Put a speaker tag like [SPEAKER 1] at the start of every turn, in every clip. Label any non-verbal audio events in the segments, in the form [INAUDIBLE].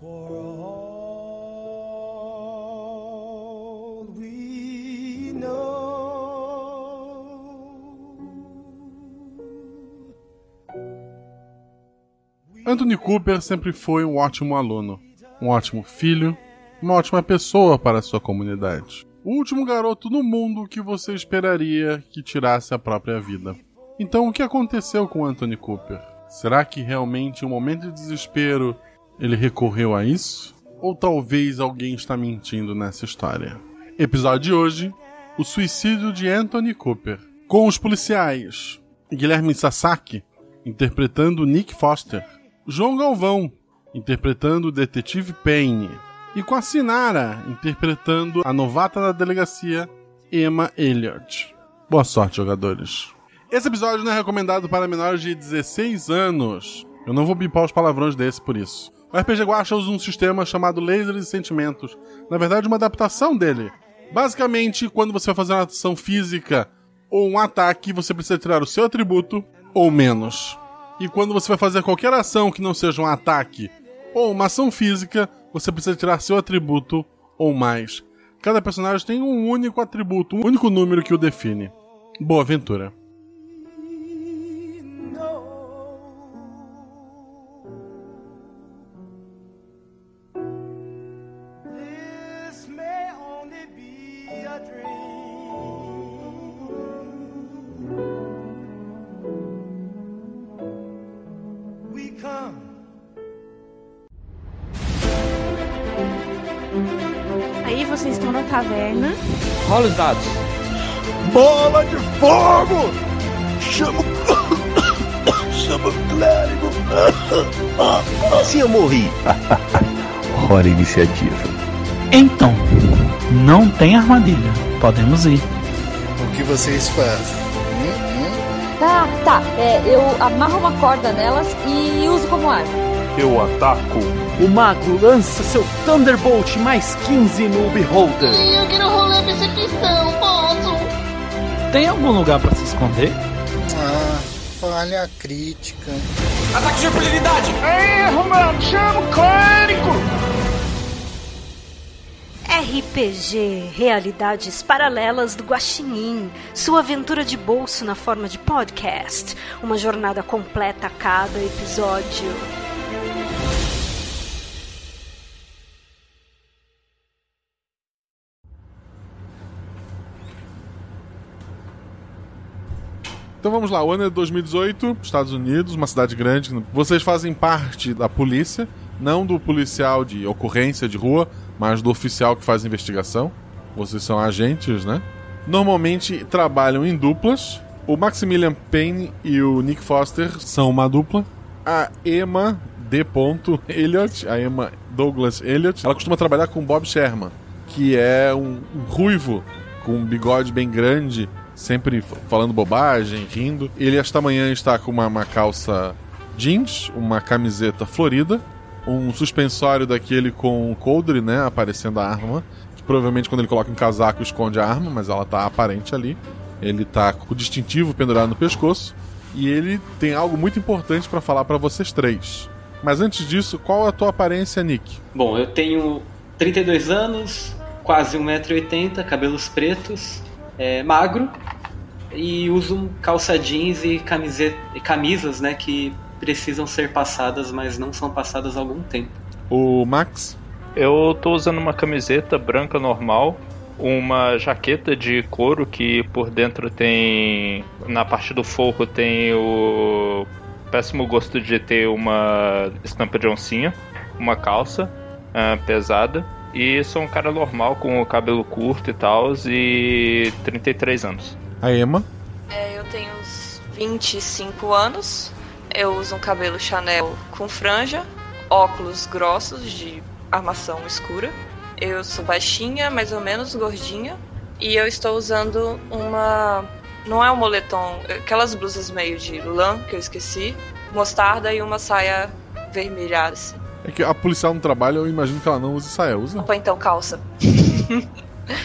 [SPEAKER 1] For all we know.
[SPEAKER 2] Anthony Cooper sempre foi um ótimo aluno, um ótimo filho, uma ótima pessoa para a sua comunidade. O último garoto no mundo que você esperaria que tirasse a própria vida. Então, o que aconteceu com Anthony Cooper? Será que realmente em um momento de desespero ele recorreu a isso? Ou talvez alguém está mentindo nessa história? Episódio de hoje: O suicídio de Anthony Cooper. Com os policiais Guilherme Sasaki, interpretando Nick Foster, João Galvão, interpretando o detetive Payne, e com a Sinara, interpretando a novata da delegacia, Emma Elliott. Boa sorte, jogadores. Esse episódio não é recomendado para menores de 16 anos. Eu não vou bipar os palavrões desse por isso. O RPG Guacha usa um sistema chamado Lasers e Sentimentos. Na verdade, uma adaptação dele. Basicamente, quando você vai fazer uma ação física ou um ataque, você precisa tirar o seu atributo ou menos. E quando você vai fazer qualquer ação que não seja um ataque ou uma ação física, você precisa tirar seu atributo ou mais. Cada personagem tem um único atributo, um único número que o define. Boa aventura.
[SPEAKER 1] This may only be a dream. We come.
[SPEAKER 3] Aí vocês estão na taverna.
[SPEAKER 4] Rola os dados.
[SPEAKER 5] Bola de fogo! Chama Chama o clérigo! [LAUGHS] Se eu morri! Hora iniciativa.
[SPEAKER 6] Então, não tem armadilha. Podemos ir.
[SPEAKER 7] O que vocês fazem? Hum, hum.
[SPEAKER 8] Tá, tá. É, eu amarro uma corda nelas e uso como arma.
[SPEAKER 9] Eu ataco.
[SPEAKER 4] O mago lança seu Thunderbolt mais 15 no Beholder.
[SPEAKER 10] Ih, Eu quero rolar percepção, posso?
[SPEAKER 6] Tem algum lugar pra se esconder?
[SPEAKER 7] Ah, falha crítica.
[SPEAKER 4] Ataque de impunidade!
[SPEAKER 11] RPG Realidades Paralelas do Guaxinim, sua aventura de bolso na forma de podcast, uma jornada completa a cada episódio.
[SPEAKER 2] Então vamos lá, o ano é 2018, Estados Unidos, uma cidade grande. Vocês fazem parte da polícia, não do policial de ocorrência de rua, mas do oficial que faz a investigação. Vocês são agentes, né? Normalmente trabalham em duplas. O Maximilian Payne e o Nick Foster são uma dupla. A Emma D. Elliot, a Emma Douglas Elliot, ela costuma trabalhar com Bob Sherman, que é um um ruivo com um bigode bem grande, sempre f- falando bobagem, rindo. Ele esta manhã está com uma, uma calça jeans, uma camiseta florida, um suspensório daquele com coldre, né, aparecendo a arma. que Provavelmente quando ele coloca um casaco esconde a arma, mas ela tá aparente ali. Ele tá com o distintivo pendurado no pescoço e ele tem algo muito importante pra falar pra vocês três. Mas antes disso, qual é a tua aparência, Nick?
[SPEAKER 4] Bom, eu tenho 32 anos, quase 1,80m, cabelos pretos, é, magro e uso calça jeans e camiseta, e camisas né, que precisam ser passadas, mas não são passadas há algum tempo.
[SPEAKER 2] O Max?
[SPEAKER 9] Eu tô usando uma camiseta branca normal, uma jaqueta de couro que por dentro tem. Na parte do forro tem o péssimo gosto de ter uma estampa de oncinha, uma calça ah, pesada. E sou um cara normal com o cabelo curto e tal, e 33 anos.
[SPEAKER 2] A Emma?
[SPEAKER 12] É, eu tenho uns 25 anos. Eu uso um cabelo Chanel com franja, óculos grossos de armação escura. Eu sou baixinha, mais ou menos gordinha. E eu estou usando uma. Não é um moletom, é aquelas blusas meio de lã que eu esqueci, mostarda e uma saia vermelhada. Assim.
[SPEAKER 2] É que a policial no trabalho, eu imagino que ela não use saia. Usa?
[SPEAKER 12] Ou então calça. [LAUGHS]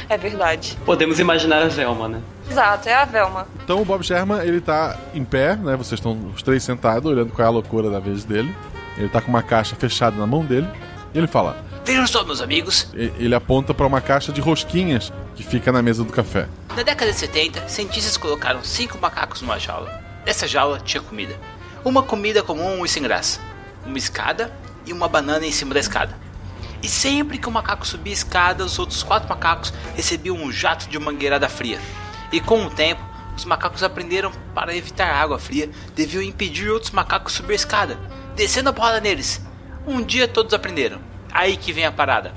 [SPEAKER 12] é verdade.
[SPEAKER 4] Podemos imaginar a Velma, né?
[SPEAKER 12] Exato, é a Velma.
[SPEAKER 2] Então o Bob Sherman, ele tá em pé, né? Vocês estão os três sentados, olhando qual é a loucura da vez dele. Ele tá com uma caixa fechada na mão dele. E ele fala:
[SPEAKER 13] Vejam só, meus amigos.
[SPEAKER 2] E- Ele aponta pra uma caixa de rosquinhas que fica na mesa do café.
[SPEAKER 13] Na década de 70, cientistas colocaram cinco macacos numa jaula. Nessa jaula tinha comida. Uma comida comum e sem graça. Uma escada e uma banana em cima da escada. E sempre que o macaco subia a escada, os outros quatro macacos recebiam um jato de mangueirada fria. E com o tempo, os macacos aprenderam para evitar a água fria, deviam impedir outros macacos subir a escada, descendo a porrada neles. Um dia todos aprenderam. Aí que vem a parada.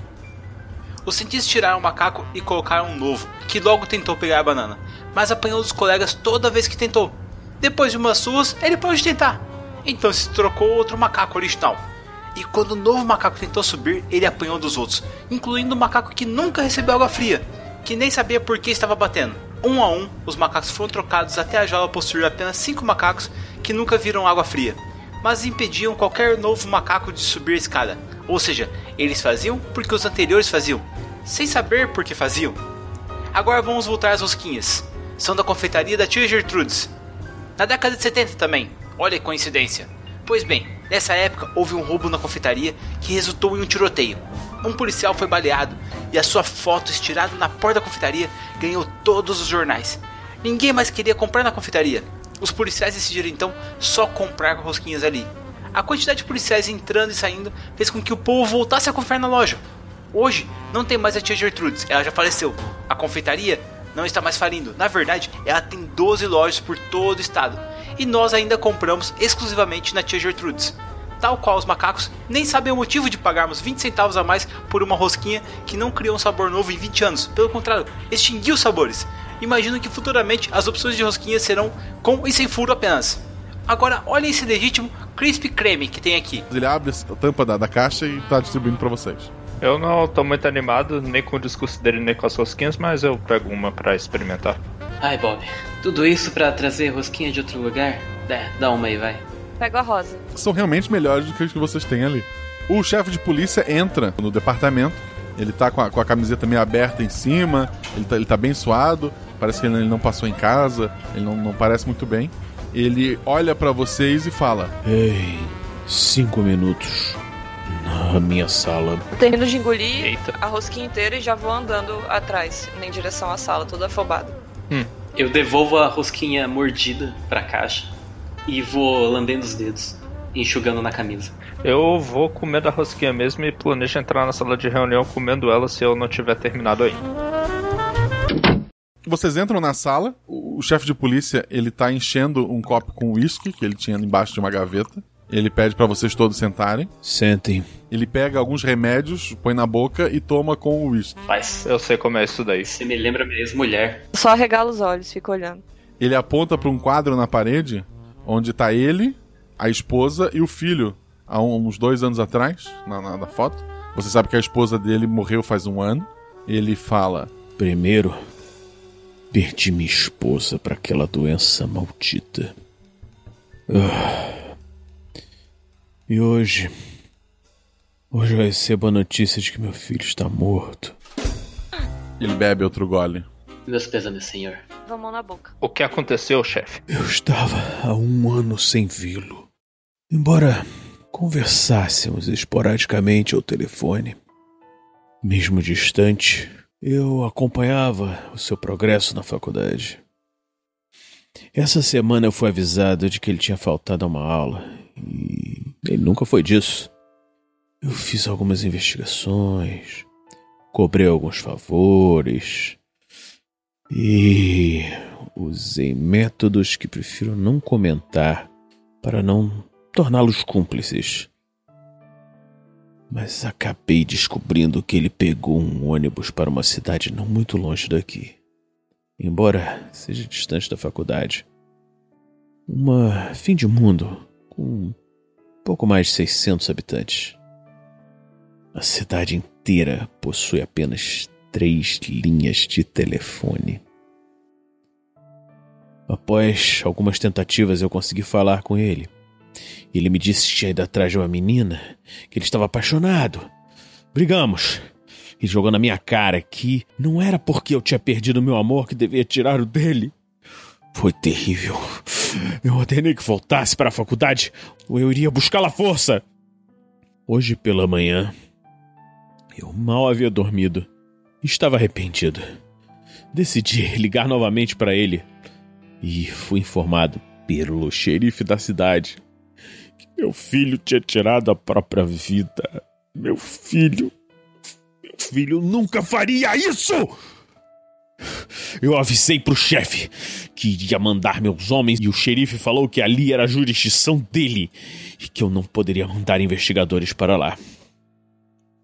[SPEAKER 13] Os cientistas tiraram o macaco e colocaram um novo, que logo tentou pegar a banana, mas apanhou dos colegas toda vez que tentou. Depois de umas suas, ele parou de tentar. Então se trocou outro macaco original. E quando o novo macaco tentou subir, ele apanhou dos outros, incluindo o macaco que nunca recebeu água fria, que nem sabia por que estava batendo. Um a um, os macacos foram trocados até a jaula possuir apenas cinco macacos que nunca viram água fria, mas impediam qualquer novo macaco de subir a escada. Ou seja, eles faziam porque os anteriores faziam, sem saber por que faziam. Agora vamos voltar às rosquinhas. São da confeitaria da tia Gertrudes. Na década de 70 também. Olha que coincidência. Pois bem, nessa época houve um roubo na confeitaria que resultou em um tiroteio. Um policial foi baleado e a sua foto estirada na porta da confeitaria ganhou todos os jornais. Ninguém mais queria comprar na confeitaria. Os policiais decidiram então só comprar rosquinhas ali. A quantidade de policiais entrando e saindo fez com que o povo voltasse a confiar na loja. Hoje não tem mais a tia Gertrudes, ela já faleceu. A confeitaria não está mais falindo. Na verdade, ela tem 12 lojas por todo o estado. E nós ainda compramos exclusivamente na tia Gertrudes. Tal qual os macacos, nem sabem o motivo de pagarmos 20 centavos a mais por uma rosquinha que não criou um sabor novo em 20 anos. Pelo contrário, extinguiu os sabores. Imagino que futuramente as opções de rosquinha serão com e sem furo apenas. Agora, olhem esse legítimo Crispy Creme que tem aqui.
[SPEAKER 2] Ele abre a tampa da, da caixa e tá distribuindo pra vocês.
[SPEAKER 9] Eu não tô muito animado nem com o discurso dele nem com as rosquinhas, mas eu pego uma pra experimentar.
[SPEAKER 4] Ai, Bob, tudo isso pra trazer rosquinha de outro lugar? É, Dá, dá uma aí, vai.
[SPEAKER 12] Pego a rosa.
[SPEAKER 2] São realmente melhores do que os que vocês têm ali. O chefe de polícia entra no departamento. Ele tá com a, com a camiseta meio aberta em cima. Ele tá, ele tá bem suado. Parece que ele, ele não passou em casa. Ele não, não parece muito bem. Ele olha pra vocês e fala:
[SPEAKER 14] Ei, cinco minutos na minha sala.
[SPEAKER 12] Eu termino de engolir a rosquinha inteira e já vou andando atrás, em direção à sala, toda afobada.
[SPEAKER 9] Hum.
[SPEAKER 4] Eu devolvo a rosquinha mordida pra caixa e vou lambendo os dedos, enxugando na camisa.
[SPEAKER 9] Eu vou comendo a rosquinha mesmo e planejo entrar na sala de reunião comendo ela se eu não tiver terminado aí.
[SPEAKER 2] Vocês entram na sala, o o chefe de polícia, ele tá enchendo um copo com uísque que ele tinha embaixo de uma gaveta. Ele pede pra vocês todos sentarem.
[SPEAKER 14] Sentem.
[SPEAKER 2] Ele pega alguns remédios, põe na boca e toma com o uísque.
[SPEAKER 4] Paz,
[SPEAKER 9] eu sei como é isso daí.
[SPEAKER 4] Você me lembra mesmo, mulher.
[SPEAKER 12] Só arregalo os olhos, fico olhando.
[SPEAKER 2] Ele aponta pra um quadro na parede onde tá ele, a esposa e o filho, há um- uns dois anos atrás, na, na- na foto. Você sabe que a esposa dele morreu faz um ano. Ele fala:
[SPEAKER 14] Primeiro, perdi minha esposa para aquela doença maldita. Ah. E hoje. Hoje eu recebo a notícia de que meu filho está morto.
[SPEAKER 2] Ele bebe outro gole.
[SPEAKER 4] Meus pêsames, senhor.
[SPEAKER 12] Vamos na boca.
[SPEAKER 9] O que aconteceu, chefe?
[SPEAKER 14] Eu estava há um ano sem vê-lo. Embora conversássemos esporadicamente ao telefone, mesmo distante, eu acompanhava o seu progresso na faculdade. Essa semana eu fui avisado de que ele tinha faltado a uma aula e ele nunca foi disso. Eu fiz algumas investigações, cobrei alguns favores e usei métodos que prefiro não comentar para não torná-los cúmplices. Mas acabei descobrindo que ele pegou um ônibus para uma cidade não muito longe daqui. Embora seja distante da faculdade. Uma fim de mundo com um pouco mais de 600 habitantes. A cidade inteira possui apenas três linhas de telefone. Após algumas tentativas, eu consegui falar com ele. Ele me disse que tinha ido atrás de uma menina, que ele estava apaixonado. Brigamos. E jogou na minha cara que não era porque eu tinha perdido meu amor que devia tirar o dele. Foi terrível. Eu ordenei que voltasse para a faculdade ou eu iria buscá-la à força. Hoje pela manhã, eu mal havia dormido. e Estava arrependido. Decidi [LAUGHS] ligar novamente para ele e fui informado pelo xerife da cidade que meu filho tinha tirado a própria vida. Meu filho. Meu filho nunca faria isso! Eu avisei pro chefe que iria mandar meus homens e o xerife falou que ali era a jurisdição dele e que eu não poderia mandar investigadores para lá.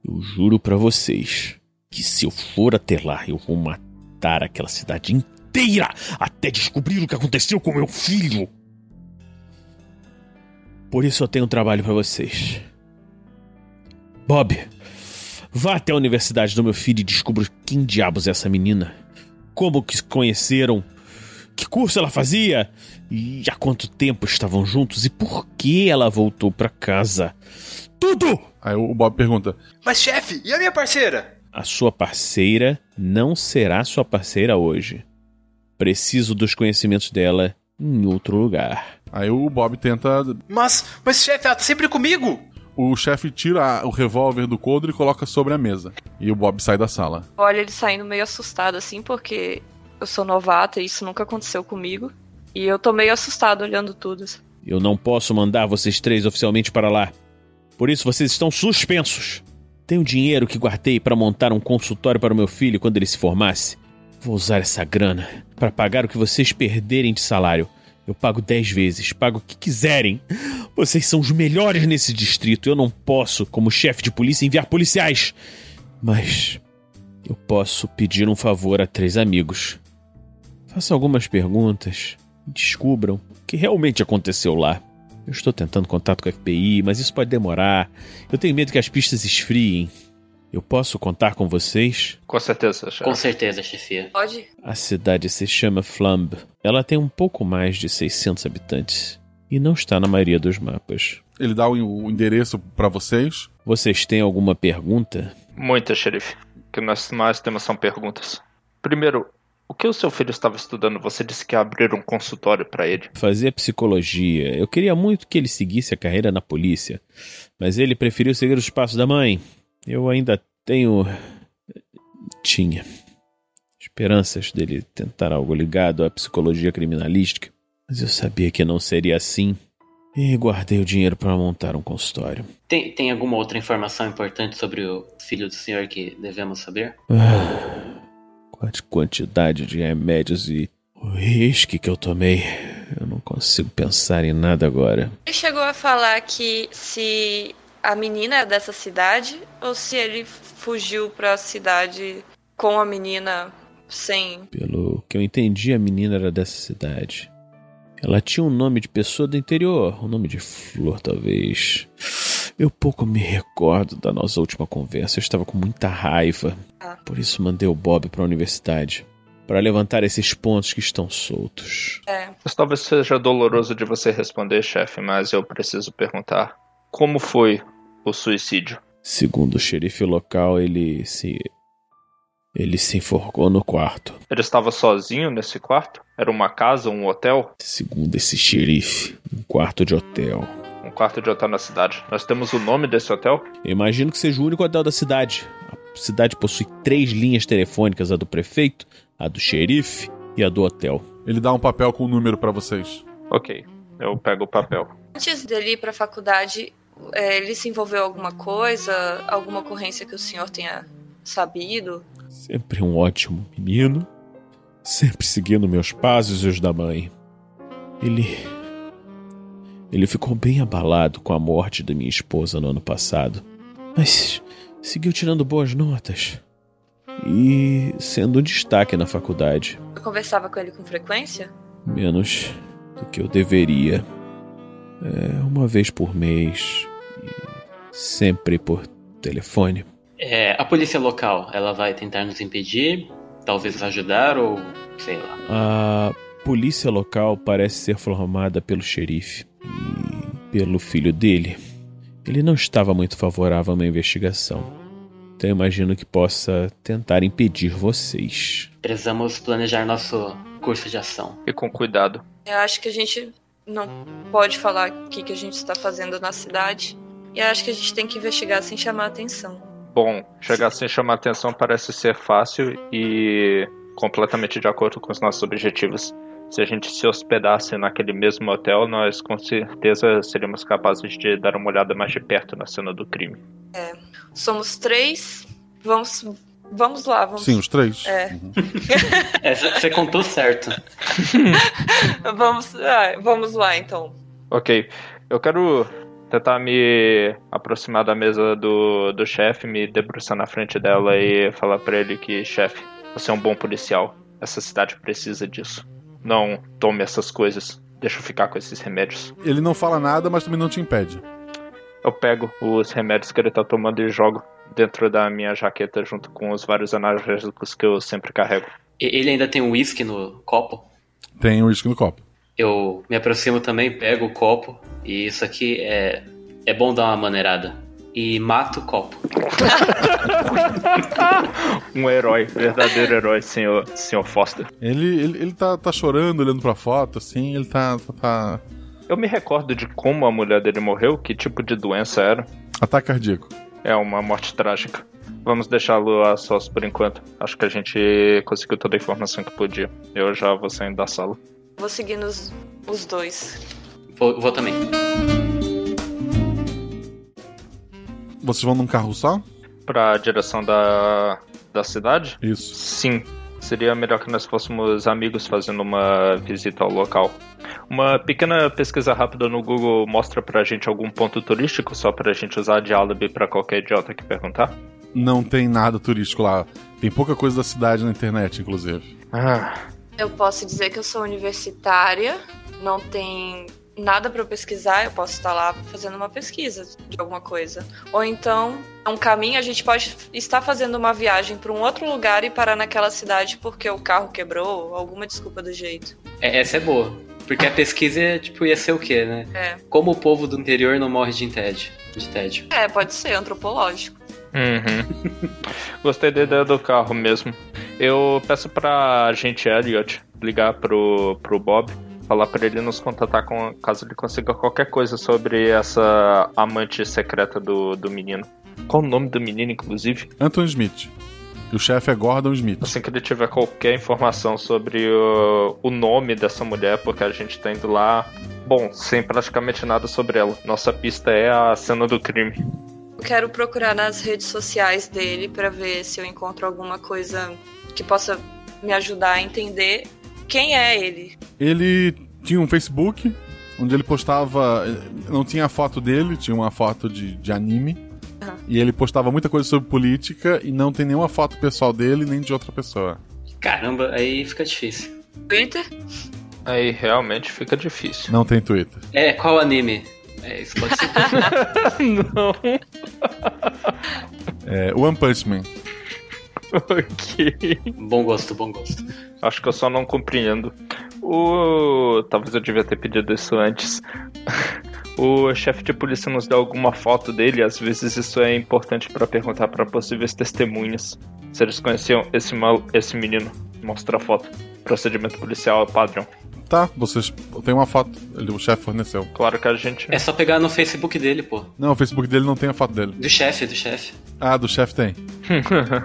[SPEAKER 14] Eu juro pra vocês que se eu for até lá, eu vou matar aquela cidade inteira até descobrir o que aconteceu com meu filho. Por isso eu tenho um trabalho pra vocês. Bob, vá até a universidade do meu filho e descubra quem diabos é essa menina. Como que se conheceram? Que curso ela fazia? E há quanto tempo estavam juntos? E por que ela voltou pra casa? Tudo!
[SPEAKER 2] Aí o Bob pergunta:
[SPEAKER 13] Mas chefe, e a minha parceira?
[SPEAKER 14] A sua parceira não será sua parceira hoje. Preciso dos conhecimentos dela em outro lugar.
[SPEAKER 2] Aí o Bob tenta.
[SPEAKER 13] Mas, mas chefe, ela tá sempre comigo!
[SPEAKER 2] O chefe tira a- o revólver do coldre e coloca sobre a mesa. E o Bob sai da sala.
[SPEAKER 12] Olha ele saindo meio assustado, assim, porque eu sou novata e isso nunca aconteceu comigo. E eu tô meio assustado olhando tudo. assim.
[SPEAKER 14] Eu não posso mandar vocês três oficialmente para lá. Por isso vocês estão suspensos. Tenho dinheiro que guardei para montar um consultório para o meu filho quando ele se formasse. Vou usar essa grana para pagar o que vocês perderem de salário. Eu pago dez vezes, pago o que quiserem. Vocês são os melhores nesse distrito. Eu não posso, como chefe de polícia, enviar policiais. Mas eu posso pedir um favor a três amigos. Faça algumas perguntas e descubram o que realmente aconteceu lá. Eu estou tentando contato com a FBI, mas isso pode demorar. Eu tenho medo que as pistas esfriem. Eu posso contar com vocês?
[SPEAKER 9] Com certeza, chefe.
[SPEAKER 4] Com certeza, chefia.
[SPEAKER 12] Pode?
[SPEAKER 14] A cidade se chama Flamb. Ela tem um pouco mais de 600 habitantes e não está na maioria dos mapas.
[SPEAKER 2] Ele dá o o endereço pra vocês.
[SPEAKER 14] Vocês têm alguma pergunta?
[SPEAKER 9] Muita, xerife. O que nós mais temos são perguntas. Primeiro, o que o seu filho estava estudando? Você disse que ia abrir um consultório para ele.
[SPEAKER 14] Fazia psicologia. Eu queria muito que ele seguisse a carreira na polícia, mas ele preferiu seguir os passos da mãe. Eu ainda tenho. Tinha. Esperanças dele tentar algo ligado à psicologia criminalística, mas eu sabia que não seria assim. E guardei o dinheiro para montar um consultório.
[SPEAKER 4] Tem, tem alguma outra informação importante sobre o filho do senhor que devemos saber?
[SPEAKER 14] Ah, quanta quantidade de remédios e o risco que eu tomei. Eu não consigo pensar em nada agora.
[SPEAKER 12] Ele chegou a falar que se a menina é dessa cidade ou se ele fugiu pra cidade com a menina sem.
[SPEAKER 14] Pelo que eu entendi, a menina era dessa cidade. Ela tinha um nome de pessoa do interior, um nome de flor, talvez. Eu pouco me recordo da nossa última conversa, eu estava com muita raiva. Por isso mandei o Bob para a universidade para levantar esses pontos que estão soltos.
[SPEAKER 9] Mas talvez seja doloroso de você responder, chefe, mas eu preciso perguntar. Como foi o suicídio?
[SPEAKER 14] Segundo o xerife local, ele se. Ele se enforcou no quarto.
[SPEAKER 9] Ele estava sozinho nesse quarto? Era uma casa, um hotel?
[SPEAKER 14] Segundo esse xerife, um quarto de hotel.
[SPEAKER 9] Um quarto de hotel na cidade. Nós temos o nome desse hotel?
[SPEAKER 14] Eu imagino que seja o único hotel da cidade. A cidade possui três linhas telefônicas: a do prefeito, a do xerife e a do hotel.
[SPEAKER 2] Ele dá um papel com o número pra vocês.
[SPEAKER 9] Ok, eu pego o papel.
[SPEAKER 12] Antes dele ir pra faculdade, é, ele se envolveu em alguma coisa? Alguma ocorrência que o senhor tenha sabido?
[SPEAKER 14] Sempre um ótimo menino, sempre seguindo meus passos e os da mãe. Ele. Ele ficou bem abalado com a morte da minha esposa no ano passado, mas seguiu tirando boas notas e sendo um destaque na faculdade.
[SPEAKER 12] Eu conversava com ele com frequência?
[SPEAKER 14] menos do que eu deveria. É, uma vez por mês e sempre por telefone.
[SPEAKER 4] É, a polícia local, ela vai tentar nos impedir, talvez ajudar ou sei lá.
[SPEAKER 14] A polícia local parece ser formada pelo xerife e pelo filho dele. Ele não estava muito favorável a uma investigação. Então eu imagino que possa tentar impedir vocês.
[SPEAKER 4] Precisamos planejar nosso curso de ação.
[SPEAKER 9] E com cuidado.
[SPEAKER 12] Eu acho que a gente não pode falar o que, que a gente está fazendo tá na cidade. E acho que a gente tem que investigar sem chamar a atenção.
[SPEAKER 9] Bom, chegar sem chamar atenção parece ser fácil e completamente de acordo com os nossos objetivos. Se a gente se hospedasse naquele mesmo hotel, nós com certeza seríamos capazes de dar uma olhada mais de perto na cena do crime.
[SPEAKER 12] É, somos três. Vamos, vamos lá. Vamos...
[SPEAKER 2] Sim, os três. Uhum.
[SPEAKER 12] É.
[SPEAKER 4] É, Você contou certo.
[SPEAKER 12] [LAUGHS] vamos, ah, vamos lá, então.
[SPEAKER 9] Ok, eu quero tentar me aproximar da mesa do, do chefe, me debruçar na frente dela e falar pra ele que, chefe, você é um bom policial. Essa cidade precisa disso. Não tome essas coisas. Deixa eu ficar com esses remédios.
[SPEAKER 2] Ele não fala nada, mas também não te impede.
[SPEAKER 9] Eu pego os remédios que ele tá tomando e jogo dentro da minha jaqueta junto com os vários analgésicos que eu sempre carrego.
[SPEAKER 4] E- Ele ainda tem um uísque no copo.
[SPEAKER 2] Tem o uísque no copo.
[SPEAKER 4] Eu me aproximo também, pego o copo. E isso aqui é. É bom dar uma maneirada. E mato o copo.
[SPEAKER 9] Um herói, verdadeiro herói, senhor, senhor Foster.
[SPEAKER 2] Ele, ele, ele tá, tá chorando, olhando pra foto, assim, ele tá. tá, tá-
[SPEAKER 9] Eu me recordo de como a mulher dele morreu, que tipo de doença era.
[SPEAKER 2] Ataque cardíaco.
[SPEAKER 9] É uma morte trágica. Vamos deixá-lo a sós por enquanto. Acho que a gente conseguiu toda a informação que podia. Eu já vou saindo da sala.
[SPEAKER 12] Vou seguindo os, os dois.
[SPEAKER 4] Vou, vou também.
[SPEAKER 2] Vocês vão num carro só?
[SPEAKER 9] Pra direção da, da cidade?
[SPEAKER 2] Isso.
[SPEAKER 9] Sim. Seria melhor que nós fôssemos amigos fazendo uma visita ao local. Uma pequena pesquisa rápida no Google mostra pra gente algum ponto turístico só pra gente usar de álibi pra qualquer idiota que perguntar?
[SPEAKER 2] Não tem nada turístico lá. Tem pouca coisa da cidade na internet, inclusive.
[SPEAKER 9] Ah.
[SPEAKER 12] Eu posso dizer que eu sou universitária, não tem nada pra eu pesquisar, eu posso estar lá fazendo uma pesquisa de alguma coisa. Ou então, é um caminho, a gente pode estar fazendo uma viagem pra um outro lugar e parar naquela cidade porque o carro quebrou, alguma desculpa do jeito.
[SPEAKER 4] É, essa é boa. Porque a pesquisa é, tipo, ia ser o quê, né?
[SPEAKER 12] É.
[SPEAKER 4] Como o povo do interior não morre de tédio. De tédio.
[SPEAKER 12] É, pode ser antropológico.
[SPEAKER 9] Uhum. [LAUGHS] Gostei da ideia do carro mesmo. Eu peço pra gente, Elliot, ligar pro, pro Bob, falar pra ele nos contatar com, caso ele consiga qualquer coisa sobre essa amante secreta do, do menino. Qual o nome do menino, inclusive?
[SPEAKER 2] Anton Smith. E o chefe é Gordon Smith.
[SPEAKER 9] Assim que ele tiver qualquer informação sobre o, o nome dessa mulher, porque a gente tá indo lá, bom, sem praticamente nada sobre ela. Nossa pista é a cena do crime.
[SPEAKER 12] Eu quero procurar nas redes sociais dele pra ver se eu encontro alguma coisa que possa me ajudar a entender quem é ele.
[SPEAKER 2] Ele tinha um Facebook, onde ele postava. eh, Não tinha a foto dele, tinha uma foto de, de anime. E ele postava muita coisa sobre política e não tem nenhuma foto pessoal dele nem de outra pessoa.
[SPEAKER 4] Caramba, aí fica difícil.
[SPEAKER 12] Twitter?
[SPEAKER 9] Aí realmente fica difícil.
[SPEAKER 2] Não tem Twitter.
[SPEAKER 4] É, qual anime? É, isso pode ser.
[SPEAKER 9] [LAUGHS] Não.
[SPEAKER 2] É, One Punch Man.
[SPEAKER 9] [LAUGHS] Ok.
[SPEAKER 4] Bom gosto, bom gosto.
[SPEAKER 9] Acho que eu só não compreendo. O. Talvez eu devia ter pedido isso antes. [LAUGHS] O chefe de polícia nos dá alguma foto dele, às vezes isso é importante pra perguntar pra possíveis testemunhas se eles conheciam esse mal, esse menino. Mostra a foto. Procedimento policial é padrão.
[SPEAKER 2] Tá, vocês. Tem uma foto. Ele, o chefe forneceu.
[SPEAKER 9] Claro que a gente.
[SPEAKER 4] É só pegar no Facebook dele, pô.
[SPEAKER 2] Não, o Facebook dele não tem a foto dele.
[SPEAKER 4] Do chefe, do chefe.
[SPEAKER 2] Ah, do
[SPEAKER 4] [LAUGHS]
[SPEAKER 2] chefe tem.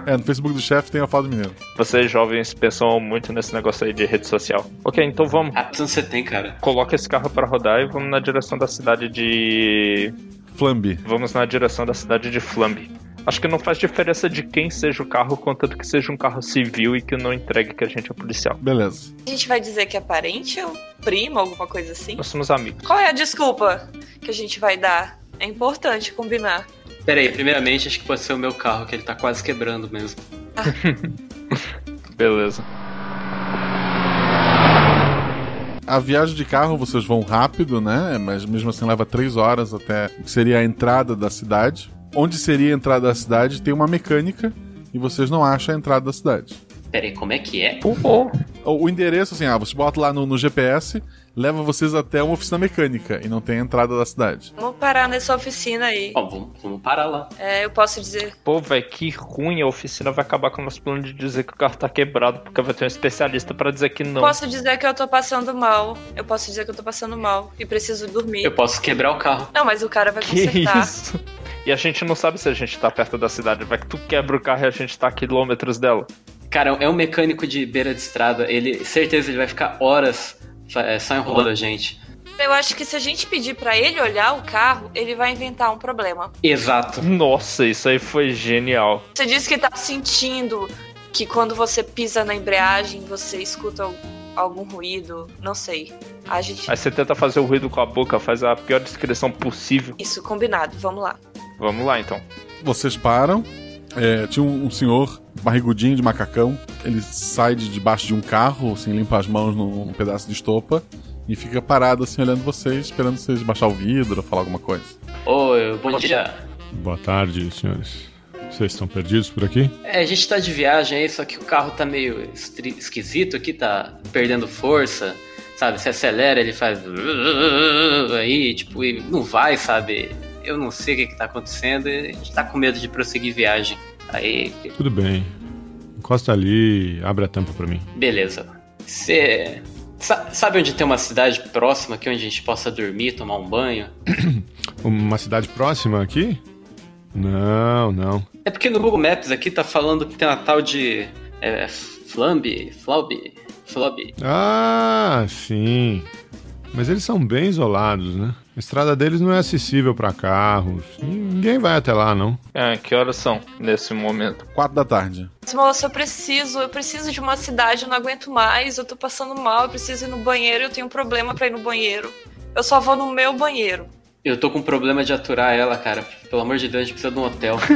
[SPEAKER 2] é, no Facebook do chefe tem a foto do menino.
[SPEAKER 9] Vocês jovens pensam muito nesse negócio aí de rede social. Ok, então vamos.
[SPEAKER 4] Quantos anos você Ah, tem, cara?
[SPEAKER 9] Coloca esse carro pra rodar e vamos na direção da cidade de.
[SPEAKER 2] Flambe.
[SPEAKER 9] Vamos na direção da cidade de Flambe. Acho que não faz diferença de quem seja o carro, contanto que seja um carro civil e que não entregue que a gente é policial.
[SPEAKER 2] Beleza.
[SPEAKER 12] A gente vai dizer que é parente ou primo, alguma coisa assim?
[SPEAKER 9] Nós somos amigos.
[SPEAKER 12] Qual é a desculpa que a gente vai dar? É importante combinar.
[SPEAKER 4] Pera aí, primeiramente acho que pode ser o meu carro, que ele tá quase quebrando mesmo.
[SPEAKER 9] [LAUGHS] Beleza.
[SPEAKER 2] A viagem de carro vocês vão rápido, né? Mas mesmo assim leva três horas até o que seria a entrada da cidade. Onde seria a entrada da cidade tem uma mecânica e vocês não acham a entrada da cidade.
[SPEAKER 4] Pera aí, como é que é?
[SPEAKER 9] O,
[SPEAKER 2] o endereço, assim, ah, você bota lá no, no GPS, leva vocês até uma oficina mecânica e não tem entrada da cidade.
[SPEAKER 12] Vamos parar nessa oficina aí.
[SPEAKER 4] Bom, vamos, vamos parar lá.
[SPEAKER 12] É, eu posso dizer.
[SPEAKER 9] Pô, velho, que ruim. A oficina vai acabar com o nosso plano de dizer que o carro tá quebrado, porque vai ter um especialista pra dizer que não.
[SPEAKER 12] Posso dizer que eu tô passando mal. Eu posso dizer que eu tô passando mal e preciso dormir.
[SPEAKER 4] Eu posso quebrar o carro.
[SPEAKER 12] Não, mas o cara vai
[SPEAKER 9] Que
[SPEAKER 12] consertar.
[SPEAKER 9] isso? E a gente não sabe se a gente tá perto da cidade. Vai que tu quebra o carro e a gente tá a quilômetros dela.
[SPEAKER 4] Cara, é um mecânico de beira de estrada. Ele, certeza, ele vai ficar horas é, só enrolando a gente.
[SPEAKER 12] Eu acho que se a gente pedir pra ele olhar o carro, ele vai inventar um problema.
[SPEAKER 4] Exato.
[SPEAKER 9] Nossa, isso aí foi genial.
[SPEAKER 12] Você disse que tá sentindo que quando você pisa na embreagem, você escuta al- algum ruído, não sei. A gente.
[SPEAKER 9] Aí você tenta fazer o ruído com a boca, faz a pior descrição possível.
[SPEAKER 12] Isso, combinado, vamos lá.
[SPEAKER 9] Vamos lá então.
[SPEAKER 2] Vocês param. é, tinha um, um senhor barrigudinho de macacão. Ele sai de debaixo de um carro, assim, limpa as mãos num, num pedaço de estopa e fica parado, assim, olhando vocês, esperando vocês baixar o vidro, falar alguma coisa.
[SPEAKER 4] Oi, bom dia.
[SPEAKER 15] Boa tarde, senhores. Vocês estão perdidos por aqui?
[SPEAKER 4] É, a gente tá de viagem aí, só que o carro tá meio estri- esquisito aqui, tá perdendo força, sabe? Se acelera, ele faz. Aí, tipo, e não vai, sabe? Eu não sei o que, que tá acontecendo, e a gente tá com medo de prosseguir viagem. Aí,
[SPEAKER 15] Tudo bem. Encosta ali, abre a tampa pra mim.
[SPEAKER 4] beleza. Você. sa- Sabe onde tem uma cidade próxima aqui onde a gente possa dormir, tomar um banho?
[SPEAKER 15] Uma cidade próxima aqui? Não, não.
[SPEAKER 4] É porque no Google Maps aqui tá falando que tem uma tal de. É, Flambe, Flaube, Flobe.
[SPEAKER 15] Ah, sim. Mas eles são bem isolados, né? A estrada deles não é acessível pra carros. Ninguém vai até lá, não.
[SPEAKER 9] Ah, que horas são nesse momento?
[SPEAKER 2] Quatro da tarde.
[SPEAKER 12] Mas, Moça, eu preciso, eu preciso de uma cidade, eu não aguento mais, eu tô passando mal, eu preciso ir no banheiro, eu tenho um problema pra ir no banheiro. Eu só vou no meu banheiro.
[SPEAKER 4] Eu tô com problema de aturar ela, cara. Pelo amor de Deus, a gente precisa de um hotel. [LAUGHS]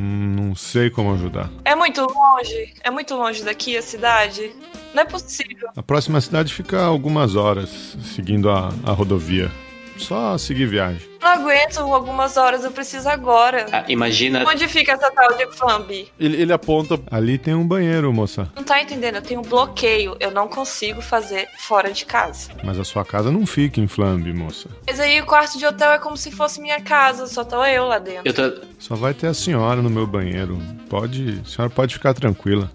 [SPEAKER 15] Hum, Não sei como ajudar.
[SPEAKER 12] É muito longe? É muito longe daqui a cidade? Não é possível.
[SPEAKER 15] A próxima cidade fica a algumas horas seguindo a, a rodovia. Só seguir viagem.
[SPEAKER 12] Não aguento algumas horas, eu preciso agora.
[SPEAKER 4] imagina.
[SPEAKER 12] Onde fica essa tal de Flambi?
[SPEAKER 2] Ele, ele aponta.
[SPEAKER 15] Ali tem um banheiro, moça.
[SPEAKER 12] Não tá entendendo, eu tenho um bloqueio, eu não consigo fazer fora de casa.
[SPEAKER 15] Mas a sua casa não fica em Flambe, moça.
[SPEAKER 12] Mas aí o quarto de hotel é como se fosse minha casa, só tô eu lá dentro.
[SPEAKER 15] Só vai ter a senhora no meu banheiro. Pode. A senhora pode ficar tranquila.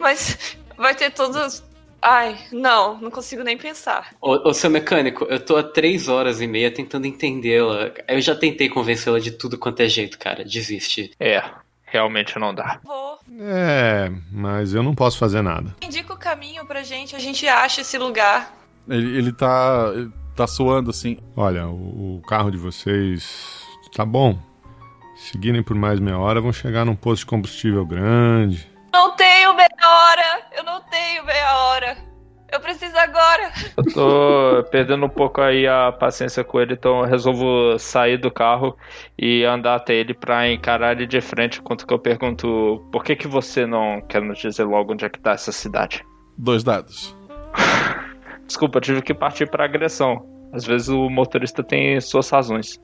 [SPEAKER 12] Mas vai ter todos. Ai, não, não consigo nem pensar.
[SPEAKER 4] Ô, ô, seu mecânico, eu tô há três horas e meia tentando entendê-la. Eu já tentei convencê-la de tudo quanto é jeito, cara. Desiste.
[SPEAKER 9] É, realmente não dá.
[SPEAKER 15] É, mas eu não posso fazer nada.
[SPEAKER 12] Indica o caminho pra gente, a gente acha esse lugar.
[SPEAKER 2] Ele, ele tá. ele tá suando assim.
[SPEAKER 15] Olha, o, o carro de vocês tá bom. Seguirem por mais meia hora, vão chegar num posto de combustível grande.
[SPEAKER 12] Não tenho meia hora! Eu não tenho meia hora! Eu preciso agora!
[SPEAKER 9] Eu tô perdendo um pouco aí a paciência com ele, então eu resolvo sair do carro e andar até ele pra encarar ele de frente, enquanto que eu pergunto por que que você não quer nos dizer logo onde é que tá essa cidade?
[SPEAKER 2] Dois dados.
[SPEAKER 9] [LAUGHS] Desculpa, eu tive que partir pra agressão. Às vezes o motorista tem suas razões.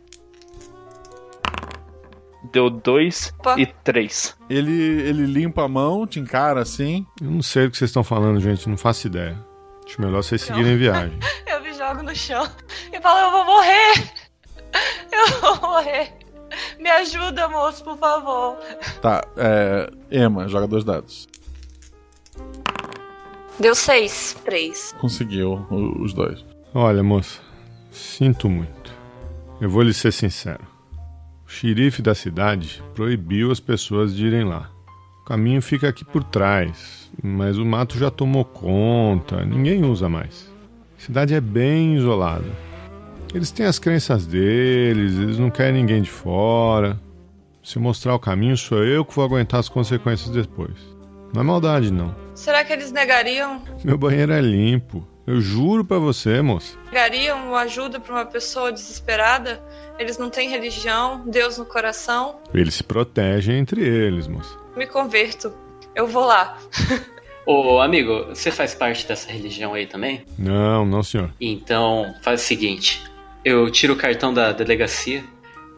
[SPEAKER 9] Deu dois
[SPEAKER 12] Opa.
[SPEAKER 9] e três.
[SPEAKER 2] Ele, ele limpa a mão, te encara assim.
[SPEAKER 15] Eu não sei do que vocês estão falando, gente, não faço ideia. Acho melhor vocês seguirem viagem.
[SPEAKER 12] Eu me jogo no chão e falo: eu vou morrer! Eu vou morrer! Me ajuda, moço, por favor!
[SPEAKER 2] Tá, é. Emma, joga dois dados.
[SPEAKER 12] Deu seis. Três.
[SPEAKER 2] Conseguiu o- os dois.
[SPEAKER 15] Olha, moça, sinto muito. Eu vou lhe ser sincero. O xerife da cidade proibiu as pessoas de irem lá. O caminho fica aqui por trás, mas o mato já tomou conta, ninguém usa mais. A cidade é bem isolada. Eles têm as crenças deles, eles não querem ninguém de fora. Se mostrar o caminho, sou eu que vou aguentar as consequências depois. Não é maldade, não.
[SPEAKER 12] Será que eles negariam?
[SPEAKER 15] Meu banheiro é limpo. Eu juro pra você, moça.
[SPEAKER 12] Negariam ajuda pra uma pessoa desesperada? Eles não têm religião, Deus no coração?
[SPEAKER 15] Eles se protegem entre eles, moça.
[SPEAKER 12] Me converto. Eu vou lá.
[SPEAKER 4] Ô, amigo, você faz parte dessa religião aí também?
[SPEAKER 15] Não, não, senhor.
[SPEAKER 4] Então, faz o seguinte: eu tiro o cartão da delegacia,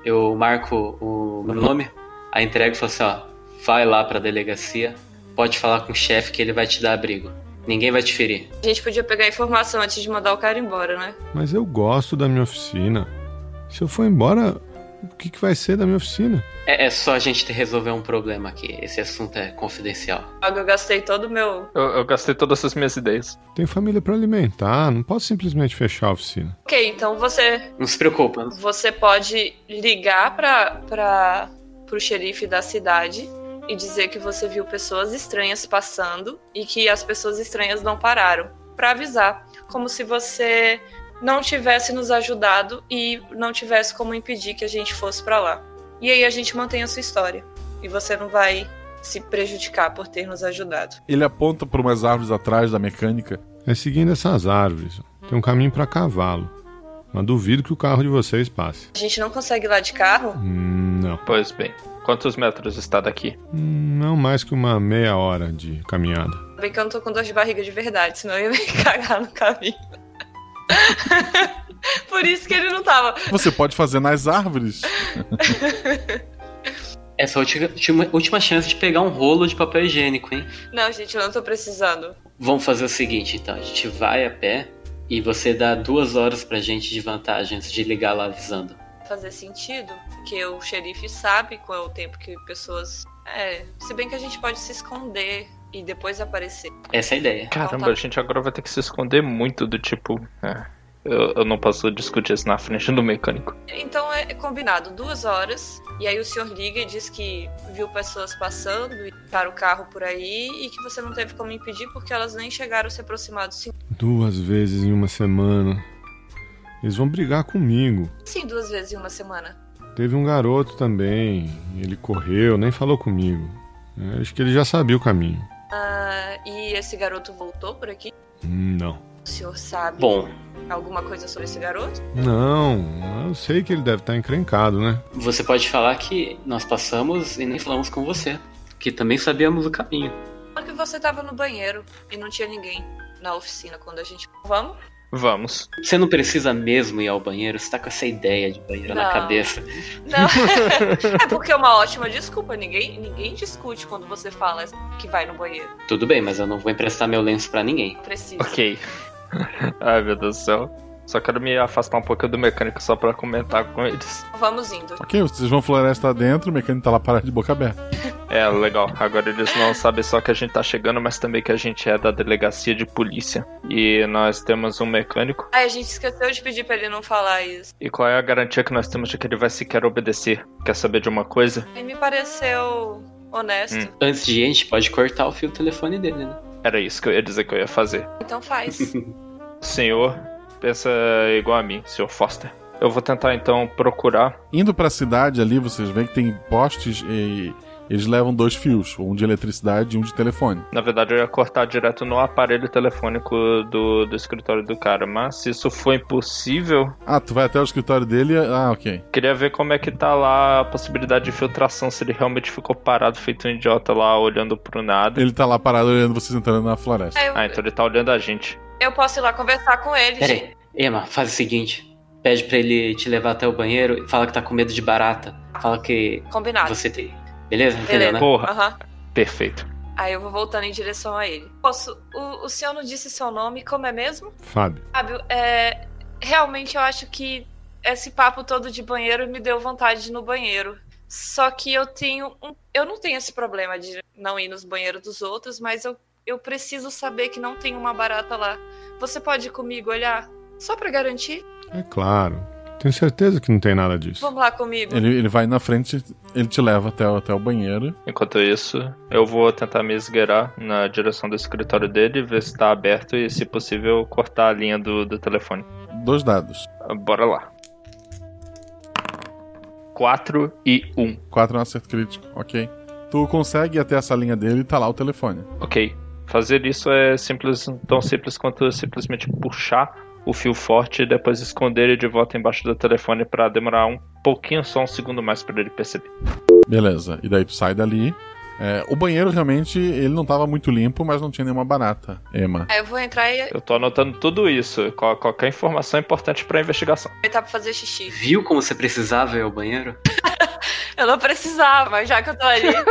[SPEAKER 4] eu marco o meu nome, aí entrego e falo assim: ó, vai lá pra delegacia, pode falar com o chefe que ele vai te dar abrigo. Ninguém vai te ferir.
[SPEAKER 12] A gente podia pegar a informação antes de mandar o cara embora, né?
[SPEAKER 15] Mas eu gosto da minha oficina. Se eu for embora, o que, que vai ser da minha oficina?
[SPEAKER 4] É, é só a gente resolver um problema aqui. Esse assunto é confidencial.
[SPEAKER 12] Eu gastei todo o meu.
[SPEAKER 9] Eu, eu gastei todas as minhas ideias.
[SPEAKER 15] Tenho família pra alimentar, não posso simplesmente fechar a oficina.
[SPEAKER 12] Ok, então você.
[SPEAKER 4] Não se preocupa.
[SPEAKER 12] Você pode ligar pra, pra, pro xerife da cidade e dizer que você viu pessoas estranhas passando e que as pessoas estranhas não pararam. Pra avisar. Como se você não tivesse nos ajudado e não tivesse como impedir que a gente fosse pra lá. E aí a gente mantém a sua história. E você não vai se prejudicar por ter nos ajudado.
[SPEAKER 2] Ele aponta para umas árvores atrás da mecânica.
[SPEAKER 15] É seguindo essas árvores. Tem um caminho pra cavalo. Mas duvido que o carro de vocês passe.
[SPEAKER 12] A gente não consegue ir lá de carro?
[SPEAKER 15] Hum, Não.
[SPEAKER 9] Pois bem, quantos metros está daqui?
[SPEAKER 15] Hum, Não mais que uma meia hora de caminhada.
[SPEAKER 12] Ainda Bem que eu não tô com dor de barriga de verdade, senão eu ia [LAUGHS] me cagar no caminho. [LAUGHS] Por isso que ele não tava.
[SPEAKER 2] Você pode fazer nas árvores.
[SPEAKER 4] Essa é a última- última, última chance de pegar um rolo de papel higiênico, hein?
[SPEAKER 12] Não, gente, eu não tô precisando.
[SPEAKER 4] Vamos fazer o seguinte, então. A gente vai a pé e você dá duas horas pra gente de vantagem antes de ligar lá avisando.
[SPEAKER 12] Fazer sentido, porque o xerife sabe qual é o tempo que pessoas. É, se bem que a gente pode se esconder e depois aparecer.
[SPEAKER 4] Essa é a ideia.
[SPEAKER 9] Caramba, a gente agora vai ter que se esconder muito do tipo. é, eu, eu não posso discutir isso na frente do mecânico.
[SPEAKER 12] Então é é combinado duas horas, e aí o senhor liga e diz que viu pessoas passando e para o carro por aí e que você não teve como impedir porque elas nem chegaram a se aproximar do senhor.
[SPEAKER 15] Duas vezes em uma semana. Eles vão brigar comigo.
[SPEAKER 12] Sim, duas vezes em uma semana.
[SPEAKER 15] Teve um garoto também. Ele correu, nem falou comigo. É, acho que ele já sabia o caminho.
[SPEAKER 12] Ah, e esse garoto voltou por aqui?
[SPEAKER 15] Hum, Não.
[SPEAKER 12] O senhor sabe
[SPEAKER 15] Bom.
[SPEAKER 12] alguma coisa sobre esse garoto?
[SPEAKER 15] Não, eu sei que ele deve estar encrencado, né?
[SPEAKER 4] Você pode falar que nós passamos e nem falamos com você. Que também sabíamos o caminho.
[SPEAKER 12] Porque você tava no banheiro e não tinha ninguém na oficina quando a gente. Vamos?
[SPEAKER 9] Vamos.
[SPEAKER 4] Você não precisa mesmo ir ao banheiro, você tá com essa ideia de banheiro na
[SPEAKER 12] Não.
[SPEAKER 4] cabeça.
[SPEAKER 12] Não. é porque é uma ótima desculpa. Ninguém, ninguém discute quando você fala que vai no banheiro.
[SPEAKER 4] Tudo bem, mas eu não vou emprestar meu lenço pra ninguém.
[SPEAKER 12] Precisa.
[SPEAKER 9] Ok. [LAUGHS] Ai meu Deus do céu. Só quero me afastar um pouco do mecânico só pra comentar com eles.
[SPEAKER 12] Vamos indo.
[SPEAKER 2] ok, vocês vão floresta dentro, o mecânico tá lá parado de boca aberta.
[SPEAKER 9] É, legal. Agora eles não sabem só que a gente tá chegando, mas também que a gente é da delegacia de polícia. E nós temos um mecânico.
[SPEAKER 12] Ai, a gente esqueceu de pedir pra ele não falar isso.
[SPEAKER 9] E qual é a garantia que nós temos de que ele vai sequer obedecer? Quer saber de uma coisa?
[SPEAKER 12] Ele me pareceu honesto.
[SPEAKER 9] Hum.
[SPEAKER 4] Antes de ir, a gente pode cortar o fio do telefone dele, né?
[SPEAKER 9] Era isso que eu ia dizer que eu ia fazer.
[SPEAKER 12] Então faz.
[SPEAKER 9] Senhor, pensa igual a mim, senhor Foster. Eu vou tentar então procurar.
[SPEAKER 2] Indo pra cidade ali, vocês veem que tem postes e eles levam dois fios, um de eletricidade e um de telefone.
[SPEAKER 9] Na verdade, eu ia cortar direto no aparelho telefônico do, do escritório do cara, mas se isso for impossível,
[SPEAKER 2] Ah, tu vai até o escritório dele? Ah, ok.
[SPEAKER 9] Queria ver como é que tá lá a possibilidade de filtração, se ele realmente ficou parado feito um idiota lá olhando pro nada.
[SPEAKER 2] Ele tá lá parado olhando vocês entrando na floresta.
[SPEAKER 12] É, eu-
[SPEAKER 9] Ah, então ele tá olhando a gente.
[SPEAKER 12] Eu posso ir lá conversar com ele.
[SPEAKER 4] Pera aí, Emma, faz o seguinte. Pede pra ele te levar até o banheiro e fala que tá com medo de barata. Fala que
[SPEAKER 12] Combinado.
[SPEAKER 4] você tem. Beleza? Entendeu,
[SPEAKER 12] Beleza.
[SPEAKER 4] né?
[SPEAKER 12] Aham.
[SPEAKER 9] Perfeito.
[SPEAKER 12] Aí eu vou voltando em direção a ele. Posso, o, o senhor não disse seu nome, como é mesmo?
[SPEAKER 15] Fábio.
[SPEAKER 12] Fábio, é, realmente eu acho que esse papo todo de banheiro me deu vontade de ir no banheiro. Só que eu tenho um, eu não tenho esse problema de não ir nos banheiros dos outros, mas eu, eu preciso saber que não tem uma barata lá. Você pode ir comigo olhar? Só pra garantir?
[SPEAKER 15] É claro. Tenho certeza que não tem nada disso.
[SPEAKER 12] Vamos lá comigo.
[SPEAKER 2] Ele, ele vai na frente, ele te leva até, o- até o banheiro.
[SPEAKER 9] Enquanto isso, eu vou tentar me esgueirar na direção do escritório dele, ver se tá aberto e, se possível, cortar a linha do, do telefone.
[SPEAKER 2] Dois dados.
[SPEAKER 9] Bora lá. 4 e 1. Um.
[SPEAKER 2] 4 é um acerto crítico, ok. Tu consegue ir até essa linha dele e tá lá o telefone.
[SPEAKER 9] Ok. Fazer isso é simples, tão simples quanto simplesmente puxar o fio forte e depois esconder ele de volta embaixo do telefone pra demorar um pouquinho, só um segundo mais pra ele perceber.
[SPEAKER 2] Beleza, e daí tu sai dali. É, o banheiro realmente ele não tava muito limpo, mas não tinha nenhuma barata, Emma.
[SPEAKER 12] Aí eu vou entrar e
[SPEAKER 9] Eu tô anotando tudo isso, qual- qualquer informação é importante pra investigação.
[SPEAKER 12] aproveitar pra fazer xixi.
[SPEAKER 4] Viu como você precisava ir ao banheiro?
[SPEAKER 12] Eu não precisava, mas já que eu tô ali. [LAUGHS]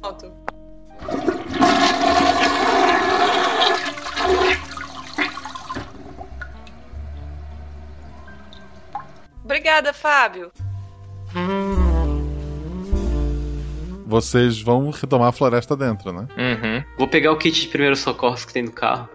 [SPEAKER 12] Pronto. Obrigada, Fábio.
[SPEAKER 2] Vocês vão retomar a floresta dentro, né?
[SPEAKER 4] Uhum. Vou pegar o kit de primeiros socorros que tem no carro.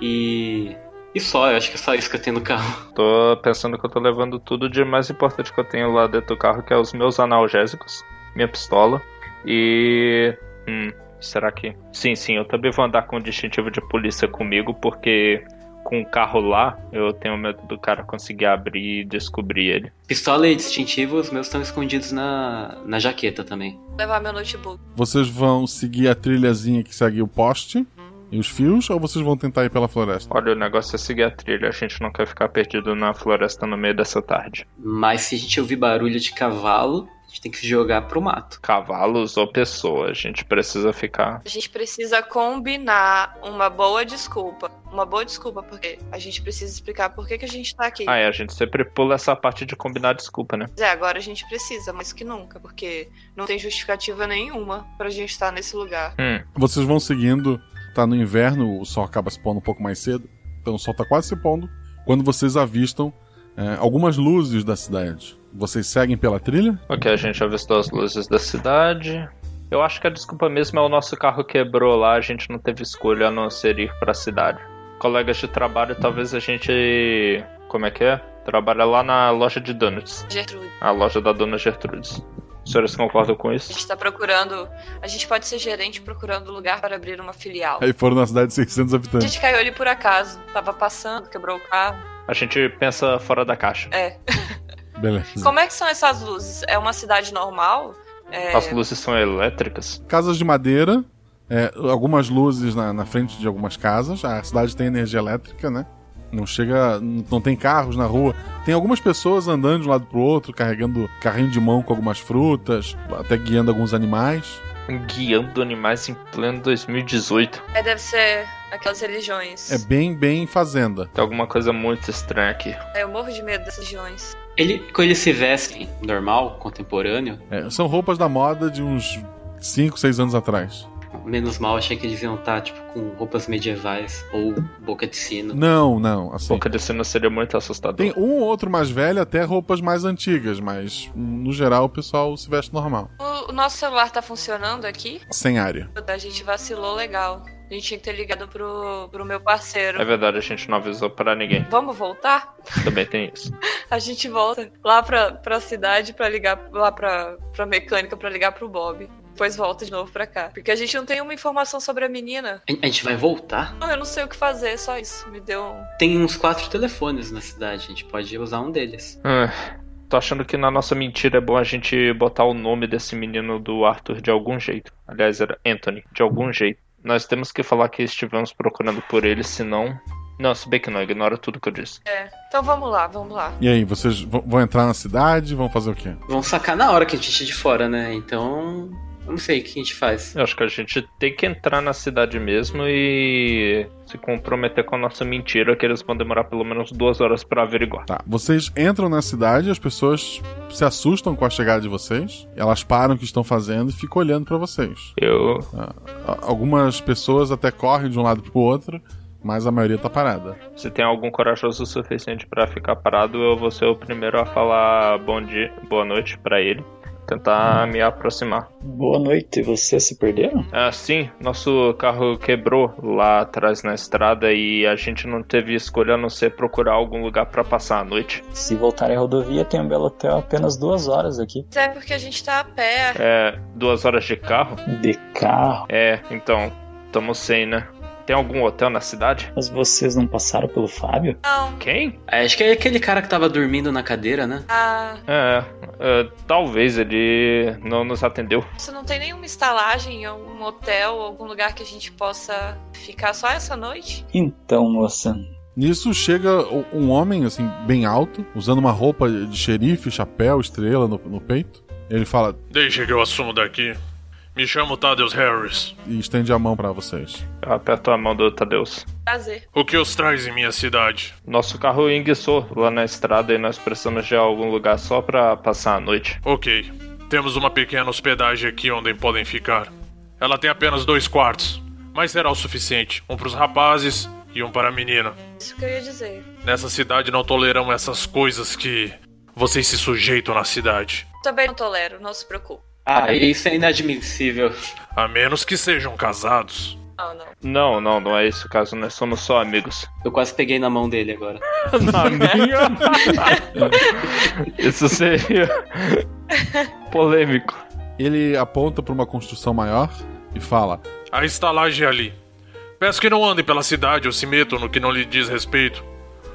[SPEAKER 4] E. E só, eu acho que é só isso que eu tenho no carro.
[SPEAKER 9] Tô pensando que eu tô levando tudo de mais importante que eu tenho lá dentro do carro, que é os meus analgésicos, minha pistola e. Hum, será que. Sim, sim, eu também vou andar com o distintivo de polícia comigo, porque com o carro lá, eu tenho medo do cara conseguir abrir e descobrir ele.
[SPEAKER 4] Pistola e distintivo, os meus estão escondidos na, na jaqueta também.
[SPEAKER 12] Vou levar meu notebook.
[SPEAKER 2] Vocês vão seguir a trilhazinha que segue o poste e os fios, ou vocês vão tentar ir pela floresta?
[SPEAKER 9] Olha, o negócio é seguir a trilha, a gente não quer ficar perdido na floresta no meio dessa tarde.
[SPEAKER 4] Mas se a gente ouvir barulho de cavalo, a gente tem que se jogar pro mato.
[SPEAKER 9] Cavalos ou pessoas, a gente precisa ficar.
[SPEAKER 12] A gente precisa combinar uma boa desculpa. Uma boa desculpa, porque a gente precisa explicar por que, que a gente tá aqui.
[SPEAKER 9] Ah, é, a gente sempre pula essa parte de combinar desculpa, né?
[SPEAKER 12] Mas é, agora a gente precisa, mais que nunca, porque não tem justificativa nenhuma pra gente estar nesse lugar.
[SPEAKER 9] Hum.
[SPEAKER 2] Vocês vão seguindo, tá no inverno, o sol acaba se pondo um pouco mais cedo, então o sol tá quase se pondo, quando vocês avistam é, algumas luzes da cidade. Vocês seguem pela trilha?
[SPEAKER 9] Ok, a gente avistou as luzes da cidade. Eu acho que a desculpa mesmo é o nosso carro quebrou lá, a gente não teve escolha a não ser ir pra cidade. Colegas de trabalho, talvez a gente. Como é que é? Trabalha lá na loja de donuts.
[SPEAKER 12] Gertrude.
[SPEAKER 9] A loja da dona Gertrudes. Os senhores concordam com
[SPEAKER 12] A
[SPEAKER 9] isso?
[SPEAKER 12] gente tá procurando. A gente pode ser gerente procurando lugar para abrir uma filial.
[SPEAKER 2] Aí foram na cidade de 600
[SPEAKER 12] A
[SPEAKER 2] habitantes.
[SPEAKER 12] gente caiu ali por acaso. Tava passando, quebrou o carro.
[SPEAKER 9] A gente pensa fora da caixa.
[SPEAKER 12] É.
[SPEAKER 2] Beleza.
[SPEAKER 12] [LAUGHS] Como é que são essas luzes? É uma cidade normal? É...
[SPEAKER 9] As luzes são elétricas?
[SPEAKER 2] Casas de madeira, é, algumas luzes na, na frente de algumas casas. A cidade tem energia elétrica, né? Não chega. n- Não tem carros na rua. Tem algumas pessoas andando de um lado pro outro, carregando carrinho de mão com algumas frutas, até guiando alguns animais.
[SPEAKER 9] Guiando animais em pleno 2018.
[SPEAKER 12] É, deve ser aquelas religiões.
[SPEAKER 2] É bem, bem fazenda.
[SPEAKER 9] Tem alguma coisa muito estranha aqui.
[SPEAKER 12] É, Eu morro de medo dessas religiões.
[SPEAKER 4] Ele, quando eles se vestem normal, contemporâneo,
[SPEAKER 2] É, são roupas da moda de uns 5, 6 anos atrás.
[SPEAKER 4] menos mal, achei que eles iam estar, tipo, com roupas medievais ou boca de sino.
[SPEAKER 2] Não, não, assim.
[SPEAKER 9] Boca de sino seria muito assustador.
[SPEAKER 2] Tem um ou outro mais velho, até roupas mais antigas, mas no geral o pessoal se veste normal,
[SPEAKER 12] O, o nosso celular tá funcionando aqui?
[SPEAKER 2] sem área.
[SPEAKER 12] A gente vacilou legal. A gente tinha que ter ligado pro, pro meu parceiro.
[SPEAKER 9] É verdade, a gente não avisou pra ninguém.
[SPEAKER 12] Vamos voltar?
[SPEAKER 9] Também tem isso.
[SPEAKER 12] A gente volta lá pra, pra cidade pra ligar lá pra, pra mecânica pra ligar pro Bob. Depois volta de novo pra cá. Porque a gente não tem uma informação sobre a menina.
[SPEAKER 4] A a gente vai voltar?
[SPEAKER 12] Não, eu não sei o que fazer, só isso. Me deu um.
[SPEAKER 4] Tem uns quatro telefones na cidade, a gente pode usar um deles.
[SPEAKER 9] Ah, tô achando que na nossa mentira é bom a gente botar o nome desse menino do Arthur de algum jeito. Aliás, era Anthony, de algum jeito. Nós temos que falar que estivemos procurando por ele, senão. Não, se bem que não, ignora tudo que eu disse.
[SPEAKER 12] É. Então vamos lá, vamos lá.
[SPEAKER 2] E aí, vocês v- vão entrar na cidade, vão fazer o quê?
[SPEAKER 4] Vão sacar na hora que a gente é de fora, né? Então. Eu não sei o que a gente faz.
[SPEAKER 9] Eu acho que a gente tem que entrar na cidade mesmo e se comprometer com a nossa mentira, que eles vão demorar pelo menos duas horas pra averiguar.
[SPEAKER 2] Tá, vocês entram na cidade, as pessoas se assustam com a chegada de vocês, elas param o que estão fazendo e ficam olhando pra vocês. Ah,
[SPEAKER 9] Eu.
[SPEAKER 2] Algumas pessoas até correm de um lado pro outro, mas a maioria tá parada.
[SPEAKER 9] Se tem algum corajoso o suficiente pra ficar parado, eu vou ser o primeiro a falar bom dia, boa noite pra ele. Tentar me aproximar.
[SPEAKER 16] Boa noite, vocês se perderam?
[SPEAKER 9] Ah, sim, nosso carro quebrou lá atrás na estrada e a gente não teve escolha a não ser procurar algum lugar pra passar a noite.
[SPEAKER 16] Se voltarem à rodovia, tem um belo hotel apenas duas horas aqui.
[SPEAKER 12] Mas É porque a gente tá a pé.
[SPEAKER 9] É, duas horas de carro?
[SPEAKER 16] De carro.
[SPEAKER 9] É, então, tamo sem, né? Tem algum hotel na cidade?
[SPEAKER 16] Mas vocês não passaram pelo Fábio?
[SPEAKER 12] Não.
[SPEAKER 9] Quem?
[SPEAKER 4] Acho que é aquele cara que tava dormindo na cadeira, né?
[SPEAKER 12] Ah,
[SPEAKER 9] É, é, talvez ele não nos atendeu.
[SPEAKER 12] você não tem nenhuma estalagem, algum hotel, algum lugar que a gente possa ficar só essa noite?
[SPEAKER 16] Então, moça.
[SPEAKER 2] Nisso chega o- um homem, assim, bem alto, usando uma roupa de xerife, chapéu, estrela no, no peito. Ele fala
[SPEAKER 17] Deixa que eu assumo daqui. Me chamo Tadeus Harris.
[SPEAKER 2] e estende a mão pra vocês.
[SPEAKER 9] Eu aperto a mão do Tadeus.
[SPEAKER 12] Prazer.
[SPEAKER 17] O que os traz em minha cidade?
[SPEAKER 9] Nosso carro enguiçou lá na estrada e nós precisamos de algum lugar só pra passar a noite.
[SPEAKER 17] Ok, temos uma pequena hospedagem aqui onde podem ficar. Ela tem apenas dois quartos, mas será o suficiente: um pros rapazes e um para a menina.
[SPEAKER 12] Isso que eu ia dizer.
[SPEAKER 17] Nessa cidade não toleramos essas coisas que vocês se sujeitam na cidade.
[SPEAKER 12] Também não tolero, não se preocupe.
[SPEAKER 4] Ah, isso é inadmissível.
[SPEAKER 17] A menos que sejam casados.
[SPEAKER 12] Não, não.
[SPEAKER 9] Não, não, não é esse o caso, nós somos só amigos.
[SPEAKER 4] Eu quase peguei na mão dele
[SPEAKER 17] [LAUGHS]
[SPEAKER 4] agora.
[SPEAKER 9] Na minha? [LAUGHS]
[SPEAKER 4] [LAUGHS]
[SPEAKER 9] Isso seria polêmico.
[SPEAKER 2] Ele aponta para uma construção maior e fala:
[SPEAKER 17] A estalagem é ali. Peço que não andem pela cidade ou se metam no que não lhe diz respeito.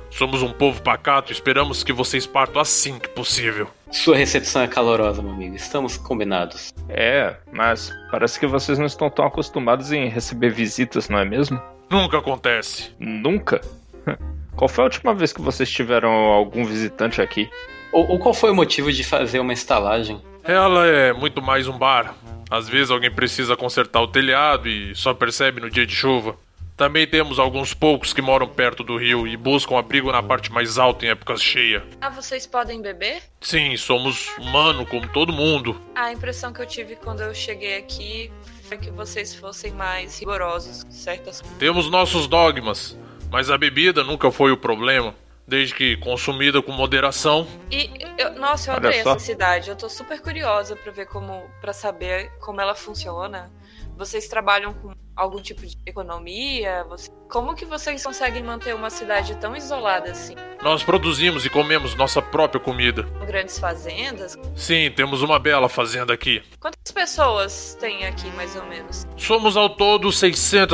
[SPEAKER 17] Somos um povo pacato e esperamos que vocês partam assim que possível.
[SPEAKER 4] Sua recepção é calorosa, meu amigo. Estamos combinados.
[SPEAKER 9] É, mas parece que vocês não estão tão acostumados em receber visitas, não é mesmo?
[SPEAKER 17] Nunca acontece.
[SPEAKER 9] Nunca? [LAUGHS] Qual foi a última vez que vocês tiveram algum visitante aqui?
[SPEAKER 4] Ou, ou qual foi o motivo de fazer uma estalagem?
[SPEAKER 17] Ela é muito mais um bar. Às vezes alguém precisa consertar o telhado e só percebe no dia de chuva. Também temos alguns poucos que moram perto do rio e buscam abrigo na parte mais alta em épocas cheias.
[SPEAKER 12] Ah, vocês podem beber?
[SPEAKER 17] Sim, somos humano como todo mundo.
[SPEAKER 12] A impressão que eu tive quando eu cheguei aqui foi que vocês fossem mais rigorosos em certas coisas.
[SPEAKER 17] Temos nossos dogmas, mas a bebida nunca foi o problema, desde que consumida com moderação.
[SPEAKER 12] E eu- nossa, eu
[SPEAKER 17] Olha
[SPEAKER 12] adorei
[SPEAKER 17] só.
[SPEAKER 12] essa cidade. Eu tô super curiosa pra ver como, para saber como ela funciona. Vocês trabalham com algum tipo de economia? Você- Como que vocês conseguem manter uma cidade tão isolada assim?
[SPEAKER 17] Nós produzimos e comemos nossa própria comida.
[SPEAKER 12] Com grandes fazendas?
[SPEAKER 17] Sim, temos uma bela fazenda aqui.
[SPEAKER 12] Quantas pessoas tem aqui, mais ou menos?
[SPEAKER 17] Somos ao todo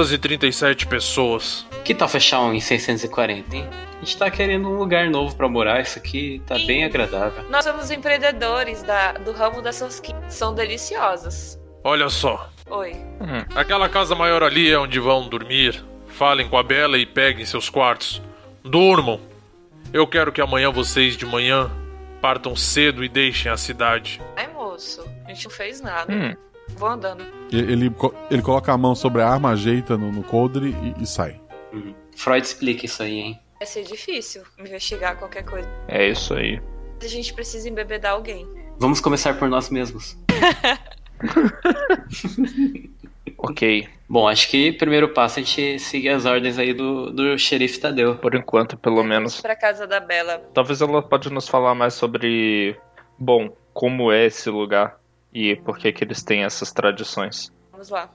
[SPEAKER 17] 637 pessoas.
[SPEAKER 4] Que tal fechar um em 640, hein? A gente tá querendo um lugar novo pra morar, isso aqui tá bem agradável.
[SPEAKER 12] Nós somos empreendedores da, do ramo das rosquinhas. São deliciosas.
[SPEAKER 17] Olha só,
[SPEAKER 12] Oi.
[SPEAKER 17] aquela casa maior ali é onde vão dormir. Falem com a Bela e peguem seus quartos. Durmam. Eu quero que amanhã vocês de manhã partam cedo e deixem a cidade.
[SPEAKER 12] Ai, moço. A gente não fez nada.
[SPEAKER 2] Hum.
[SPEAKER 12] Vou andando.
[SPEAKER 2] E- Ele, co- ele coloca a mão sobre a arma, ajeita no, no coldre e, e sai.
[SPEAKER 4] Hum, Freud explica isso aí, hein?
[SPEAKER 12] Vai ser difícil investigar qualquer coisa.
[SPEAKER 9] É isso aí.
[SPEAKER 12] A gente precisa embebedar alguém.
[SPEAKER 4] Vamos começar por nós [LAUGHS] mesmos.
[SPEAKER 9] ok.
[SPEAKER 4] Bom, acho que primeiro passo é a gente seguir as ordens aí do, do xerife tá Tadeu.
[SPEAKER 9] Por enquanto, pelo menos.
[SPEAKER 12] Pra casa da Bela.
[SPEAKER 9] Talvez ela pode nos falar mais sobre, bom, como é esse lugar e por que que eles têm essas tradições.
[SPEAKER 12] Vamos lá.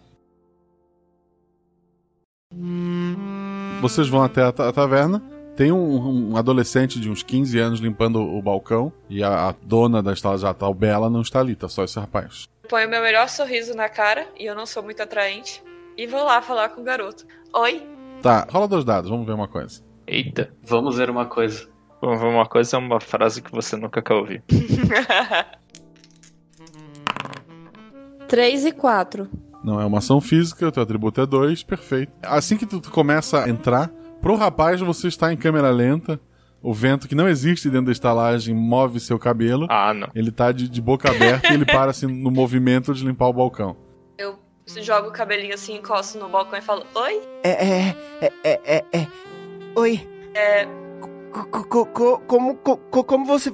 [SPEAKER 2] Vocês vão até a, ta- a taverna. Tem um, um adolescente de uns 15 anos limpando o, o balcão. E a, a dona da estalagem, a tal Bela, não está ali, tá só esse rapaz.
[SPEAKER 12] Põe o meu melhor sorriso na cara, e eu não sou muito atraente. E vou lá falar com o garoto. Oi?
[SPEAKER 2] Tá, rola dois dados, vamos ver uma coisa.
[SPEAKER 9] Eita.
[SPEAKER 4] Vamos ver uma coisa.
[SPEAKER 9] Vamos ver uma coisa é uma frase que você nunca quer ouvir.
[SPEAKER 8] 3 e 4.
[SPEAKER 2] Não é uma ação física, o teu atributo é 2, perfeito. Assim que tu tu começa a entrar, pro rapaz você está em câmera lenta. O vento que não existe dentro da estalagem move seu cabelo.
[SPEAKER 9] Ah, não.
[SPEAKER 2] Ele tá de, de boca aberta e ele para assim no movimento de limpar o balcão.
[SPEAKER 12] Eu jogo o cabelinho assim, encosto no balcão e falo: Oi?
[SPEAKER 18] É, é, é, é, é, é. Oi.
[SPEAKER 12] É.
[SPEAKER 18] Co- co- co- como, co- co- como você.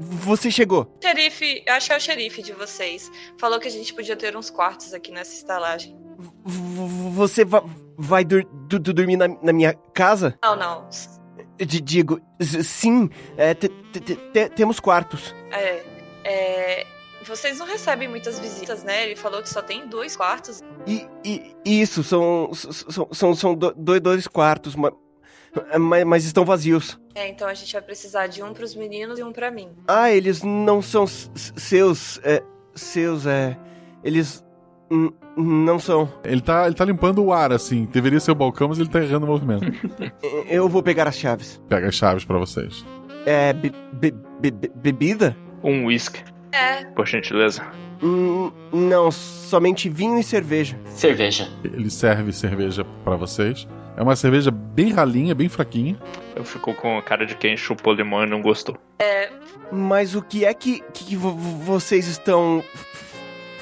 [SPEAKER 18] Você chegou?
[SPEAKER 12] Xerife, acho que é o xerife de vocês. Falou que a gente podia ter uns quartos aqui nessa estalagem.
[SPEAKER 18] V- v- Você va- vai dur- du- du- dormir na, na minha casa?
[SPEAKER 4] Ah.
[SPEAKER 12] Não, não.
[SPEAKER 18] D- Digo, s- sim, é, te- te- te- te- temos quartos.
[SPEAKER 12] É, é, Vocês não recebem muitas visitas, né? Ele falou que só tem dois quartos.
[SPEAKER 18] E, e- isso, são, s- s- são, são, são do- do- dois quartos, ma- ma- mas, estão vazios.
[SPEAKER 12] É, então a gente vai precisar de um pros meninos e um pra mim.
[SPEAKER 18] Ah, eles não são s- s- seus. é, seus, é. Eles. n- não são.
[SPEAKER 2] Ele tá, ele tá limpando o ar, assim. Deveria ser o balcão, mas ele tá errando o movimento.
[SPEAKER 18] Eu vou pegar as chaves.
[SPEAKER 2] Pega as chaves pra vocês.
[SPEAKER 18] É. be- be- be- be- bebida?
[SPEAKER 9] Um uísque.
[SPEAKER 12] É.
[SPEAKER 9] Por gentileza.
[SPEAKER 18] Hum, não, somente vinho e cerveja.
[SPEAKER 4] Cerveja.
[SPEAKER 2] Ele serve cerveja pra vocês. É uma cerveja bem ralinha, bem fraquinha.
[SPEAKER 9] Eu fico com a cara de quem chupou limão e não gostou.
[SPEAKER 12] É.
[SPEAKER 18] Mas o que é que, que que vo- vocês estão f-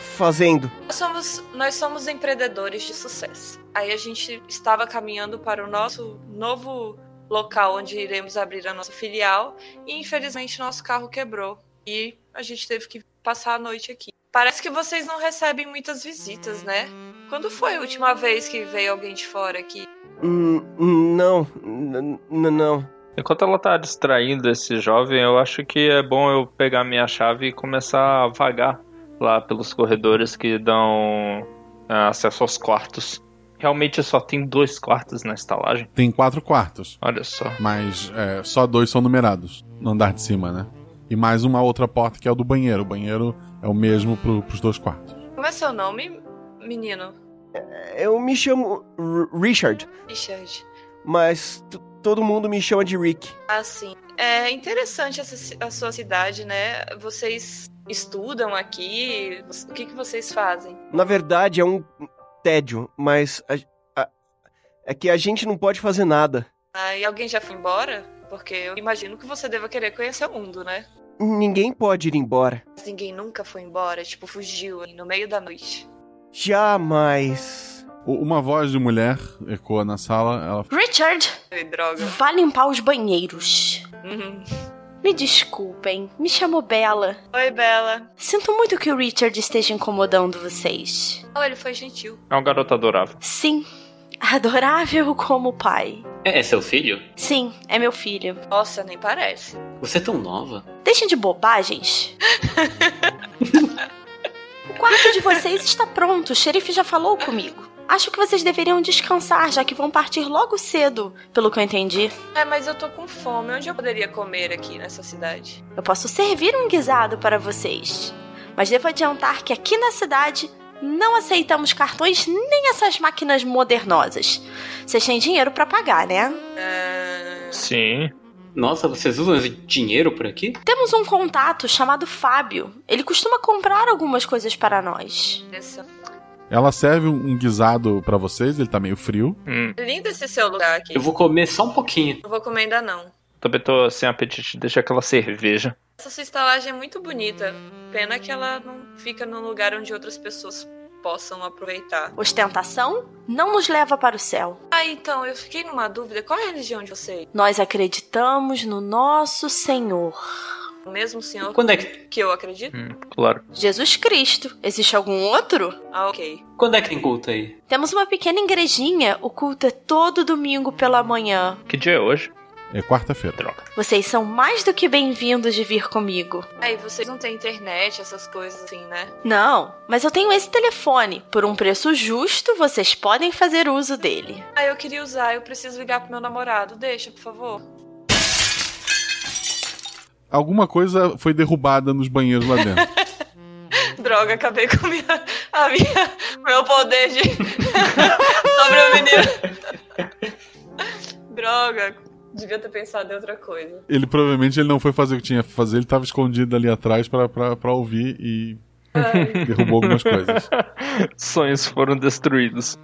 [SPEAKER 18] fazendo?
[SPEAKER 12] Nós somos, nós somos empreendedores de sucesso. Aí a gente estava caminhando para o nosso novo local onde iremos abrir a nossa filial e infelizmente nosso carro quebrou e a gente teve que passar a noite aqui. Parece que vocês não recebem muitas visitas, né? Quando foi a última vez que veio alguém de fora aqui?
[SPEAKER 18] Hum, Não, n- n- não.
[SPEAKER 9] Enquanto ela tá distraindo esse jovem, eu acho que é bom eu pegar minha chave e começar a vagar lá pelos corredores que dão ah, acesso aos quartos. Realmente só tem dois quartos na estalagem.
[SPEAKER 2] Tem quatro quartos.
[SPEAKER 9] Olha só.
[SPEAKER 2] Mas é, só dois são numerados no andar de cima, né? E mais uma outra porta que é o do banheiro. O banheiro é o mesmo pro, pros dois quartos.
[SPEAKER 12] Como é seu nome, menino?
[SPEAKER 18] É, Eu me chamo R- Richard,
[SPEAKER 12] Richard.
[SPEAKER 18] mas t- todo mundo me chama de Rick.
[SPEAKER 12] Ah, sim. É interessante essa, ci- a sua cidade, né? Vocês estudam aqui? O que, que vocês fazem?
[SPEAKER 18] Na verdade, é um tédio, mas a- a- é que a gente não pode fazer nada.
[SPEAKER 12] Ah, e alguém já foi embora? Porque eu imagino que você deva querer conhecer o mundo, né?
[SPEAKER 18] Ninguém pode ir embora.
[SPEAKER 12] Mas Ninguém nunca foi embora, tipo, fugiu no meio da noite.
[SPEAKER 18] Jamais.
[SPEAKER 2] Uma voz de mulher ecoa na sala. Ela.
[SPEAKER 3] Richard! Vá limpar os banheiros.
[SPEAKER 12] Uhum.
[SPEAKER 3] Me desculpem, me chamo Bela.
[SPEAKER 12] Oi, Bela.
[SPEAKER 3] Sinto muito que o Richard esteja incomodando vocês.
[SPEAKER 12] Oh, ele foi gentil.
[SPEAKER 9] É um garoto adorável.
[SPEAKER 3] Sim, [LAUGHS] adorável como pai.
[SPEAKER 4] É, é seu filho?
[SPEAKER 3] Sim, é meu filho.
[SPEAKER 12] Nossa, nem parece.
[SPEAKER 4] Você é tão nova.
[SPEAKER 3] Deixem de bobagens. o quarto de vocês está pronto, o xerife já falou comigo. Acho que vocês deveriam descansar, já que vão partir logo cedo, pelo que eu entendi.
[SPEAKER 12] É, mas eu tô com fome. Onde eu poderia comer aqui nessa cidade?
[SPEAKER 3] Eu posso servir um guisado para vocês, mas devo adiantar que aqui na cidade não aceitamos cartões nem essas máquinas modernosas. Vocês têm dinheiro para pagar, né?
[SPEAKER 9] Sim.
[SPEAKER 4] Nossa, vocês usam esse dinheiro por aqui?
[SPEAKER 3] Temos um contato chamado Fábio. Ele costuma comprar algumas coisas para nós.
[SPEAKER 2] Ela serve um um guisado pra vocês, ele tá meio frio.
[SPEAKER 9] Hum.
[SPEAKER 12] Lindo esse seu lugar aqui.
[SPEAKER 9] comer só um pouquinho.
[SPEAKER 12] Não vou comer ainda não.
[SPEAKER 9] Também tô sem apetite, deixa aquela cerveja.
[SPEAKER 12] Essa sua estalagem é muito bonita. Pena que ela não fica num lugar onde outras pessoas possam aproveitar.
[SPEAKER 3] Ostentação não nos leva para o céu.
[SPEAKER 12] Ah, então, eu fiquei numa dúvida. Qual é a religião de vocês?
[SPEAKER 3] Nós acreditamos no nosso Senhor.
[SPEAKER 12] O mesmo senhor
[SPEAKER 3] Quando é
[SPEAKER 12] que... eu acredito?
[SPEAKER 9] Claro.
[SPEAKER 3] Jesus Cristo. Existe algum outro?
[SPEAKER 12] Ah, ok.
[SPEAKER 4] Quando é que tem culto aí?
[SPEAKER 3] Temos uma pequena igrejinha. O culto é todo domingo pela manhã.
[SPEAKER 9] Que dia é hoje?
[SPEAKER 2] É quarta-feira.
[SPEAKER 9] Droga.
[SPEAKER 3] Vocês são mais do que bem-vindos de vir comigo.
[SPEAKER 12] Aí vocês não têm internet, essas coisas assim, né?
[SPEAKER 3] Não, mas eu tenho esse telefone. Por um preço justo, vocês podem fazer uso dele.
[SPEAKER 12] Ah, eu queria usar, eu preciso ligar pro meu namorado. Deixa, por favor.
[SPEAKER 2] Alguma coisa foi derrubada nos banheiros lá
[SPEAKER 9] [LAUGHS]
[SPEAKER 2] dentro.
[SPEAKER 12] [LAUGHS] Droga, acabei com a minha, a minha, meu poder de [LAUGHS] sobre o menino. [LAUGHS] Droga, devia ter pensado em outra coisa.
[SPEAKER 2] ele provavelmente ele não foi fazer o que tinha pra fazer, ele tava escondido ali atrás pra, pra, pra ouvir e derrubou algumas
[SPEAKER 9] [LAUGHS]
[SPEAKER 2] coisas.
[SPEAKER 9] [LAUGHS] Sonhos foram destruídos.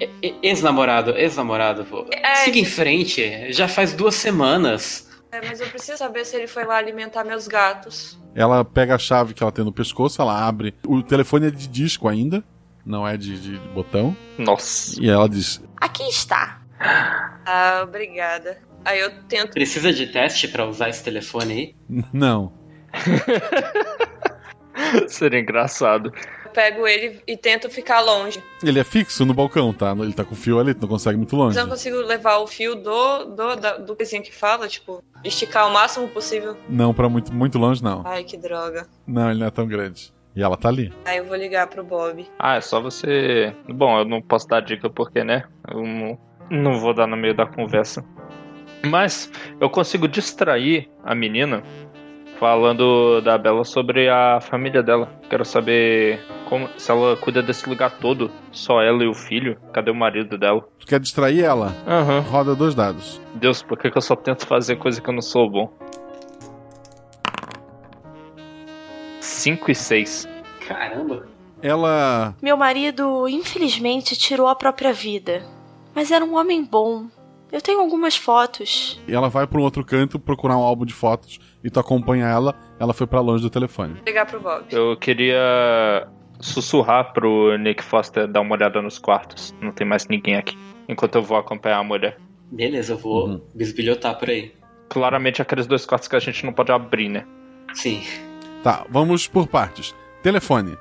[SPEAKER 4] E- e- Ex-namorado, ex-namorado, pô. Siga em frente, já faz duas semanas.
[SPEAKER 12] É, mas eu preciso saber se ele foi lá alimentar meus gatos.
[SPEAKER 2] Ela pega a chave que ela tem no pescoço, ela abre. O telefone é de disco ainda, não é de, de botão.
[SPEAKER 9] Nossa.
[SPEAKER 2] E ela diz:
[SPEAKER 3] Aqui está.
[SPEAKER 12] Ah, obrigada. Aí eu tento.
[SPEAKER 4] Precisa de teste pra usar esse telefone aí?
[SPEAKER 2] Não.
[SPEAKER 9] [LAUGHS] Seria engraçado.
[SPEAKER 12] Eu pego ele e tento ficar longe.
[SPEAKER 2] Ele é fixo no balcão, tá? Ele tá com fio ali, tu não consegue muito
[SPEAKER 12] Mas
[SPEAKER 2] longe.
[SPEAKER 12] eu não consigo levar o fio do do, da- do pezinho que fala, tipo, esticar o máximo possível.
[SPEAKER 2] Não, pra muito, muito longe, não.
[SPEAKER 12] Ai, que droga.
[SPEAKER 2] Não, ele não é tão grande. E ela tá ali.
[SPEAKER 12] Aí eu vou ligar pro Bob.
[SPEAKER 9] Ah, é só você. Bom, eu não posso dar dica porque, né? Eu não, não vou dar no meio da conversa. Mas eu consigo distrair a menina falando da Bela sobre a família dela. Quero saber como se ela cuida desse lugar todo, só ela e o filho. Cadê o marido dela?
[SPEAKER 2] Tu quer distrair ela?
[SPEAKER 9] Aham.
[SPEAKER 2] Roda dois dados.
[SPEAKER 9] Deus, por que, que eu só tento fazer coisa que eu não sou bom? 5 e 6.
[SPEAKER 4] Caramba.
[SPEAKER 2] Ela.
[SPEAKER 3] Meu marido, infelizmente, tirou a própria vida. Mas era um homem bom. Eu tenho algumas fotos.
[SPEAKER 2] Ela vai pra um outro canto procurar um álbum de fotos e tu acompanha ela. Ela foi pra longe do telefone.
[SPEAKER 12] Ligar pro Bob.
[SPEAKER 9] Eu queria sussurrar pro Nick Foster dar uma olhada nos quartos. Não tem mais ninguém aqui. Enquanto eu vou acompanhar a mulher.
[SPEAKER 4] Beleza, eu vou bisbilhotar por aí.
[SPEAKER 9] Claramente aqueles dois quartos que a gente não pode abrir, né?
[SPEAKER 4] Sim.
[SPEAKER 2] Tá, vamos por partes. Telefone.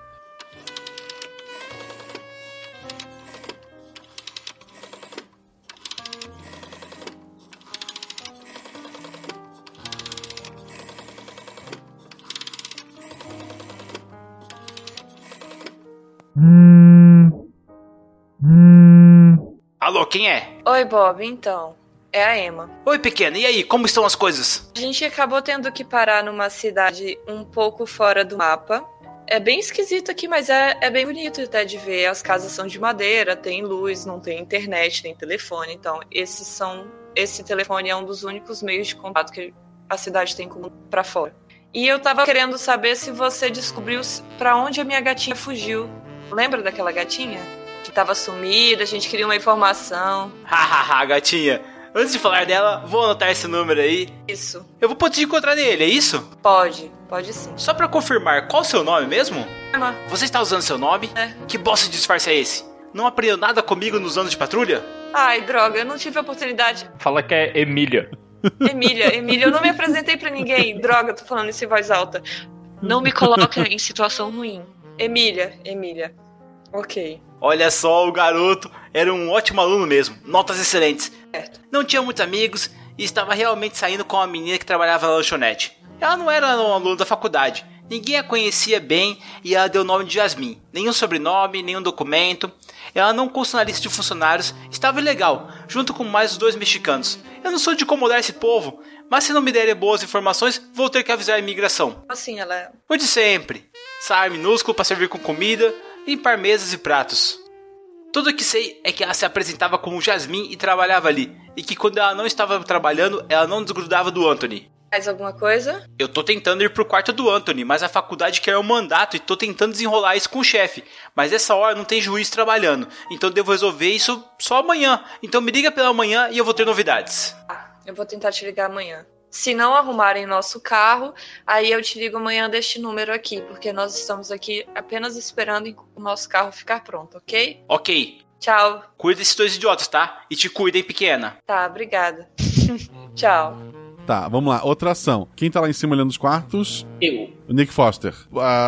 [SPEAKER 13] Alô, quem é?
[SPEAKER 12] Oi, Bob, então. É a Emma.
[SPEAKER 13] Oi, pequena, e aí, como estão as coisas? [LAUGHS]
[SPEAKER 12] A gente acabou tendo que parar numa cidade um pouco fora do mapa. É bem esquisito aqui, mas é, é bem bonito até de ver. As casas são de madeira, tem luz, não tem internet, tem telefone. Então, esses são. Esse telefone é um dos únicos meios de contato que a cidade tem com para fora. E eu tava querendo saber se você descobriu para onde a minha gatinha fugiu. Lembra daquela gatinha? Que tava sumida, a gente queria uma informação.
[SPEAKER 13] Hahaha, gatinha. Antes de falar dela, vou anotar esse número aí.
[SPEAKER 12] Isso.
[SPEAKER 13] Eu vou poder te encontrar nele, é isso?
[SPEAKER 12] Pode, pode sim.
[SPEAKER 13] Só pra confirmar, qual o seu nome mesmo?
[SPEAKER 12] Emma.
[SPEAKER 13] Você está usando seu nome?
[SPEAKER 12] É.
[SPEAKER 13] Que bosta de disfarce é esse? Não aprendeu nada comigo nos anos de patrulha?
[SPEAKER 12] Ai, droga, eu não tive a oportunidade.
[SPEAKER 9] Fala que é Emília.
[SPEAKER 12] Emília, Emília, eu não me apresentei para ninguém. Droga, tô falando isso em voz alta. Não me coloca em situação ruim. Emília, Emília. Ok.
[SPEAKER 13] Olha só, o garoto era um ótimo aluno mesmo. Notas excelentes.
[SPEAKER 12] Certo.
[SPEAKER 13] Não tinha muitos amigos e estava realmente saindo com a menina que trabalhava na lanchonete. Ela não era um aluno da faculdade. Ninguém a conhecia bem e ela deu o nome de Jasmin. Nenhum sobrenome, nenhum documento. Ela não consta na lista de funcionários. Estava ilegal, junto com mais os dois mexicanos. Eu não sou de incomodar esse povo, mas se não me derem boas informações, vou ter que avisar a imigração.
[SPEAKER 12] Assim, ela.
[SPEAKER 13] O de sempre. Sair minúsculo para servir com comida, limpar mesas e pratos. Tudo o que sei é que ela se apresentava como Jasmin e trabalhava ali, e que quando ela não estava trabalhando, ela não desgrudava do Anthony.
[SPEAKER 12] Mais alguma coisa?
[SPEAKER 13] Eu tô tentando ir pro quarto do Anthony, mas a faculdade quer um mandato e tô tentando desenrolar isso com o chefe. Mas essa hora não tem juiz trabalhando, então devo resolver isso só amanhã. Então me liga pela manhã e eu vou ter novidades.
[SPEAKER 12] Ah, eu vou tentar te ligar amanhã. Se não arrumarem nosso carro, aí eu te ligo amanhã deste número aqui, porque nós estamos aqui apenas esperando o nosso carro ficar pronto, ok?
[SPEAKER 13] Ok.
[SPEAKER 12] Tchau.
[SPEAKER 13] Cuida desses dois idiotas, tá? E te cuidem, pequena.
[SPEAKER 12] Tá, obrigada. Tchau.
[SPEAKER 2] Tá, vamos lá. Outra ação. Quem tá lá em cima olhando os quartos?
[SPEAKER 4] Eu.
[SPEAKER 2] O Nick Foster.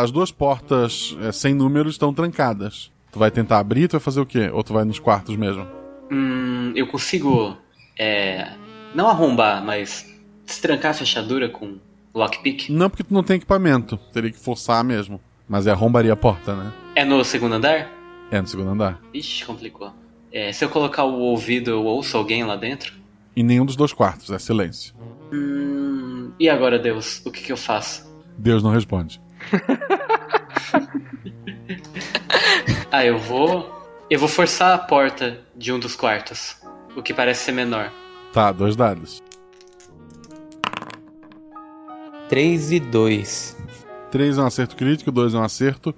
[SPEAKER 2] As duas portas eh, sem número estão trancadas. Tu vai tentar abrir, tu vai fazer o quê? Ou tu vai nos quartos mesmo?
[SPEAKER 4] Hum, eu consigo. É, não arrombar, mas destrancar a fechadura com lockpick?
[SPEAKER 2] Não, porque tu não tem equipamento. Teria que forçar mesmo. Mas é arrombaria a porta, né?
[SPEAKER 4] É no segundo andar?
[SPEAKER 2] É no segundo andar.
[SPEAKER 4] Ixi, complicou. É, se eu colocar o ouvido, eu ouço alguém lá dentro?
[SPEAKER 2] Em nenhum dos dois quartos, é silêncio.
[SPEAKER 4] Hum, e agora, Deus? O que, que eu faço?
[SPEAKER 2] Deus não responde.
[SPEAKER 4] Ah, eu vou. Eu vou forçar a porta de um dos quartos. O que parece ser menor.
[SPEAKER 2] Tá, dois dados.
[SPEAKER 19] 3 e 2.
[SPEAKER 2] 3 é um acerto crítico, 2 é um acerto.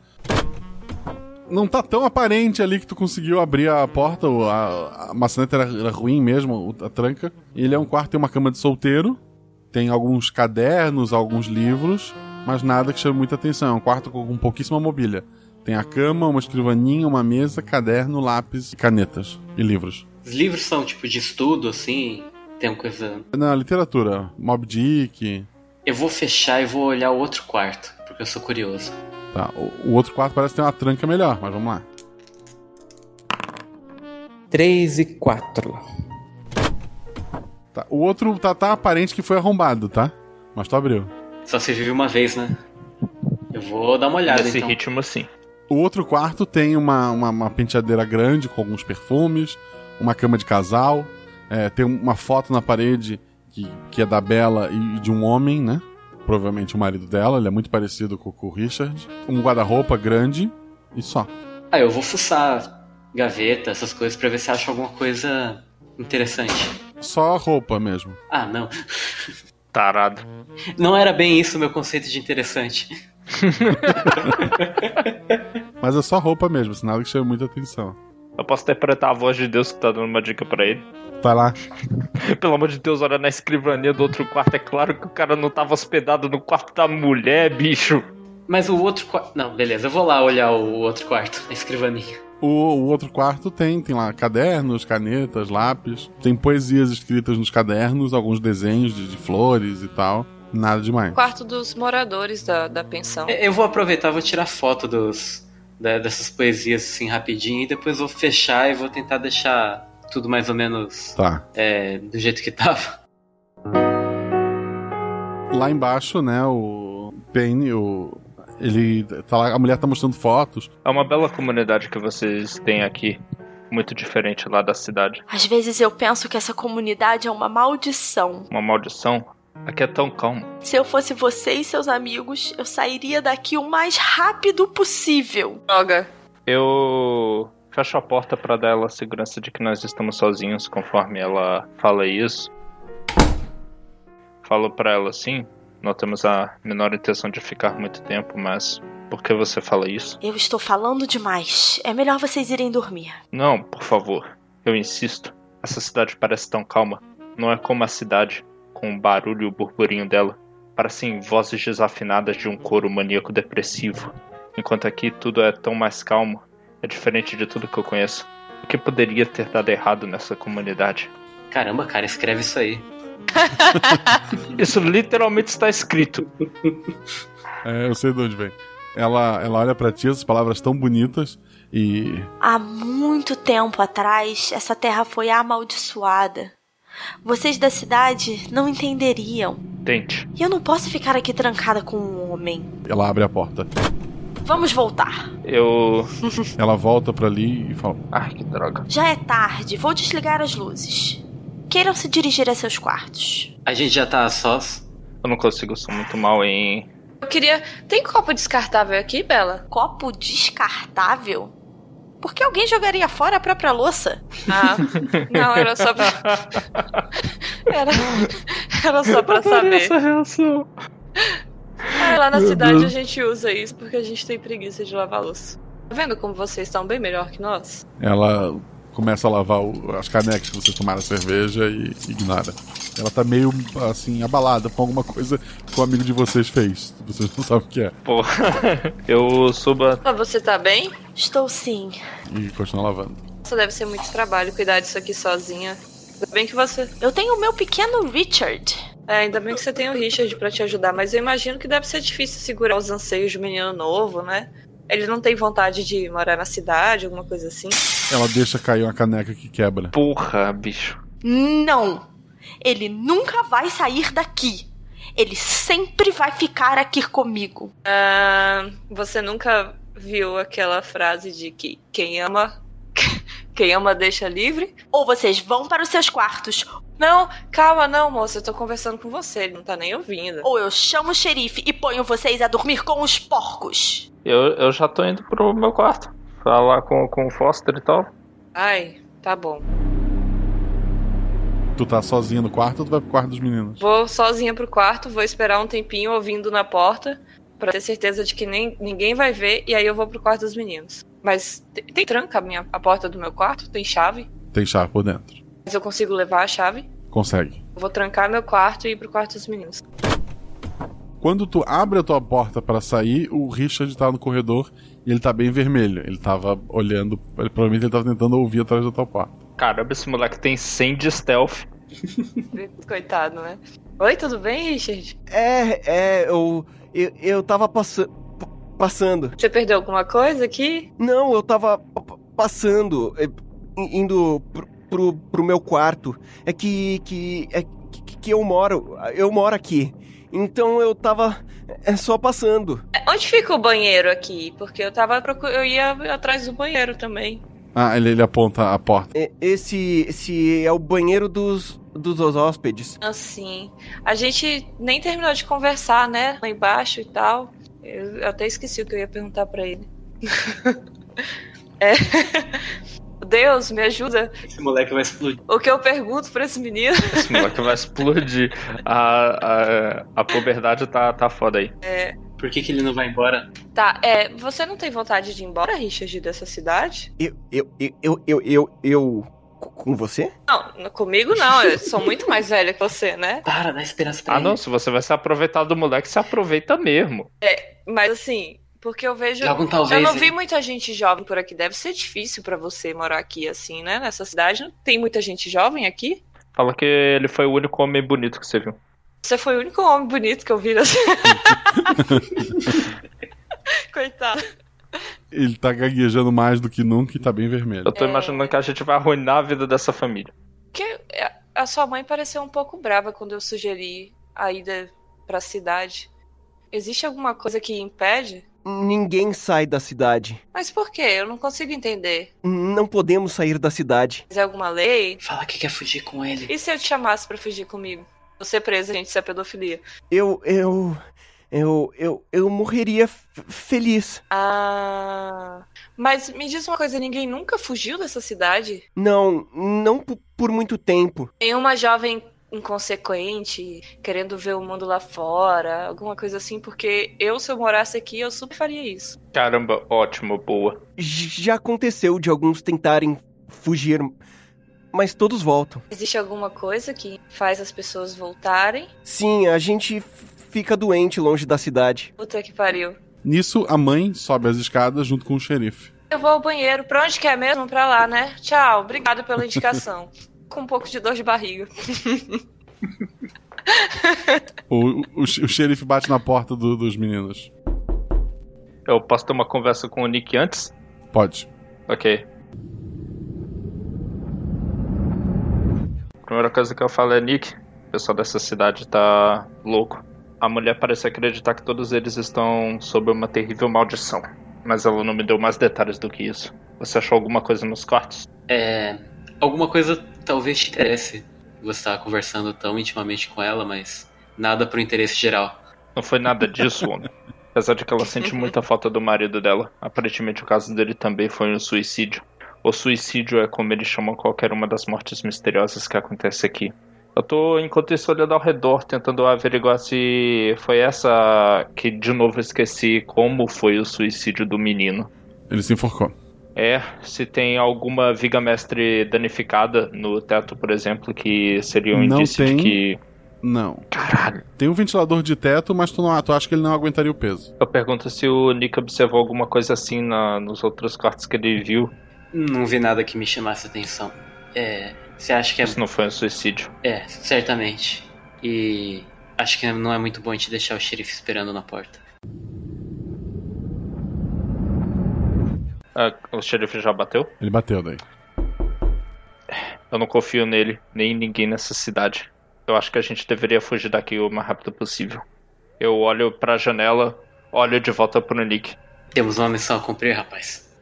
[SPEAKER 2] Não tá tão aparente ali que tu conseguiu abrir a porta, o- a, a maçaneta era, era ruim mesmo, o- a tranca. Ele é um quarto, tem uma cama de solteiro, tem alguns cadernos, alguns livros, mas nada que chame muita atenção. É um quarto com, com pouquíssima mobília. Tem a cama, uma escrivaninha, uma mesa, caderno, lápis, canetas e livros.
[SPEAKER 4] Os livros são tipo de estudo, assim? Tem uma coisa.
[SPEAKER 2] Na literatura, Mob Dick.
[SPEAKER 4] Eu vou fechar e vou olhar o outro quarto, porque eu sou curioso.
[SPEAKER 2] Tá, o, o outro quarto parece ter uma tranca melhor, mas vamos lá.
[SPEAKER 19] 3 e 4.
[SPEAKER 2] Tá, o outro tá, tá aparente que foi arrombado, tá? Mas tu abriu.
[SPEAKER 4] Só se vive uma vez, né? Eu vou dar uma olhada
[SPEAKER 9] Nesse
[SPEAKER 4] então.
[SPEAKER 9] ritmo, sim.
[SPEAKER 2] O outro quarto tem uma, uma, uma penteadeira grande com alguns perfumes, uma cama de casal, é, tem uma foto na parede que, que é da Bela e, e de um homem, né? Provavelmente o marido dela, ele é muito parecido com, com o Richard. Um guarda-roupa grande e só.
[SPEAKER 4] Ah, eu vou fuçar gaveta, essas coisas, pra ver se acho alguma coisa interessante.
[SPEAKER 2] Só a roupa mesmo.
[SPEAKER 4] Ah, não. [LAUGHS]
[SPEAKER 9] Tarado.
[SPEAKER 4] Não era bem isso o meu conceito de interessante.
[SPEAKER 2] Mas é só roupa mesmo, assim, nada que chame muita atenção.
[SPEAKER 9] Eu posso interpretar a voz de Deus que tá dando uma dica pra ele. [LAUGHS]
[SPEAKER 2] Vai lá.
[SPEAKER 9] Pelo amor de Deus, olha na escrivania do outro quarto. É claro que o cara não tava hospedado no quarto da mulher, bicho.
[SPEAKER 4] Mas o outro quarto. Não, beleza, eu vou lá olhar o outro quarto, a escrivaninha.
[SPEAKER 2] O, o outro quarto tem, tem lá cadernos, canetas, lápis. Tem poesias escritas nos cadernos, alguns desenhos de, de flores e tal. Nada demais.
[SPEAKER 12] Quarto dos moradores da, da pensão.
[SPEAKER 4] É, Eu vou aproveitar, vou tirar foto dos, da- dessas poesias assim rapidinho e depois vou fechar e vou tentar deixar tudo mais ou menos
[SPEAKER 2] Tá.
[SPEAKER 4] é, do jeito que tava. [LAUGHS]
[SPEAKER 2] Lá embaixo, né, o Penny, o. Ele tá lá, a mulher tá mostrando fotos.
[SPEAKER 9] É uma bela comunidade que vocês têm aqui. muito diferente lá da cidade.
[SPEAKER 3] Às vezes eu penso que essa comunidade é uma maldição.
[SPEAKER 9] Uma maldição? Aqui é tão calmo.
[SPEAKER 3] Se eu fosse você e seus amigos, eu sairia daqui o mais rápido possível.
[SPEAKER 12] Droga.
[SPEAKER 9] Eu fecho a porta pra dar ela a segurança de que nós estamos sozinhos conforme ela fala isso. Falo pra ela assim: não temos a menor intenção de ficar muito tempo, mas por que você fala isso?
[SPEAKER 3] Eu estou falando demais. É melhor vocês irem dormir.
[SPEAKER 9] Não, por favor. Eu insisto. Essa cidade parece tão calma. Não é como a cidade, com o barulho e o burburinho dela. Parecem vozes desafinadas de um coro maníaco depressivo. Enquanto aqui tudo é tão mais calmo. É diferente de tudo que eu conheço. O que poderia ter dado errado nessa comunidade?
[SPEAKER 4] Caramba, cara, escreve isso aí.
[SPEAKER 9] Isso literalmente está escrito.
[SPEAKER 2] É, eu sei de onde vem. Ela, ela olha pra ti, essas palavras tão bonitas e.
[SPEAKER 3] Há muito tempo atrás, essa terra foi amaldiçoada. Vocês da cidade não entenderiam.
[SPEAKER 9] Tente.
[SPEAKER 3] E eu não posso ficar aqui trancada com um homem.
[SPEAKER 2] Ela abre a porta.
[SPEAKER 3] Vamos voltar.
[SPEAKER 9] Eu.
[SPEAKER 2] Ela volta pra ali e fala:
[SPEAKER 9] Ah, que droga.
[SPEAKER 3] Já é tarde, vou desligar as luzes. Queiram se dirigir a seus quartos.
[SPEAKER 4] A gente já tá a sós.
[SPEAKER 9] Eu não consigo, sou muito mal em.
[SPEAKER 12] Eu queria. Tem copo descartável aqui, Bela?
[SPEAKER 3] Copo descartável? Por que alguém jogaria fora a própria louça?
[SPEAKER 12] Ah, não, era só pra.
[SPEAKER 4] [LAUGHS]
[SPEAKER 12] Era, era só pra saber.
[SPEAKER 9] Essa reação.
[SPEAKER 12] Ah, lá na cidade a gente usa isso porque a gente tem preguiça de lavar louça. Tá vendo como vocês estão bem melhor que nós?
[SPEAKER 2] Ela começa a lavar o- as canecas que vocês tomaram a cerveja e ignora. Ela tá meio, assim, abalada com alguma coisa que o amigo de vocês fez. Vocês não sabem o que é.
[SPEAKER 9] Pô, [LAUGHS] eu suba
[SPEAKER 12] Ah, você tá bem?
[SPEAKER 3] Estou sim.
[SPEAKER 2] E continua lavando.
[SPEAKER 12] Nossa, deve ser muito trabalho cuidar disso aqui sozinha. Ainda bem que você.
[SPEAKER 3] Eu tenho o meu pequeno Richard.
[SPEAKER 12] É, ainda bem que você tem o Richard pra te ajudar, mas eu imagino que deve ser difícil segurar os anseios de um menino novo, né? Ele não tem vontade de morar na cidade, alguma coisa assim.
[SPEAKER 2] Ela deixa cair uma caneca que quebra.
[SPEAKER 9] Porra, bicho.
[SPEAKER 3] Não! Ele nunca vai sair daqui. Ele sempre vai ficar aqui comigo.
[SPEAKER 12] Ah, você nunca viu aquela frase de que quem ama. [LAUGHS] Quem ama deixa livre?
[SPEAKER 3] Ou vocês vão para os seus quartos.
[SPEAKER 12] Não, calma, não, moça, eu tô conversando com você, ele não tá nem ouvindo.
[SPEAKER 3] Ou eu chamo o xerife e ponho vocês a dormir com os porcos.
[SPEAKER 9] Eu, eu já tô indo pro meu quarto. Falar com, com o Foster e tal.
[SPEAKER 12] Ai, tá bom.
[SPEAKER 2] Tu tá sozinha no quarto ou tu vai pro quarto dos meninos?
[SPEAKER 12] Vou sozinha pro quarto, vou esperar um tempinho ouvindo na porta, pra ter certeza de que nem, ninguém vai ver, e aí eu vou pro quarto dos meninos. Mas te- tem, tranca a, minha, a porta do meu quarto? Tem chave?
[SPEAKER 2] Tem chave por dentro.
[SPEAKER 12] Mas eu consigo levar a chave?
[SPEAKER 2] Consegue.
[SPEAKER 12] Vou trancar meu quarto e ir pro quarto dos meninos. [LAUGHS]
[SPEAKER 2] Quando tu abre a tua porta pra sair, o Richard tá no corredor e ele tá bem vermelho. Ele tava olhando, ele- provavelmente ele tava tentando ouvir atrás da tua porta.
[SPEAKER 9] Caramba, esse moleque tem 100 de stealth.
[SPEAKER 12] Coitado, né? Oi, tudo bem, Richard?
[SPEAKER 18] É, é, eu. Eu, eu tava passa, p- passando.
[SPEAKER 12] Você perdeu alguma coisa aqui?
[SPEAKER 18] Não, eu tava p- p- passando, é, i- indo pro, pro, pro meu quarto. É que. que é que, que eu moro. Eu moro aqui. Então eu tava é, só passando.
[SPEAKER 12] É, Onde fica o banheiro aqui? Porque eu tava procu- eu ia atrás do banheiro também.
[SPEAKER 2] Ah, ele, ele aponta a porta.
[SPEAKER 18] É, Esse, esse é o banheiro dos, dos hóspedes.
[SPEAKER 12] Assim, a gente nem terminou de conversar, né? Lá embaixo e tal. Eu eu até esqueci o que eu ia perguntar pra ele. [LAUGHS] é. Deus, me ajuda.
[SPEAKER 4] Esse moleque vai explodir.
[SPEAKER 12] O que eu pergunto pra esse menino?
[SPEAKER 9] Esse moleque vai explodir. A, a, a puberdade tá, tá foda aí.
[SPEAKER 12] [LAUGHS] É,
[SPEAKER 4] Por que, que ele não vai embora?
[SPEAKER 12] tá, é, você não tem vontade de ir embora, Richard, dessa cidade?
[SPEAKER 18] Eu, eu, eu, eu, eu, eu, eu co- com você?
[SPEAKER 12] Não, n- comigo não, eu sou muito mais velha que você, né?
[SPEAKER 4] Para, dá esperança pra
[SPEAKER 9] Ah,
[SPEAKER 4] ele.
[SPEAKER 9] não, se você vai se aproveitar do moleque, se aproveita mesmo.
[SPEAKER 12] É, mas assim, porque eu vejo.
[SPEAKER 4] Joga um talvez,
[SPEAKER 12] eu não
[SPEAKER 4] hein?
[SPEAKER 12] vi muita gente jovem por aqui. Deve ser difícil pra você morar aqui, assim, né? Nessa cidade. Não tem muita gente jovem aqui?
[SPEAKER 9] Fala que ele foi o único homem bonito que você viu.
[SPEAKER 12] Você foi o único homem bonito que eu vi nessa. [LAUGHS] Coitado.
[SPEAKER 2] Ele tá gaguejando mais do que nunca e tá bem vermelho.
[SPEAKER 9] Eu tô imaginando que a gente vai arruinar a vida dessa família.
[SPEAKER 12] Porque é, a sua mãe pareceu um pouco brava quando eu sugeri a ida pra cidade. Existe alguma coisa que impede?
[SPEAKER 18] Ninguém sai da cidade.
[SPEAKER 12] Mas por quê? Eu não consigo entender.
[SPEAKER 18] Não podemos sair da cidade.
[SPEAKER 12] Mas é alguma lei?
[SPEAKER 4] Fala que quer fugir com ele.
[SPEAKER 12] E se eu te chamasse pra fugir comigo? Você presa, gente, isso é pedofilia.
[SPEAKER 18] Eu. Eu. Eu. Eu, eu morreria f- feliz.
[SPEAKER 12] Ah. Mas me diz uma coisa: ninguém nunca fugiu dessa cidade?
[SPEAKER 18] Não, não p- por muito tempo.
[SPEAKER 12] Nenhuma jovem inconsequente, querendo ver o mundo lá fora, alguma coisa assim, porque eu, se eu morasse aqui, eu super faria isso.
[SPEAKER 9] Caramba, ótimo, boa.
[SPEAKER 18] J- Já aconteceu de alguns tentarem fugir, mas todos voltam.
[SPEAKER 12] Existe alguma coisa que faz as pessoas voltarem?
[SPEAKER 18] Sim, a gente f- fica doente longe da cidade.
[SPEAKER 12] Puta que pariu.
[SPEAKER 2] Nisso, a mãe sobe as escadas junto com o xerife.
[SPEAKER 12] Eu vou ao banheiro. Pra onde quer mesmo? Pra lá, né? Tchau, obrigado pela indicação. [LAUGHS] Com um pouco de dor de barriga. [LAUGHS]
[SPEAKER 2] O, o, o xerife bate na porta do- dos meninos.
[SPEAKER 9] Eu posso ter uma conversa com o Nick antes?
[SPEAKER 2] Pode.
[SPEAKER 9] Ok. Primeira coisa que eu falo é, Nick, o pessoal dessa cidade tá louco. A mulher parece acreditar que todos eles estão sob uma terrível maldição. Mas ela não me deu mais detalhes do que isso. Você achou alguma coisa nos quartos?
[SPEAKER 4] É. Alguma coisa talvez te interesse. Você está conversando tão intimamente com ela, mas nada pro interesse geral.
[SPEAKER 9] Não foi nada disso, homem. Apesar de que ela sente muita falta do marido dela. Aparentemente o caso dele também foi um suicídio. O suicídio é como eles chamam qualquer uma das mortes misteriosas que acontece aqui. Eu tô, enquanto isso, olhando ao redor, tentando averiguar se foi essa que de novo esqueci como foi o suicídio do menino.
[SPEAKER 2] Ele se enforcou.
[SPEAKER 9] É, se tem alguma viga mestre danificada no teto, por exemplo, que seria um
[SPEAKER 2] Não
[SPEAKER 9] indício
[SPEAKER 2] tem.
[SPEAKER 9] de que.
[SPEAKER 2] Não. Caralho. Tem um ventilador de teto, mas tu, não, tu acha que ele não aguentaria o peso.
[SPEAKER 9] Eu pergunto se o Nick observou alguma coisa assim na- nos outros quartos que ele viu.
[SPEAKER 4] Não vi nada que me chamasse atenção. É. Você acha que é.
[SPEAKER 9] Isso não foi um suicídio.
[SPEAKER 4] É, certamente. E. Acho que não é muito bom te deixar o xerife esperando na porta.
[SPEAKER 9] Ah, o xerife já bateu?
[SPEAKER 2] Ele bateu daí.
[SPEAKER 9] Eu não confio nele, nem em ninguém nessa cidade. Eu acho que a gente deveria fugir daqui o mais rápido possível. Eu olho pra janela, olho de volta pro Nick.
[SPEAKER 4] Temos uma missão a cumprir, rapaz.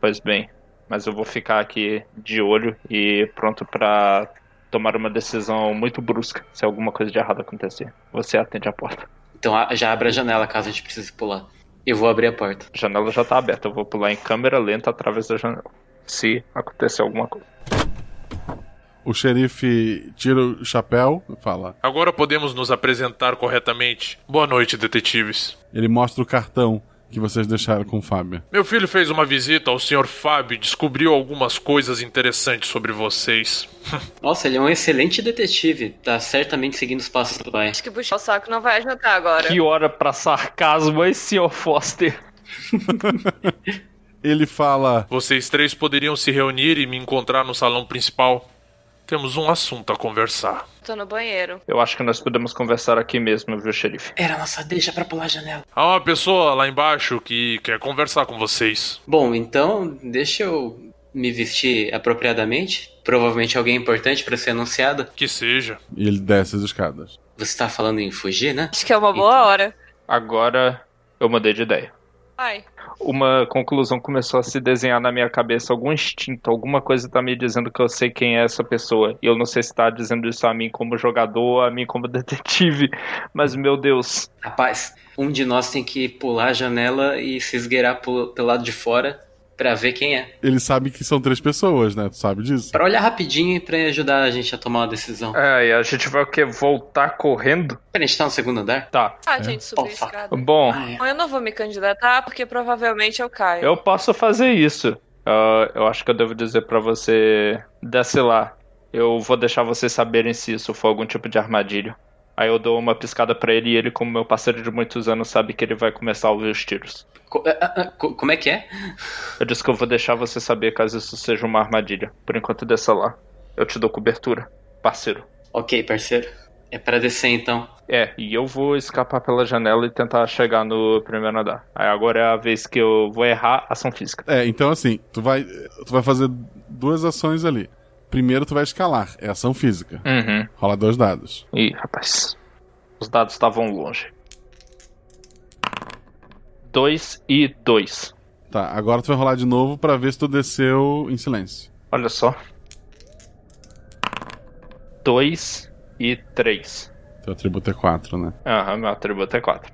[SPEAKER 9] Pois bem, mas eu vou ficar aqui de olho e pronto pra tomar uma decisão muito brusca se alguma coisa de errado acontecer. Você atende a porta.
[SPEAKER 4] Então a- já abre a janela caso a gente precise pular. Eu vou abrir a porta.
[SPEAKER 9] A janela já tá aberta, eu vou pular em câmera lenta através da janela. tá Se acontecer alguma coisa.
[SPEAKER 2] O xerife tira o chapéu e fala.
[SPEAKER 17] Agora podemos nos apresentar corretamente. Boa noite, detetives.
[SPEAKER 2] Ele mostra o cartão que vocês deixaram com o Fábio.
[SPEAKER 17] Meu filho fez uma visita ao Sr. Fábio e descobriu algumas coisas interessantes sobre vocês.
[SPEAKER 4] Nossa, ele é um excelente detetive. Tá certamente seguindo os passos do pai.
[SPEAKER 12] Acho que puxar Tipo, o saco não vai ajudar agora.
[SPEAKER 9] Que hora pra sarcasmo, hein, senhor Foster?
[SPEAKER 2] Ele fala.
[SPEAKER 17] Vocês três poderiam se reunir e me encontrar no salão principal. Temos um assunto a conversar.
[SPEAKER 12] Tô no banheiro.
[SPEAKER 9] Eu acho que nós podemos conversar aqui mesmo, viu, xerife?
[SPEAKER 4] Era nossa deixa pra pular a janela.
[SPEAKER 17] Há uma pessoa lá embaixo que quer conversar com vocês.
[SPEAKER 4] Bom, então deixa eu me vestir apropriadamente. Provavelmente alguém importante pra ser anunciado.
[SPEAKER 17] Que seja.
[SPEAKER 2] E ele desce as escadas.
[SPEAKER 4] Você tá falando em fugir, né?
[SPEAKER 12] Acho que é uma boa hora.
[SPEAKER 9] Agora eu mudei de ideia.
[SPEAKER 12] Ai.
[SPEAKER 9] Uma conclusão começou a se desenhar na minha cabeça, algum instinto, alguma coisa tá me dizendo que eu sei quem é essa pessoa. E eu não sei se tá dizendo isso a mim como jogador, a mim como [LAUGHS] detetive, mas meu Deus.
[SPEAKER 4] Rapaz, um de nós tem que pular a janela e se esgueirar pro- pelo lado de fora pra ver quem é.
[SPEAKER 2] Ele sabe que são três pessoas, né? Tu sabe disso?
[SPEAKER 4] Pra olhar rapidinho e pra ajudar a gente a tomar uma decisão.
[SPEAKER 9] É, e a gente vai o quê? Voltar correndo?
[SPEAKER 4] Pera, a gente tá no segundo andar?
[SPEAKER 9] Tá.
[SPEAKER 12] Ah, gente, subiu a escada.
[SPEAKER 9] Bom,
[SPEAKER 12] Bom, Eu não vou me candidatar porque provavelmente eu caio.
[SPEAKER 9] Eu posso fazer isso. Ah, eu acho que eu devo dizer pra você. Desce lá. Eu vou deixar vocês saberem se isso for algum tipo de armadilha. Aí eu dou uma piscada pra ele e ele, como meu parceiro de muitos anos, sabe que ele vai começar a ouvir os tiros.
[SPEAKER 4] Co- ah, ah, ah, co- como é que é?
[SPEAKER 9] Eu disse que eu vou deixar você saber caso isso seja uma armadilha. Por enquanto, desça lá. Eu te dou cobertura, parceiro.
[SPEAKER 4] Ok, parceiro. É pra descer então.
[SPEAKER 9] É, e eu vou escapar pela janela e tentar chegar no primeiro andar. Aí agora é a vez que eu vou errar ação física.
[SPEAKER 2] É, então assim, tu vai, tu vai fazer duas ações ali. Primeiro tu vai escalar, é ação física.
[SPEAKER 9] Uhum.
[SPEAKER 2] Rola dois dados.
[SPEAKER 9] Ih, rapaz. Os dados estavam longe. 2 e 2.
[SPEAKER 2] Tá, agora tu vai rolar de novo pra ver se tu desceu em silêncio.
[SPEAKER 9] Olha só. 2 e 3.
[SPEAKER 2] Teu atributo é 4, né?
[SPEAKER 9] Aham, meu atributo é 4.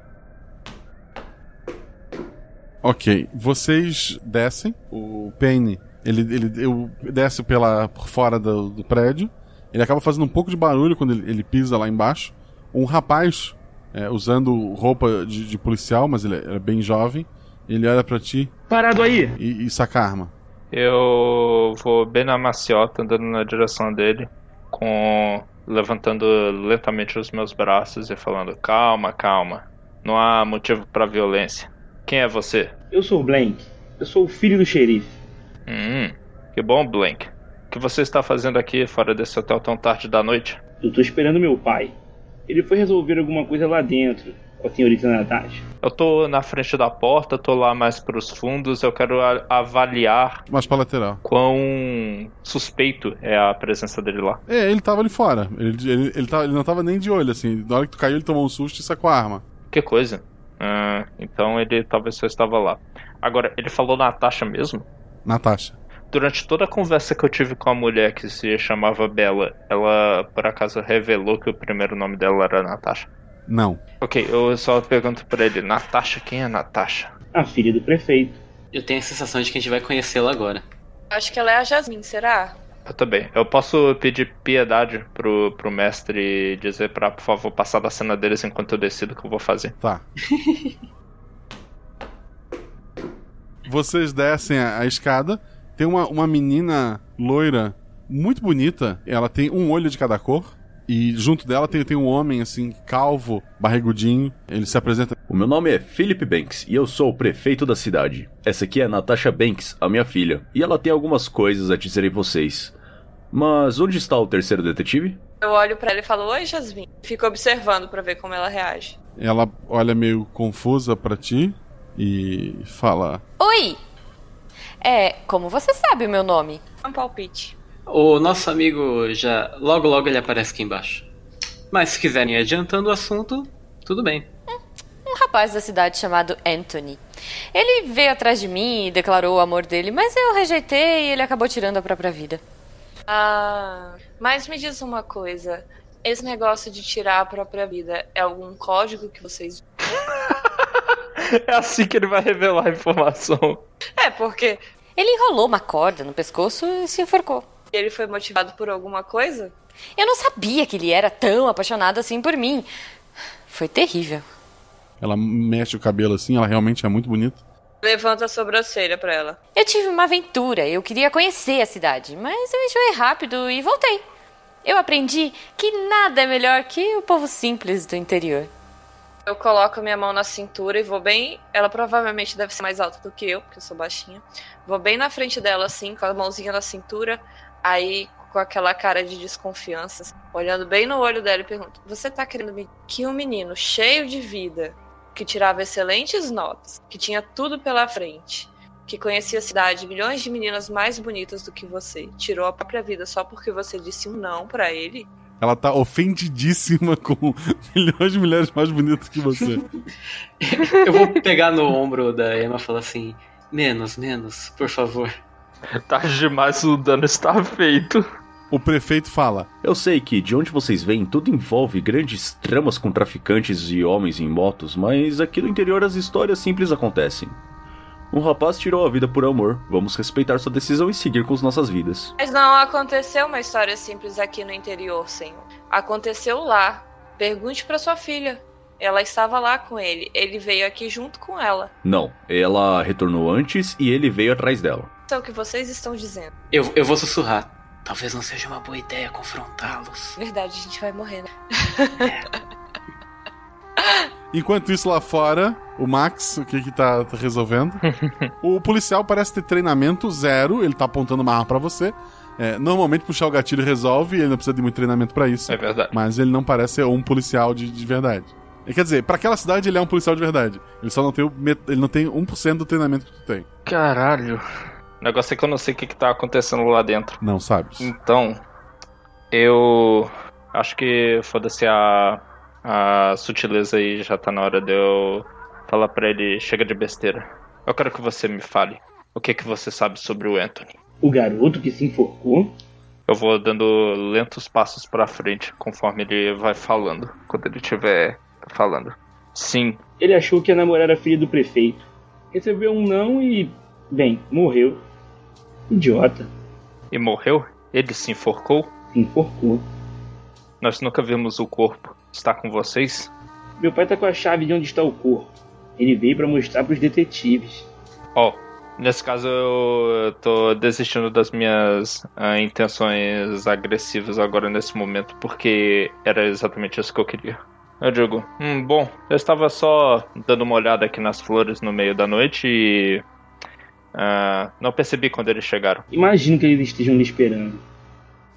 [SPEAKER 2] Ok, vocês descem. O Penny, ele, ele eu, desce pela, por fora do, do prédio. Ele acaba fazendo um pouco de barulho quando ele, ele pisa lá embaixo. Um rapaz, é, usando roupa de, de policial, mas ele é bem jovem, ele olha pra ti
[SPEAKER 9] Parado aí!
[SPEAKER 2] e, e saca a arma.
[SPEAKER 9] Eu vou bem na maciota, andando na direção dele, com levantando lentamente os meus braços e falando: "Calma, calma. Não há motivo pra violência. Quem é você?"
[SPEAKER 20] Eu sou o Blank. Eu sou o filho do xerife.
[SPEAKER 9] Hum, que bom, Blank. O que você está fazendo aqui fora desse hotel tão tarde da noite?
[SPEAKER 20] Eu tô esperando meu pai. Ele foi resolver alguma coisa lá dentro, com a senhorita Natasha.
[SPEAKER 9] Eu tô na frente da porta, tô lá mais pros fundos, eu quero a- avaliar
[SPEAKER 2] Mais pra lateral.
[SPEAKER 9] quão suspeito é a presença dele lá.
[SPEAKER 2] É, ele tava ali fora. Ele, ele, ele, tava- ele não tava nem de olho, assim. Na hora que tu caiu, ele tomou um susto e sacou a arma.
[SPEAKER 9] Que coisa. Ah, então ele talvez só estava lá. Agora, ele falou Natasha mesmo?
[SPEAKER 2] Natasha.
[SPEAKER 9] Durante toda a conversa que eu tive com a mulher que se chamava Bella, ela por acaso revelou que o primeiro nome dela era Natasha.
[SPEAKER 2] Não.
[SPEAKER 9] Ok, eu só pergunto pra ele, Natasha, quem é Natasha?
[SPEAKER 20] A filha do prefeito.
[SPEAKER 4] Eu tenho a sensação de que a gente vai conhecê-la agora.
[SPEAKER 12] Acho que ela é a Jasmine, será?
[SPEAKER 9] Eu também. Eu posso pedir piedade pro, pro mestre e dizer pra, por favor, passar da cena deles enquanto eu decido o que eu vou fazer.
[SPEAKER 2] Tá. Vocês descem a, a escada. Tem uma, uma menina loira muito bonita. Ela tem um olho de cada cor. E junto dela tem, tem um homem, assim, calvo, barrigudinho. Ele se apresenta.
[SPEAKER 21] O meu nome é Philip Banks e eu sou o prefeito da cidade. Essa aqui é a Natasha Banks, a minha filha, e ela tem algumas coisas a dizer em vocês. Mas onde está o terceiro detetive?
[SPEAKER 12] Eu olho pra ela e falo, oi, Jasmine. Fico observando pra ver como ela reage.
[SPEAKER 2] Ela olha meio confusa pra ti e fala:
[SPEAKER 22] Oi! É, como você sabe o meu nome?
[SPEAKER 12] É um palpite.
[SPEAKER 4] O nosso amigo já. Logo, logo ele aparece aqui embaixo. Mas se quiserem ir adiantando o assunto, tudo bem. [LAUGHS]
[SPEAKER 22] Um rapaz da cidade chamado Anthony. Ele veio atrás de mim e declarou o amor dele, mas eu rejeitei e ele acabou tirando a própria vida.
[SPEAKER 12] Ah, mas me diz uma coisa. Esse negócio de tirar a própria vida é algum código que vocês.
[SPEAKER 9] [LAUGHS] É assim que ele vai revelar a informação.
[SPEAKER 12] É, porque
[SPEAKER 22] Ele enrolou uma corda no pescoço e se enforcou.
[SPEAKER 12] ele foi motivado por alguma coisa?
[SPEAKER 22] Eu não sabia que ele era tão apaixonado assim por mim. Foi terrível.
[SPEAKER 2] Ela mexe o cabelo assim, ela realmente é muito bonita.
[SPEAKER 12] Levanta a sobrancelha pra ela.
[SPEAKER 22] Eu tive uma aventura, eu queria conhecer a cidade, mas eu enjoei rápido e voltei. Eu aprendi que nada é melhor que o povo simples do interior.
[SPEAKER 12] Eu coloco minha mão na cintura e vou bem. Ela provavelmente deve ser mais alta do que eu, porque eu sou baixinha. Vou bem na frente dela, assim, com a mãozinha na cintura. Aí, com aquela cara de desconfiança, assim, olhando bem no olho dela e pergunto: Você tá querendo me que um menino cheio de vida, que tirava excelentes notas, que tinha tudo pela frente, que conhecia a cidade, milhões de meninas mais bonitas do que você, tirou a própria vida só porque você disse um não pra ele?
[SPEAKER 2] Ela tá ofendidíssima [LAUGHS] com milhões de mulheres mais bonitas que você.
[SPEAKER 4] Eu vou pegar no ombro da Emma e falar assim: menos, menos, por favor.
[SPEAKER 9] Tarde Tá demais, o dano está feito.
[SPEAKER 2] O prefeito fala.
[SPEAKER 21] Eu sei que de onde vocês vêm tudo envolve grandes tramas com traficantes e homens em motos, mas aqui no interior as histórias simples acontecem. Um rapaz tirou a vida por amor, vamos respeitar sua decisão e seguir com as nossas vidas.
[SPEAKER 12] Mas não aconteceu uma história simples aqui no interior, senhor. Aconteceu lá. Pergunte pra sua filha. Ela estava lá com ele. Ele veio aqui junto com ela.
[SPEAKER 21] Não, ela retornou antes e ele veio atrás dela.
[SPEAKER 12] Isso é o que vocês estão dizendo.
[SPEAKER 4] Eu, eu vou sussurrar. Talvez não seja uma boa ideia confrontá-los.
[SPEAKER 12] Verdade, a gente vai morrer, né?
[SPEAKER 2] Enquanto isso lá fora, o Max, o que que tá, tá
[SPEAKER 9] [LAUGHS]
[SPEAKER 2] resolvendo? o policial parece ter treinamento zero, ele tá apontando uma arma pra você. É, normalmente puxar o gatilho resolve, ele não precisa de muito treinamento pra isso. É
[SPEAKER 9] verdade.
[SPEAKER 2] Mas ele não parece ser um policial de, de verdade. E Quer dizer, pra aquela cidade ele é um policial de verdade. Ele só não tem, o met- ele não tem 1% do treinamento que tu tem.
[SPEAKER 9] Caralho. O negócio é que eu não sei o que, que tá acontecendo lá dentro.
[SPEAKER 2] Não sabes.
[SPEAKER 9] Então, eu acho que foda-se a, a sutileza aí, já tá na hora de eu Fala pra ele, chega de besteira. Eu quero que você me fale o que que você sabe sobre o Anthony.
[SPEAKER 20] O garoto que se enforcou?
[SPEAKER 9] Eu vou dando lentos passos pra frente conforme ele vai falando, quando ele estiver falando. Sim,
[SPEAKER 20] Ele achou que ia namorar a filha do prefeito. Recebeu um não e. Bem, morreu. Idiota.
[SPEAKER 9] E morreu? Ele se enforcou?
[SPEAKER 20] Se enforcou.
[SPEAKER 9] Nós nunca vimos o corpo. Está com vocês?
[SPEAKER 20] Meu pai tá com a chave de onde está o corpo. Ele veio pra mostrar pros detetives.
[SPEAKER 9] Ó, nesse caso eu tô desistindo das minhas ah, intenções agressivas agora nesse momento, porque era exatamente isso que eu queria. Eu digo, hum, bom, eu estava só dando uma olhada aqui nas flores no meio da noite e. ah, não percebi quando eles chegaram.
[SPEAKER 20] Imagino que eles estejam lhe esperando.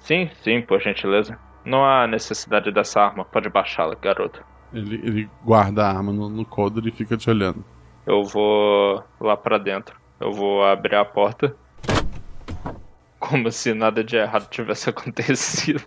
[SPEAKER 9] Sim, sim, por gentileza. Não há necessidade dessa arma, pode baixá-la, garoto.
[SPEAKER 2] Ele, ele guarda a arma no, no coldre e fica te olhando.
[SPEAKER 9] Eu vou lá pra dentro. Eu vou abrir a porta. Como se nada de errado tivesse [LAUGHS] acontecido.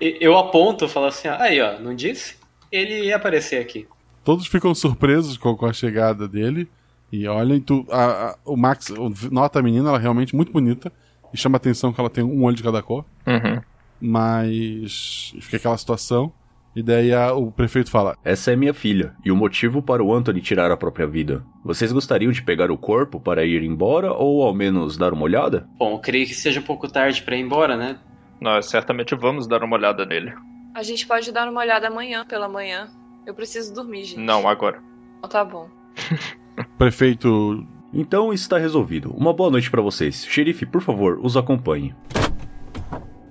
[SPEAKER 4] E- Eu aponto, falo assim, "Ah, aí ó, não disse? Ele ia aparecer aqui.
[SPEAKER 2] Todos ficam surpresos com, com a chegada dele e olham. e Tu, a- a- o Max nota a menina, ela é realmente muito bonita e chama a atenção que ela tem um olho de cada cor.
[SPEAKER 9] Uhum.
[SPEAKER 2] Mas fica aquela situação. E daí a- o prefeito fala:
[SPEAKER 21] Essa é minha filha, e o motivo para o Anthony tirar a própria vida. Vocês gostariam de pegar o corpo para ir embora ou ao menos dar uma olhada?
[SPEAKER 4] Bom, eu creio que seja um pouco tarde pra ir embora, né?
[SPEAKER 9] Nós certamente vamos dar uma olhada nele.
[SPEAKER 12] A gente pode dar uma olhada amanhã, pela manhã. Eu preciso dormir, gente.
[SPEAKER 9] Não, agora.
[SPEAKER 12] Então Tá bom.
[SPEAKER 2] Prefeito.
[SPEAKER 21] Então está resolvido. Uma boa noite para vocês. Xerife, por favor, os acompanhe.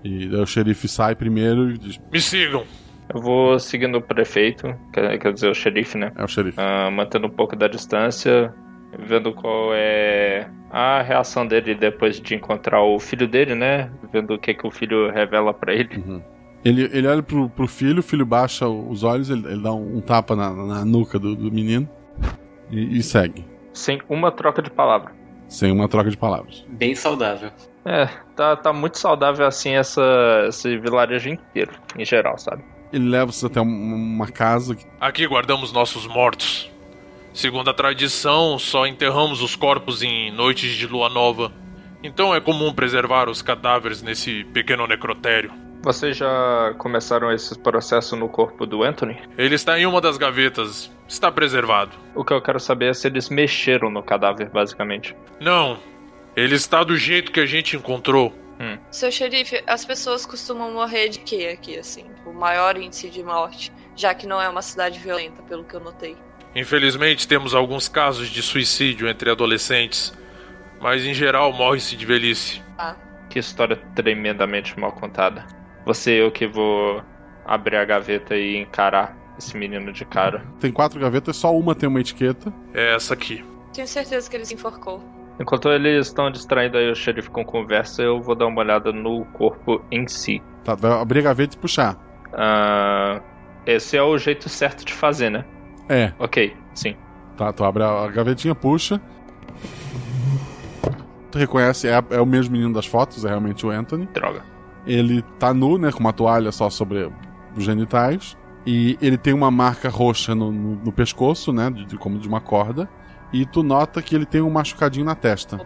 [SPEAKER 2] E daí o xerife sai primeiro e diz:
[SPEAKER 17] Me sigam.
[SPEAKER 9] Eu vou seguindo o prefeito, quer, quer dizer, o xerife, né?
[SPEAKER 2] É o xerife.
[SPEAKER 9] mantendo um pouco da distância, vendo qual é a reação dele depois de encontrar o filho dele, né? Vendo o que, que o filho revela pra ele.
[SPEAKER 2] Uhum. Ele, ele olha pro, pro filho, o filho baixa os olhos, ele, ele dá um, um tapa na, na nuca do, do menino e, e segue,
[SPEAKER 9] Sem uma troca de palavra.
[SPEAKER 2] sem uma troca de palavras.
[SPEAKER 4] Bem saudável.
[SPEAKER 9] É, tá, tá muito saudável assim essa, esse vilarejo inteiro, em geral, sabe?
[SPEAKER 2] Ele leva vocês até um- uma casa que
[SPEAKER 17] Aqui guardamos nossos mortos. Segundo a tradição, só enterramos os corpos em noites de lua nova. Então é comum preservar os cadáveres nesse pequeno necrotério.
[SPEAKER 9] Vocês já começaram esse processo no corpo do Anthony?
[SPEAKER 17] Ele está em uma das gavetas. Está preservado.
[SPEAKER 9] O que eu quero saber é se eles mexeram no cadáver, basicamente.
[SPEAKER 17] Não, ele está do jeito que a gente encontrou.
[SPEAKER 12] Seu xerife, as pessoas costumam morrer de quê aqui, assim? O maior índice de morte, já que não é uma cidade violenta, pelo que eu notei.
[SPEAKER 17] Infelizmente, temos alguns casos de suicídio entre adolescentes, mas em geral morre-se de velhice.
[SPEAKER 9] Que história tremendamente mal contada. Você eu que vou abrir a gaveta e encarar esse menino de cara.
[SPEAKER 2] tem quatro gavetas, só uma tem uma etiqueta.
[SPEAKER 17] É essa aqui.
[SPEAKER 12] Tenho certeza que ele se enforcou.
[SPEAKER 9] Enquanto eles estão distraindo aí o xerife com conversa, eu vou dar uma olhada no corpo em si.
[SPEAKER 2] Tá, vai abrir a gaveta e puxar.
[SPEAKER 9] Ah, esse é o jeito certo de fazer, né?
[SPEAKER 2] É,
[SPEAKER 9] Ok, sim.
[SPEAKER 2] tá, tu abre a, a gavetinha, puxa. Tu reconhece, é, a- é o mesmo menino das fotos, é realmente o Anthony.
[SPEAKER 9] Droga.
[SPEAKER 2] Ele tá nu, né, com uma toalha só sobre os genitais. E ele tem uma marca roxa no, no- no pescoço, né, de, de- como de uma corda. E tu nota que ele tem um machucadinho na testa.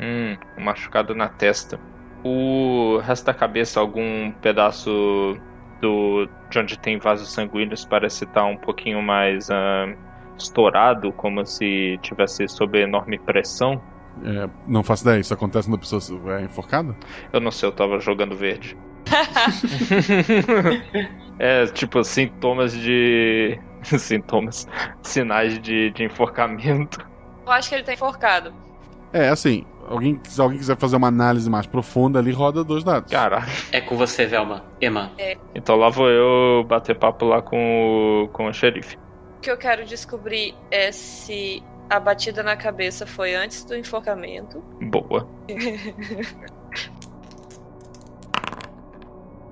[SPEAKER 9] Hum, um machucado na testa. O resto da cabeça, algum pedaço do de onde tem vasos sanguíneos parece estar um pouquinho mais ah, estourado, como se tivesse sob enorme pressão.
[SPEAKER 2] É, não faço ideia, isso acontece quando a pessoa se- é enforcada?
[SPEAKER 9] Eu não sei, eu tava jogando verde. [LAUGHS] é, tipo, sintomas de. [LAUGHS] sintomas. Sinais de, de enforcamento.
[SPEAKER 12] Eu acho que ele tá enforcado.
[SPEAKER 2] É, assim, alguém, se alguém quiser fazer uma análise mais profunda ali, roda dois dados.
[SPEAKER 9] Caralho.
[SPEAKER 4] É com você, Velma. Emma.
[SPEAKER 12] É,
[SPEAKER 9] Então lá vou eu bater papo lá com o, com o xerife.
[SPEAKER 12] O que eu quero descobrir é se a batida na cabeça foi antes do enforcamento. [LAUGHS]
[SPEAKER 9] Boa.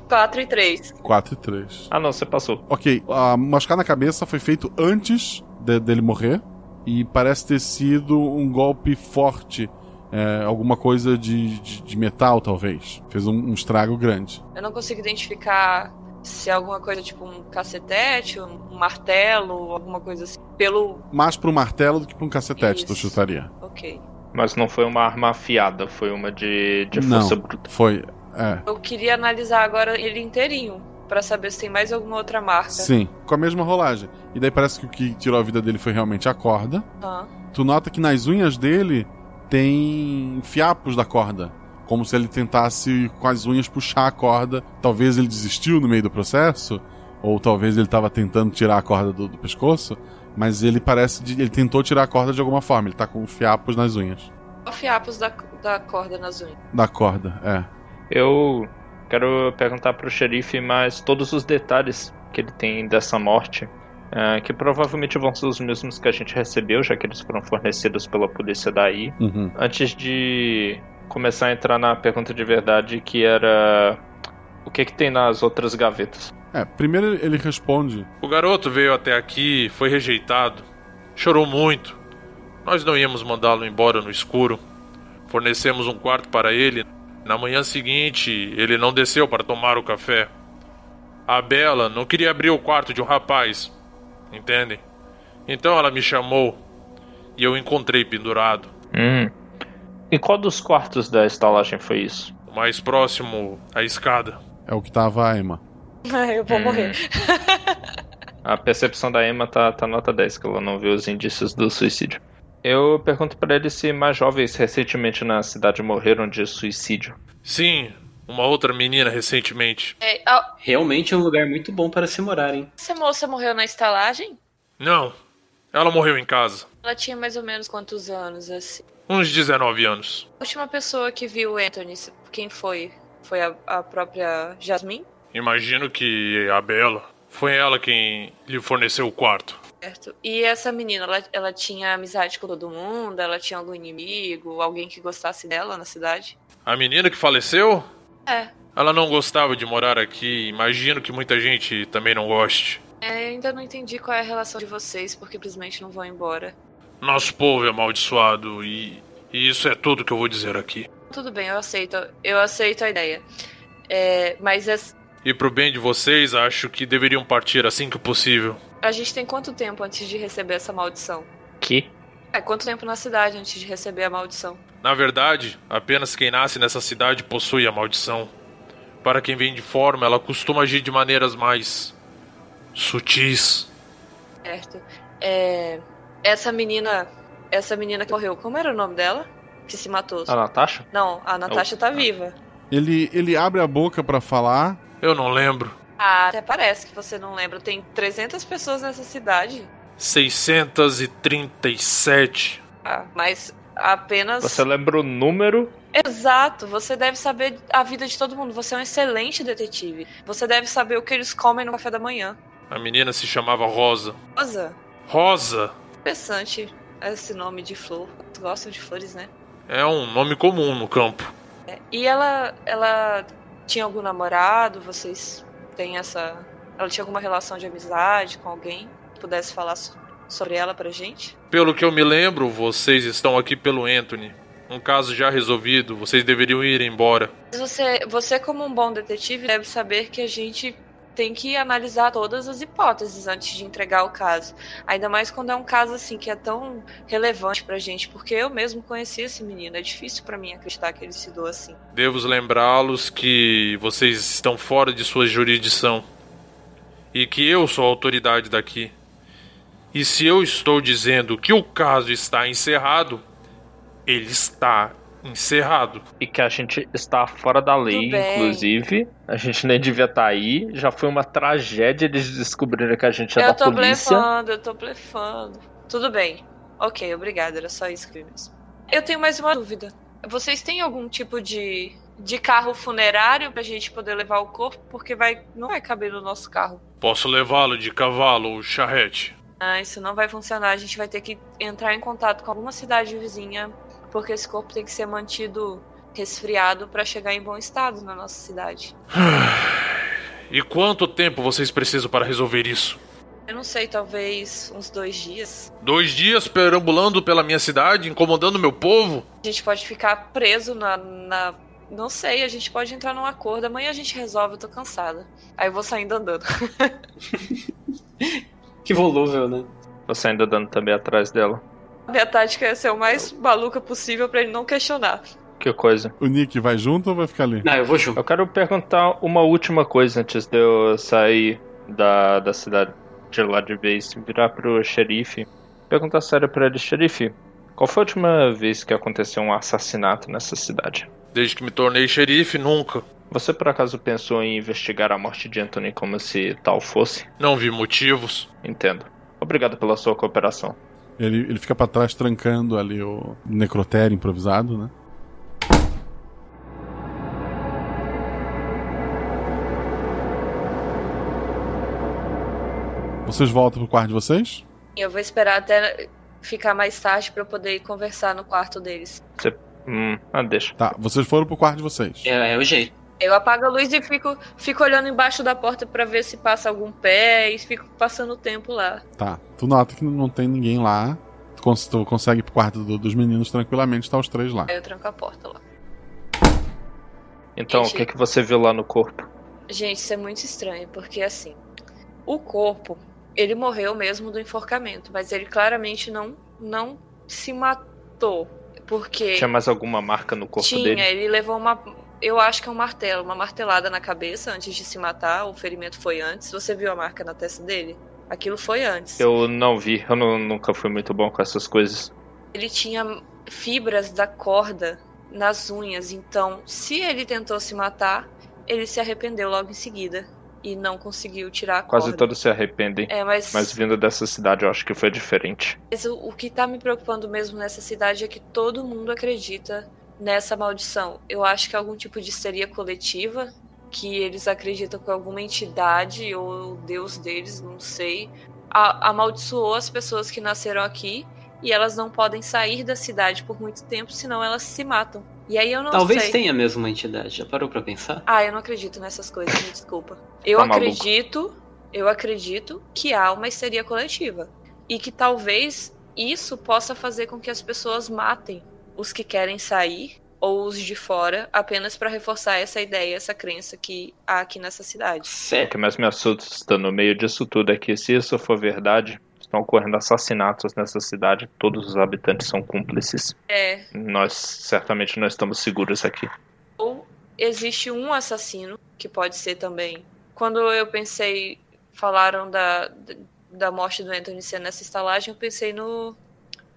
[SPEAKER 12] 4 e 3.
[SPEAKER 2] 4 e 3.
[SPEAKER 9] Ah, não, você passou.
[SPEAKER 2] Ok, a machucar na cabeça foi feito antes de- dele morrer. E parece ter sido um golpe forte. é, alguma coisa de, de, de metal, talvez. Fez um, um estrago grande.
[SPEAKER 12] Eu não consigo identificar Se é alguma coisa tipo um cacetete, um martelo, alguma coisa assim. Pelo.
[SPEAKER 2] Mais pro martelo do que pra um cacetete, tu chutaria.
[SPEAKER 12] Ok.
[SPEAKER 9] Mas não foi uma arma afiada, foi uma de, de força bruta.
[SPEAKER 2] Foi. É.
[SPEAKER 12] Eu queria analisar agora ele inteirinho, pra saber se tem mais alguma outra marca.
[SPEAKER 2] Sim, com a mesma rolagem. E daí parece que o que tirou a vida dele foi realmente a corda.
[SPEAKER 12] Aham.
[SPEAKER 2] Tu nota que nas unhas dele tem fiapos da corda. Como se ele tentasse com as unhas puxar a corda. Talvez ele desistiu no meio do processo. Ou talvez ele estava tentando tirar a corda do, do pescoço. Mas ele parece. de- ele tentou tirar a corda de alguma forma. Ele tá com fiapos nas unhas.
[SPEAKER 12] Os fiapos da, da corda nas unhas.
[SPEAKER 2] Da corda, é.
[SPEAKER 9] Eu quero perguntar pro xerife mais todos os detalhes que ele tem dessa morte, eh, que provavelmente vão ser os mesmos que a gente recebeu, já que eles foram fornecidos pela polícia daí.
[SPEAKER 2] Uhum.
[SPEAKER 9] Antes de começar a entrar na pergunta de verdade, que era o que que tem nas outras gavetas?
[SPEAKER 2] É, primeiro ele responde.
[SPEAKER 17] O garoto veio até aqui, foi rejeitado, chorou muito. Nós não íamos mandá-lo embora no escuro. Fornecemos um quarto para ele. Na manhã seguinte, ele não desceu para tomar o café. A Bela não queria abrir o quarto de um rapaz, entendem? Então ela me chamou e eu encontrei pendurado.
[SPEAKER 9] Hum. Em qual dos quartos da estalagem foi isso?
[SPEAKER 17] o mais próximo à escada.
[SPEAKER 2] É o que tava a Emma.
[SPEAKER 12] [LAUGHS] Eu vou
[SPEAKER 9] Hum.
[SPEAKER 12] morrer.
[SPEAKER 9] A percepção da Emma tá, tá nota 10, que ela não viu os indícios do suicídio. Eu pergunto pra ele se mais jovens recentemente na cidade morreram de suicídio.
[SPEAKER 17] Sim, uma outra menina recentemente.
[SPEAKER 12] É, a-
[SPEAKER 17] Realmente é um lugar muito bom para se morar, hein?
[SPEAKER 12] essa moça morreu na estalagem?
[SPEAKER 17] Não, ela morreu em casa.
[SPEAKER 12] Ela tinha mais ou menos quantos anos, assim?
[SPEAKER 17] Uns 19 anos.
[SPEAKER 12] A última pessoa que viu o Anthony, quem foi? Foi a, a própria Jasmine?
[SPEAKER 17] Imagino que a Bela foi ela quem lhe forneceu o quarto.
[SPEAKER 12] Certo. E essa menina, ela, ela tinha amizade com todo mundo? Ela tinha algum inimigo? Alguém que gostasse dela na cidade?
[SPEAKER 17] A menina que faleceu?
[SPEAKER 12] É.
[SPEAKER 17] Ela não gostava de morar aqui. Imagino que muita gente também não goste.
[SPEAKER 12] É, eu ainda não entendi qual é a relação de vocês, porque simplesmente não vão embora.
[SPEAKER 17] Nosso povo é amaldiçoado e, e isso é tudo que eu vou dizer aqui.
[SPEAKER 12] Tudo bem, eu aceito. Eu aceito a ideia. É, mas as-
[SPEAKER 17] E pro bem de vocês, acho que deveriam partir assim que possível.
[SPEAKER 12] a gente tem quanto tempo antes de receber essa maldição?
[SPEAKER 9] Que?
[SPEAKER 12] É, quanto tempo na cidade antes de receber a maldição?
[SPEAKER 17] Na verdade, apenas quem nasce nessa cidade possui a maldição. Para quem vem de forma, ela costuma agir de maneiras mais sutis.
[SPEAKER 12] Certo. É, essa menina. Essa menina que morreu, como era o nome dela? Que se matou.
[SPEAKER 9] A Natasha? É ah.
[SPEAKER 12] Não, a Natasha tá viva.
[SPEAKER 2] Ele, ele abre a boca pra falar.
[SPEAKER 17] Eu não lembro.
[SPEAKER 12] Ah, até parece que você não lembra. Tem 300 pessoas nessa cidade.
[SPEAKER 17] 637.
[SPEAKER 12] Ah, mas apenas.
[SPEAKER 9] Você lembra o número?
[SPEAKER 12] Exato, você deve saber a vida de todo mundo. Você é um excelente detetive. Você deve saber o que eles comem no café da manhã.
[SPEAKER 17] A menina se chamava Rosa.
[SPEAKER 12] Rosa,
[SPEAKER 17] Rosa
[SPEAKER 12] interessante esse nome de flor. Gostam de flores, né?
[SPEAKER 17] é um nome comum no campo.
[SPEAKER 12] É, E ela, ela tinha algum namorado? Vocês têm essa. Ela tinha alguma relação de amizade com alguém? que Pudesse falar so- sobre ela pra gente?
[SPEAKER 17] Pelo que eu me lembro, vocês estão aqui pelo Anthony. Um caso já resolvido, vocês deveriam ir embora.
[SPEAKER 12] Mas Você, você, como um bom detetive, deve saber que a gente tem que analisar todas as hipóteses antes de entregar o caso. Ainda mais quando é um caso assim que é tão relevante pra gente, porque eu mesmo conheci esse menino. É difícil pra mim acreditar que ele se doa assim.
[SPEAKER 17] Devo lembrá-los que vocês estão fora de sua jurisdição e que eu sou a autoridade daqui. E se eu estou dizendo que o caso está encerrado, ele está encerrado.
[SPEAKER 9] E que a gente está fora da
[SPEAKER 17] Tudo
[SPEAKER 9] lei,
[SPEAKER 17] bem.
[SPEAKER 9] inclusive. A gente nem devia estar aí. Já foi uma tragédia eles descobrirem que a gente é
[SPEAKER 12] eu
[SPEAKER 9] da
[SPEAKER 12] tô
[SPEAKER 9] polícia.
[SPEAKER 12] blefando, eu tô blefando. Tudo bem. Ok, obrigada, era só isso que eu mesmo. Eu tenho mais uma dúvida. Vocês têm algum tipo de, de carro funerário pra gente poder levar o corpo? Porque vai, não vai caber no nosso carro.
[SPEAKER 17] Posso levá-lo de cavalo ou charrete?
[SPEAKER 12] Ah, isso não vai funcionar. A gente vai ter que entrar em contato com alguma cidade vizinha, porque esse corpo tem que ser mantido resfriado pra chegar em bom estado na nossa cidade.
[SPEAKER 17] E quanto tempo vocês precisam para resolver isso?
[SPEAKER 12] Eu não sei, talvez uns dois dias.
[SPEAKER 17] Dois dias perambulando pela minha cidade, incomodando meu povo?
[SPEAKER 12] A gente pode ficar preso na, na- Não sei, a gente pode entrar num acordo. Amanhã a gente resolve, eu tô cansada. Aí eu vou saindo andando. [LAUGHS]
[SPEAKER 4] Que volúvel, né?
[SPEAKER 9] Você ainda dando também atrás dela.
[SPEAKER 12] A minha tática é ser o mais maluca possível pra ele não questionar.
[SPEAKER 9] Que coisa.
[SPEAKER 2] O Nick vai junto ou vai ficar ali?
[SPEAKER 4] Não, eu vou junto.
[SPEAKER 9] Eu quero perguntar uma última coisa antes de eu sair da, da cidade de lá de vez. Virar pro xerife. Perguntar sério pra ele, xerife. Qual foi a última vez que aconteceu um assassinato nessa cidade?
[SPEAKER 17] Desde que me tornei xerife, nunca.
[SPEAKER 9] Você por acaso pensou em investigar a morte de Anthony como se tal fosse?
[SPEAKER 17] Não vi motivos.
[SPEAKER 9] Entendo. Obrigado pela sua cooperação.
[SPEAKER 2] Ele, ele fica pra trás trancando ali o necrotério improvisado, né? Vocês voltam pro quarto de vocês?
[SPEAKER 12] Eu vou esperar até ficar mais tarde pra eu poder ir conversar no quarto deles.
[SPEAKER 9] Você... Hum, ah, deixa.
[SPEAKER 2] Tá, vocês foram pro quarto de vocês.
[SPEAKER 4] É, é o jeito.
[SPEAKER 12] Eu apago a luz e fico, fico olhando embaixo da porta pra ver se passa algum pé e fico passando o tempo lá.
[SPEAKER 2] Tá. Tu nota que não tem ninguém lá. Tu, cons- tu consegue ir pro quarto do- dos meninos tranquilamente, tá os três lá.
[SPEAKER 12] Aí eu tranco a porta lá.
[SPEAKER 9] Então, o
[SPEAKER 12] Entendi.
[SPEAKER 9] que, que você viu lá no corpo?
[SPEAKER 12] Gente, isso é muito estranho, porque assim, o corpo, ele morreu mesmo do enforcamento, mas ele claramente não, não se matou. Porque
[SPEAKER 9] Tinha mais alguma marca no corpo
[SPEAKER 12] é, tinha,
[SPEAKER 9] dele?
[SPEAKER 12] ele levou uma. Eu acho que é um martelo, uma martelada na cabeça antes de se matar. O ferimento foi antes. Você viu a marca na testa dele? Aquilo foi antes.
[SPEAKER 9] Eu não vi, eu não- nunca fui muito bom com essas coisas.
[SPEAKER 12] Ele tinha fibras da corda nas unhas, então se ele tentou se matar, ele se arrependeu logo em seguida e não conseguiu tirar a
[SPEAKER 9] Quase
[SPEAKER 12] corda.
[SPEAKER 9] todos se arrependem.
[SPEAKER 12] É, mas-
[SPEAKER 9] vindo dessa cidade eu acho que foi diferente.
[SPEAKER 12] Mas o, o que tá me preocupando mesmo nessa cidade é que todo mundo acredita nessa maldição. Eu acho que é algum tipo de histeria coletiva, que eles acreditam que alguma entidade ou deus deles, não sei, a- amaldiçoou as pessoas que nasceram aqui e elas não podem sair da cidade por muito tempo, senão elas se matam. E aí eu não
[SPEAKER 4] Talvez
[SPEAKER 12] sei.
[SPEAKER 4] tenha mesmo uma entidade, já parou pra pensar?
[SPEAKER 12] Ah, eu não acredito nessas coisas, me desculpa. Eu
[SPEAKER 4] Tá maluco.
[SPEAKER 12] acredito, eu acredito que há uma histeria coletiva e que talvez isso possa fazer com que as pessoas matem os que querem sair ou os de fora apenas pra reforçar essa ideia, essa crença que há aqui nessa cidade.
[SPEAKER 9] O que mais me assusta no meio disso tudo é que se isso for verdade, estão ocorrendo assassinatos nessa cidade, todos os habitantes são cúmplices.
[SPEAKER 12] É,
[SPEAKER 9] Nós certamente não estamos seguros aqui.
[SPEAKER 12] ou existe um assassino, que pode ser também. Quando eu pensei, falaram da, da morte do Anthony ser nessa estalagem, eu pensei no.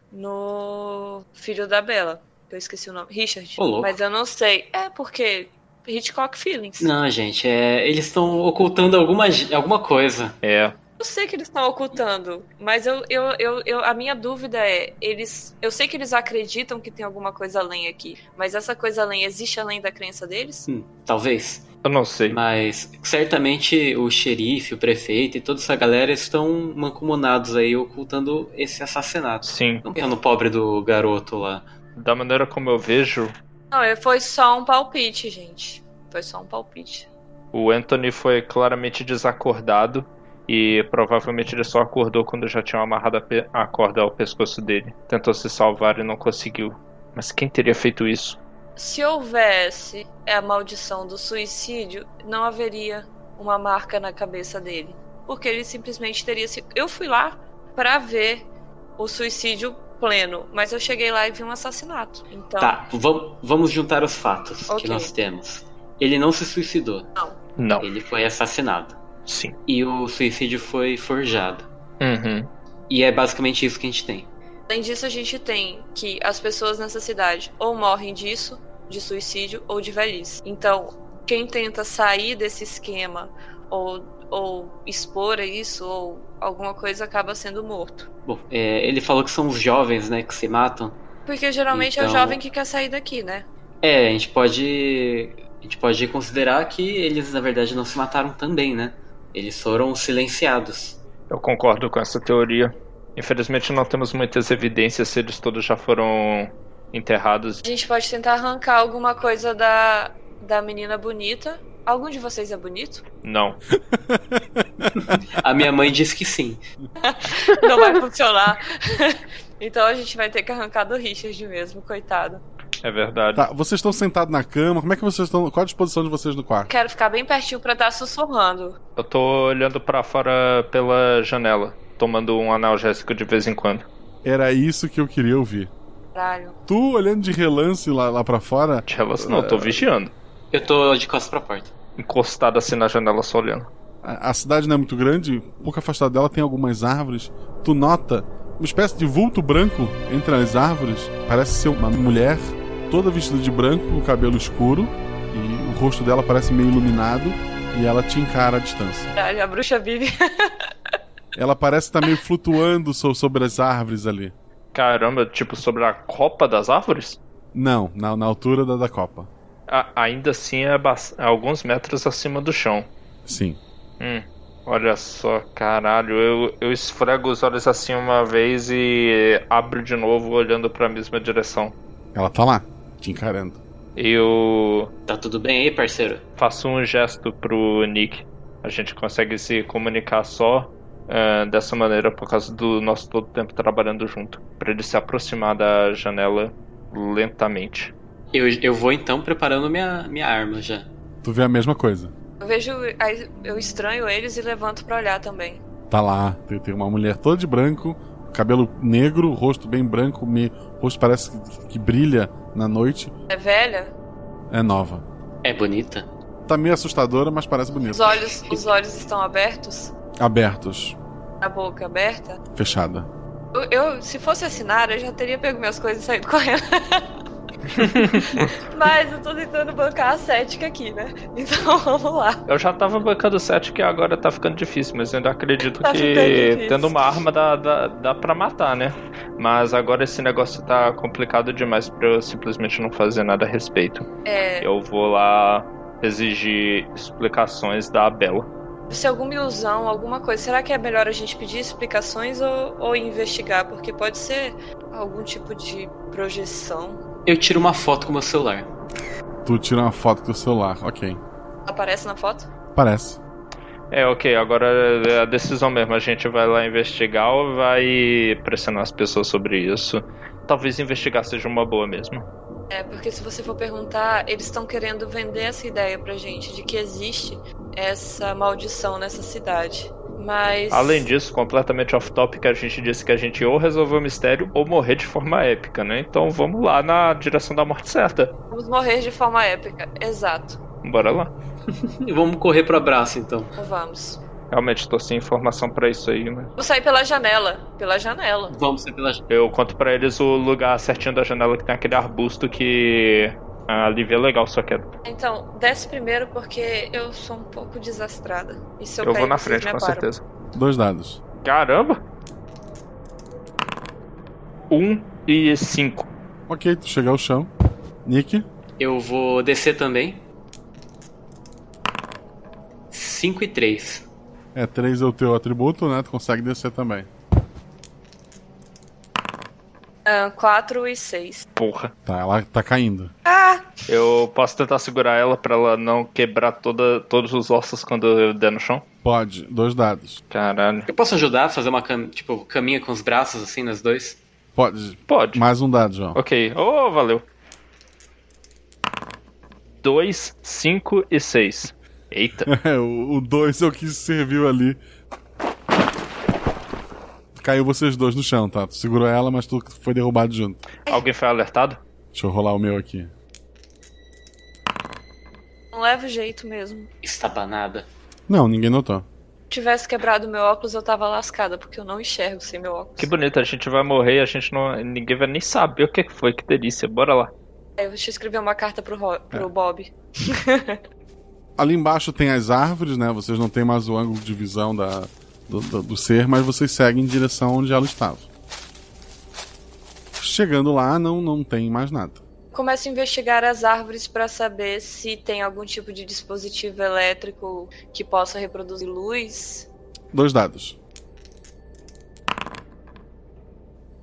[SPEAKER 12] no filho da Bela. Eu esqueci o nome. Richard.
[SPEAKER 4] Ô, louco.
[SPEAKER 12] Mas eu não sei. É porque. Hitchcock Feelings.
[SPEAKER 4] Não, gente, é, eles estão ocultando alguma, ge- alguma coisa.
[SPEAKER 9] É.
[SPEAKER 12] Eu sei que eles estão ocultando, mas eu, eu, eu, eu- a minha dúvida é, eles, eu sei que eles acreditam que tem alguma coisa além aqui, mas essa coisa além existe além da crença deles?
[SPEAKER 4] Hum, Talvez.
[SPEAKER 9] Eu não sei.
[SPEAKER 4] Mas certamente o xerife, o prefeito e toda essa galera estão mancomunados aí ocultando esse assassinato.
[SPEAKER 9] Sim.
[SPEAKER 4] Estão pegando o pobre do garoto lá.
[SPEAKER 9] Da maneira como
[SPEAKER 12] Então.
[SPEAKER 9] eu vejo,
[SPEAKER 12] Não, é- foi só um palpite, gente. Foi só um palpite.
[SPEAKER 9] o Anthony foi claramente desacordado e provavelmente ele só acordou quando já tinham amarrado a, pe- a corda ao pescoço dele. Tentou se salvar e não conseguiu. Mas quem teria feito isso?
[SPEAKER 12] Se houvesse a maldição do suicídio, não haveria uma marca na cabeça dele, porque ele simplesmente teria se Eu fui lá pra ver o suicídio pleno, mas eu cheguei lá e vi um assassinato. Então,
[SPEAKER 4] Tá, vam- vamos juntar os fatos
[SPEAKER 12] Ok.
[SPEAKER 4] que nós temos. Ele não se suicidou.
[SPEAKER 12] Não.
[SPEAKER 9] Não.
[SPEAKER 4] Ele foi assassinado.
[SPEAKER 9] Sim.
[SPEAKER 4] E o suicídio foi forjado.
[SPEAKER 9] Uhum.
[SPEAKER 4] E é basicamente isso que a gente tem.
[SPEAKER 12] Além disso, a gente tem que as pessoas nessa cidade ou morrem disso, de suicídio, ou de velhice. Então, quem tenta sair desse esquema, ou, ou expor a isso, ou alguma coisa, acaba sendo morto.
[SPEAKER 4] Bom, é, ele falou que são os jovens, né, que se matam.
[SPEAKER 12] Porque geralmente é o
[SPEAKER 4] Então-
[SPEAKER 12] jovem que quer sair daqui, né?
[SPEAKER 4] É, a gente pode. A gente pode considerar que eles, na verdade, não se mataram também, né? Eles foram silenciados.
[SPEAKER 9] Eu concordo com essa teoria. Infelizmente não temos muitas evidências se eles todos já foram enterrados.
[SPEAKER 12] A gente pode tentar arrancar alguma coisa da, da menina bonita. Algum de vocês é bonito?
[SPEAKER 9] Não.
[SPEAKER 4] [LAUGHS] A minha mãe disse que sim.
[SPEAKER 12] [LAUGHS] Não vai funcionar. então a gente vai ter que arrancar do Richard mesmo, coitado.
[SPEAKER 9] É verdade.
[SPEAKER 2] Tá, vocês estão sentados na cama, como é que vocês estão. Qual a disposição de vocês no quarto?
[SPEAKER 12] Quero ficar bem pertinho pra estar sussurrando.
[SPEAKER 9] Eu tô olhando pra fora pela janela, tomando um analgésico de vez em quando.
[SPEAKER 2] Era isso que eu queria ouvir.
[SPEAKER 12] Caralho.
[SPEAKER 2] Tu olhando de relance lá, lá pra fora. eh, De
[SPEAKER 9] relance não, eu
[SPEAKER 2] É.
[SPEAKER 9] tô vigiando.
[SPEAKER 4] Eu tô de costas pra porta.
[SPEAKER 9] Encostado assim na janela, só olhando.
[SPEAKER 2] A, a cidade não é muito grande, pouco afastada dela tem algumas árvores. Tu nota uma espécie de vulto branco entre as árvores. Parece ser uma mulher, toda vestida de branco, com cabelo escuro, e o rosto dela parece meio iluminado, e ela te encara à distância.
[SPEAKER 12] Caralho, a bruxa vive. [LAUGHS]
[SPEAKER 2] Ela parece estar meio flutuando so- sobre as árvores ali.
[SPEAKER 9] Caramba, tipo, sobre a copa das árvores?
[SPEAKER 2] Não, na, na altura da, da copa.
[SPEAKER 9] A- ainda assim é bas- alguns metros acima do chão.
[SPEAKER 2] Sim.
[SPEAKER 9] Hum, olha só, caralho. Eu, eu esfrego os olhos assim uma vez e abro de novo olhando pra mesma direção.
[SPEAKER 2] Ela tá lá, te encarando.
[SPEAKER 9] Eu
[SPEAKER 4] Tá tudo bem aí, parceiro?
[SPEAKER 9] faço um gesto pro Nick. A gente consegue se comunicar só ah, dessa maneira por causa do nosso todo tempo trabalhando junto. Pra ele se aproximar da janela lentamente.
[SPEAKER 4] Eu, eu vou então preparando minha, minha arma já.
[SPEAKER 2] Tu vê a mesma coisa.
[SPEAKER 12] Eu vejo. aí Eu estranho eles e levanto pra olhar também.
[SPEAKER 2] Tá lá, tem, tem uma mulher toda de branco, cabelo negro, rosto bem branco, me, rosto parece que, que brilha na noite.
[SPEAKER 12] É velha?
[SPEAKER 2] É nova.
[SPEAKER 4] É bonita?
[SPEAKER 2] Tá meio assustadora, mas parece
[SPEAKER 12] Os
[SPEAKER 2] bonita.
[SPEAKER 12] olhos, os olhos estão abertos?
[SPEAKER 2] Abertos,
[SPEAKER 12] A boca aberta?
[SPEAKER 2] fechada.
[SPEAKER 12] Eu, eu- se fosse assinar, eu já teria pego minhas coisas e saído correndo. [LAUGHS] Mas eu tô tentando bancar a cética aqui, né? [LAUGHS] Então vamos lá.
[SPEAKER 9] Eu já tava bancando 7 que agora tá ficando difícil, mas eu ainda acredito
[SPEAKER 12] Tá ficando
[SPEAKER 9] que
[SPEAKER 12] difícil.
[SPEAKER 9] tendo uma arma dá, dá, dá pra matar, né? Mas agora esse negócio tá complicado demais pra eu simplesmente não fazer nada a respeito.
[SPEAKER 12] É,
[SPEAKER 9] Eu vou lá exigir explicações da Bela.
[SPEAKER 12] se alguma ilusão, alguma coisa, será que é melhor a gente pedir explicações ou, ou investigar? Porque pode ser algum tipo de projeção.
[SPEAKER 4] Eu tiro uma foto com meu celular.
[SPEAKER 2] Tu tira uma foto do celular, ok.
[SPEAKER 12] Aparece na foto?
[SPEAKER 2] Parece.
[SPEAKER 9] É, ok, agora é a decisão mesmo. A gente vai lá investigar ou vai pressionar as pessoas sobre isso? Talvez investigar seja uma boa mesmo.
[SPEAKER 12] É, porque se você for perguntar, eles estão querendo vender essa ideia pra gente de que existe essa maldição nessa cidade. Mas.
[SPEAKER 9] Além disso, completamente off-topic, a gente disse que a gente ou resolveu o mistério ou morrer de forma épica, né? Então vamos lá na direção da morte certa.
[SPEAKER 12] Vamos morrer de forma épica. Exato.
[SPEAKER 9] Bora lá.
[SPEAKER 4] [LAUGHS] Vamos correr pro abraço então.
[SPEAKER 12] Vamos.
[SPEAKER 9] Realmente tô sem informação pra isso aí, né?
[SPEAKER 12] Vou sair pela janela. Pela janela.
[SPEAKER 4] Vamos ser pela
[SPEAKER 9] Eu conto pra eles o lugar certinho da janela que tem aquele arbusto que ah, ali vê legal sua queda.
[SPEAKER 12] Então, desce primeiro porque eu sou um pouco desastrada. E se eu,
[SPEAKER 9] Eu
[SPEAKER 12] cair,
[SPEAKER 9] vou na
[SPEAKER 12] vocês
[SPEAKER 9] frente,
[SPEAKER 12] me
[SPEAKER 9] com
[SPEAKER 12] aparam.
[SPEAKER 9] certeza.
[SPEAKER 2] Dois dados.
[SPEAKER 9] Caramba! Um e cinco.
[SPEAKER 2] Ok, tu chega ao chão. Nick,
[SPEAKER 4] Eu vou descer também. 5 e 3.
[SPEAKER 2] é três é o teu atributo, né? Tu consegue descer também.
[SPEAKER 12] Ah, quatro e seis.
[SPEAKER 9] Porra.
[SPEAKER 2] Tá, ela tá caindo.
[SPEAKER 12] Ah!
[SPEAKER 9] Eu posso tentar segurar ela pra ela não quebrar toda, todos os ossos quando eu der no chão?
[SPEAKER 2] Pode, dois dados.
[SPEAKER 9] Caralho.
[SPEAKER 4] Eu posso ajudar a fazer uma cam... tipo, caminha com os braços assim nas dois?
[SPEAKER 2] Pode.
[SPEAKER 9] Pode.
[SPEAKER 2] Mais um dado, João.
[SPEAKER 9] Ok. Oh, valeu. 2, 5 e 6. Eita.
[SPEAKER 2] [LAUGHS] É, o 2 é o que serviu ali. Caiu vocês dois no chão, tá? Tu segurou ela, mas tu foi derrubado junto.
[SPEAKER 9] Alguém foi alertado?
[SPEAKER 2] Deixa eu rolar o meu aqui.
[SPEAKER 12] Não leva jeito mesmo.
[SPEAKER 4] Estabanada.
[SPEAKER 2] Não, ninguém notou.
[SPEAKER 12] Tivesse quebrado meu óculos, eu tava lascada, porque eu não enxergo sem meu óculos.
[SPEAKER 9] Que bonito, a gente vai morrer e a gente não. Ninguém vai nem saber o que que foi, que delícia. Bora lá.
[SPEAKER 12] É, eu vou te escrever uma carta pro, Ro-
[SPEAKER 9] É.
[SPEAKER 12] pro Bob. [LAUGHS]
[SPEAKER 2] Ali embaixo tem as árvores, né? Vocês não têm mais o ângulo de visão da, do, do- do ser, mas vocês seguem em direção onde ela estava. Chegando lá, não, não tem mais nada.
[SPEAKER 12] Começo a investigar as árvores pra saber se tem algum tipo de dispositivo elétrico que possa reproduzir luz.
[SPEAKER 2] Dois dados.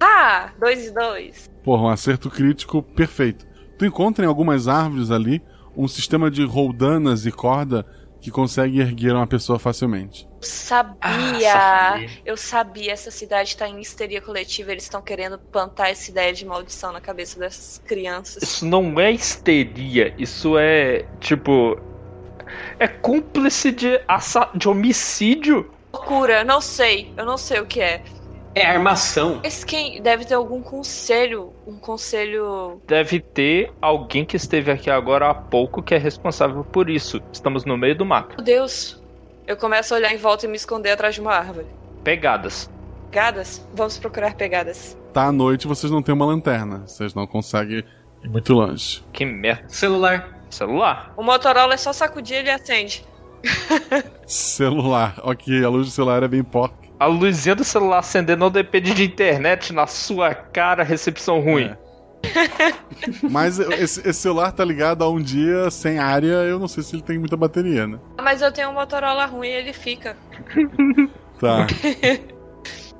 [SPEAKER 12] Ah! Dois e dois.
[SPEAKER 2] Porra, um acerto crítico perfeito. Tu encontra em algumas árvores ali um sistema de roldanas e corda que consegue erguer uma pessoa facilmente.
[SPEAKER 4] Ah,
[SPEAKER 12] Sabia! eu sabia, essa cidade tá em histeria coletiva, eles estão querendo plantar essa ideia de maldição na cabeça dessas crianças.
[SPEAKER 9] Isso não é histeria, isso é tipo. É cúmplice de, assa de homicídio.
[SPEAKER 12] Loucura, eu não sei, eu não sei o que é.
[SPEAKER 4] É armação.
[SPEAKER 12] Esse quem deve ter algum conselho, um conselho
[SPEAKER 9] Deve ter alguém que esteve aqui agora há pouco que é responsável por isso. Estamos no meio do mato.
[SPEAKER 12] Meu Deus! Eu começo a olhar em volta e me esconder atrás de uma árvore.
[SPEAKER 9] Pegadas.
[SPEAKER 12] Pegadas? Vamos procurar pegadas.
[SPEAKER 2] Tá à noite, vocês não têm uma lanterna. Vocês não conseguem ir muito longe.
[SPEAKER 9] Que merda.
[SPEAKER 4] Celular.
[SPEAKER 9] Celular.
[SPEAKER 12] O Motorola é só sacudir e ele acende.
[SPEAKER 9] [LAUGHS]
[SPEAKER 2] Celular. Ok, a luz do celular é bem porca.
[SPEAKER 9] A luzinha do celular acender não depende de internet na sua cara, recepção ruim.
[SPEAKER 2] É. Mas esse, esse celular tá ligado a um dia sem área, eu não sei se ele tem muita bateria, né?
[SPEAKER 12] Mas eu tenho um Motorola ruim e ele fica. [LAUGHS]
[SPEAKER 9] [LAUGHS]
[SPEAKER 2] Tá.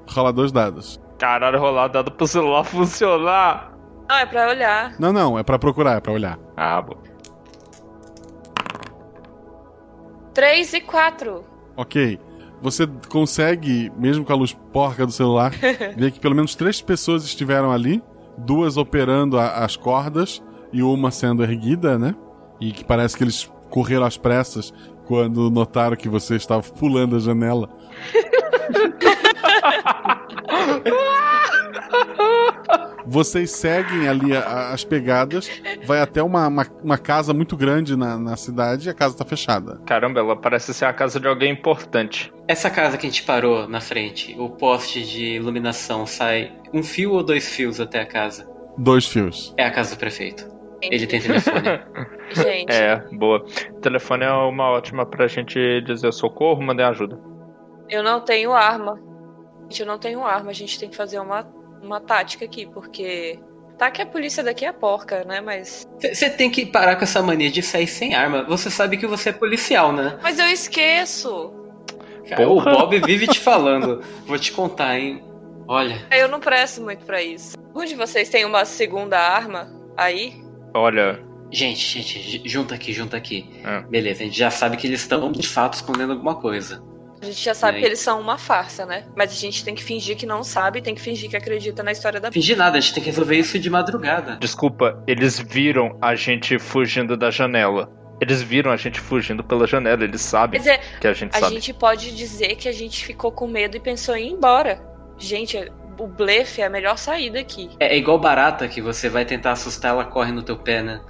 [SPEAKER 2] Rola dois dados.
[SPEAKER 9] Caralho, rolar dado pro celular [LAUGHS] funcionar.
[SPEAKER 12] Não, é pra olhar.
[SPEAKER 2] Não, não, é pra procurar, é pra olhar.
[SPEAKER 9] Ah, bom.
[SPEAKER 12] 3 e 4.
[SPEAKER 2] Ok. Você consegue, mesmo com a luz porca do celular, ver que pelo menos três pessoas estiveram ali, duas operando a- as cordas e uma sendo erguida, né? E que parece que eles correram às pressas quando notaram que você estava pulando a janela. Vocês seguem ali a- a- as pegadas, vai até uma, uma, uma casa muito grande na, na cidade e a casa tá fechada.
[SPEAKER 9] Caramba, ela parece ser a casa de alguém importante.
[SPEAKER 4] Essa casa que a gente parou na frente, o poste de iluminação sai um fio ou dois fios até a casa.
[SPEAKER 2] Dois fios.
[SPEAKER 4] É a casa do prefeito. Ele tem telefone.
[SPEAKER 12] Gente.
[SPEAKER 9] É, boa. O telefone é uma ótima pra gente dizer socorro, mandar ajuda.
[SPEAKER 12] Eu não tenho arma. Gente, eu não tenho arma. A gente tem que fazer uma, uma tática aqui, porque. Tá que a polícia daqui é porca, né? Mas.
[SPEAKER 4] Você tem que parar com essa mania de sair sem arma. Você sabe que você é policial, né?
[SPEAKER 12] Mas eu esqueço!
[SPEAKER 4] Cara, o
[SPEAKER 9] Porra.
[SPEAKER 4] Bob vive te falando. Vou te contar, hein? Olha,
[SPEAKER 12] [LAUGHS] Eu não presto muito pra isso. Algum de vocês tem uma segunda arma aí?
[SPEAKER 9] olha. Ah.
[SPEAKER 4] Gente, gente, j- junta aqui, junta aqui. Beleza, a gente já sabe que eles estão de fato escondendo alguma coisa.
[SPEAKER 12] A gente já sabe
[SPEAKER 4] Aí.
[SPEAKER 12] que eles são uma farsa, né? Mas a gente tem que fingir que não sabe, tem que fingir que acredita na história da.
[SPEAKER 4] Fingir nada, a gente tem que resolver isso de madrugada.
[SPEAKER 9] Desculpa, eles viram a gente fugindo da janela. Eles viram a gente fugindo pela janela, eles sabem
[SPEAKER 4] é,
[SPEAKER 12] Quer dizer,
[SPEAKER 9] que a gente
[SPEAKER 12] A
[SPEAKER 9] sabe.
[SPEAKER 12] gente pode dizer que a gente ficou com medo e pensou em ir embora. Gente, o blefe é a melhor saída aqui.
[SPEAKER 4] É, é igual barata que você vai tentar assustar, ela corre no teu pé, né?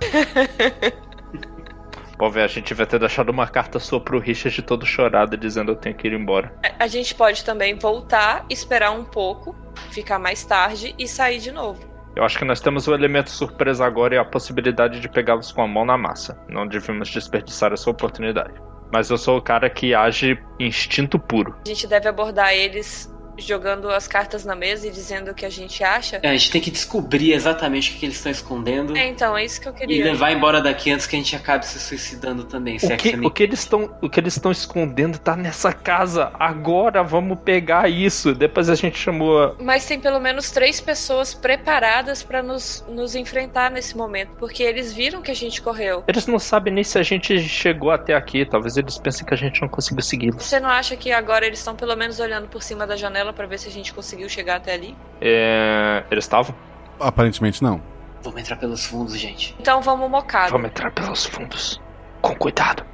[SPEAKER 9] Pô, velho, a gente vai ter deixado uma carta sua pro Richard todo chorado, dizendo eu tenho que ir embora.
[SPEAKER 12] A gente pode também voltar, esperar um pouco, ficar mais tarde e sair de novo.
[SPEAKER 9] Eu acho que nós temos o elemento surpresa agora e a possibilidade de pegá-los com a mão na massa. Não devíamos desperdiçar essa oportunidade. Mas eu sou o cara que age instinto puro.
[SPEAKER 12] A gente deve abordar eles jogando as cartas na mesa e dizendo o que a gente acha.
[SPEAKER 4] É, a gente tem que descobrir exatamente o que que eles estão escondendo
[SPEAKER 12] É, então, é isso que eu queria.
[SPEAKER 4] e levar embora daqui antes que a gente acabe se suicidando também. se
[SPEAKER 9] O
[SPEAKER 4] é
[SPEAKER 9] que,
[SPEAKER 4] você me
[SPEAKER 9] o que eles estão, o que eles estão escondendo tá nessa casa. Agora vamos pegar isso. Depois a gente chamou.
[SPEAKER 12] Mas tem pelo menos três pessoas preparadas pra nos, nos enfrentar nesse momento, porque eles viram que a gente correu.
[SPEAKER 9] Eles não sabem nem se a gente chegou até aqui. Talvez eles pensem que a gente não conseguiu segui-los.
[SPEAKER 12] Você não acha que agora eles estão pelo menos olhando por cima da janela pra ver se a gente conseguiu chegar até ali?
[SPEAKER 9] É, eles estavam?
[SPEAKER 2] Aparentemente não.
[SPEAKER 4] Vamos entrar pelos fundos, gente.
[SPEAKER 12] Então vamos mocado.
[SPEAKER 9] Vamos entrar pelos fundos. Com cuidado.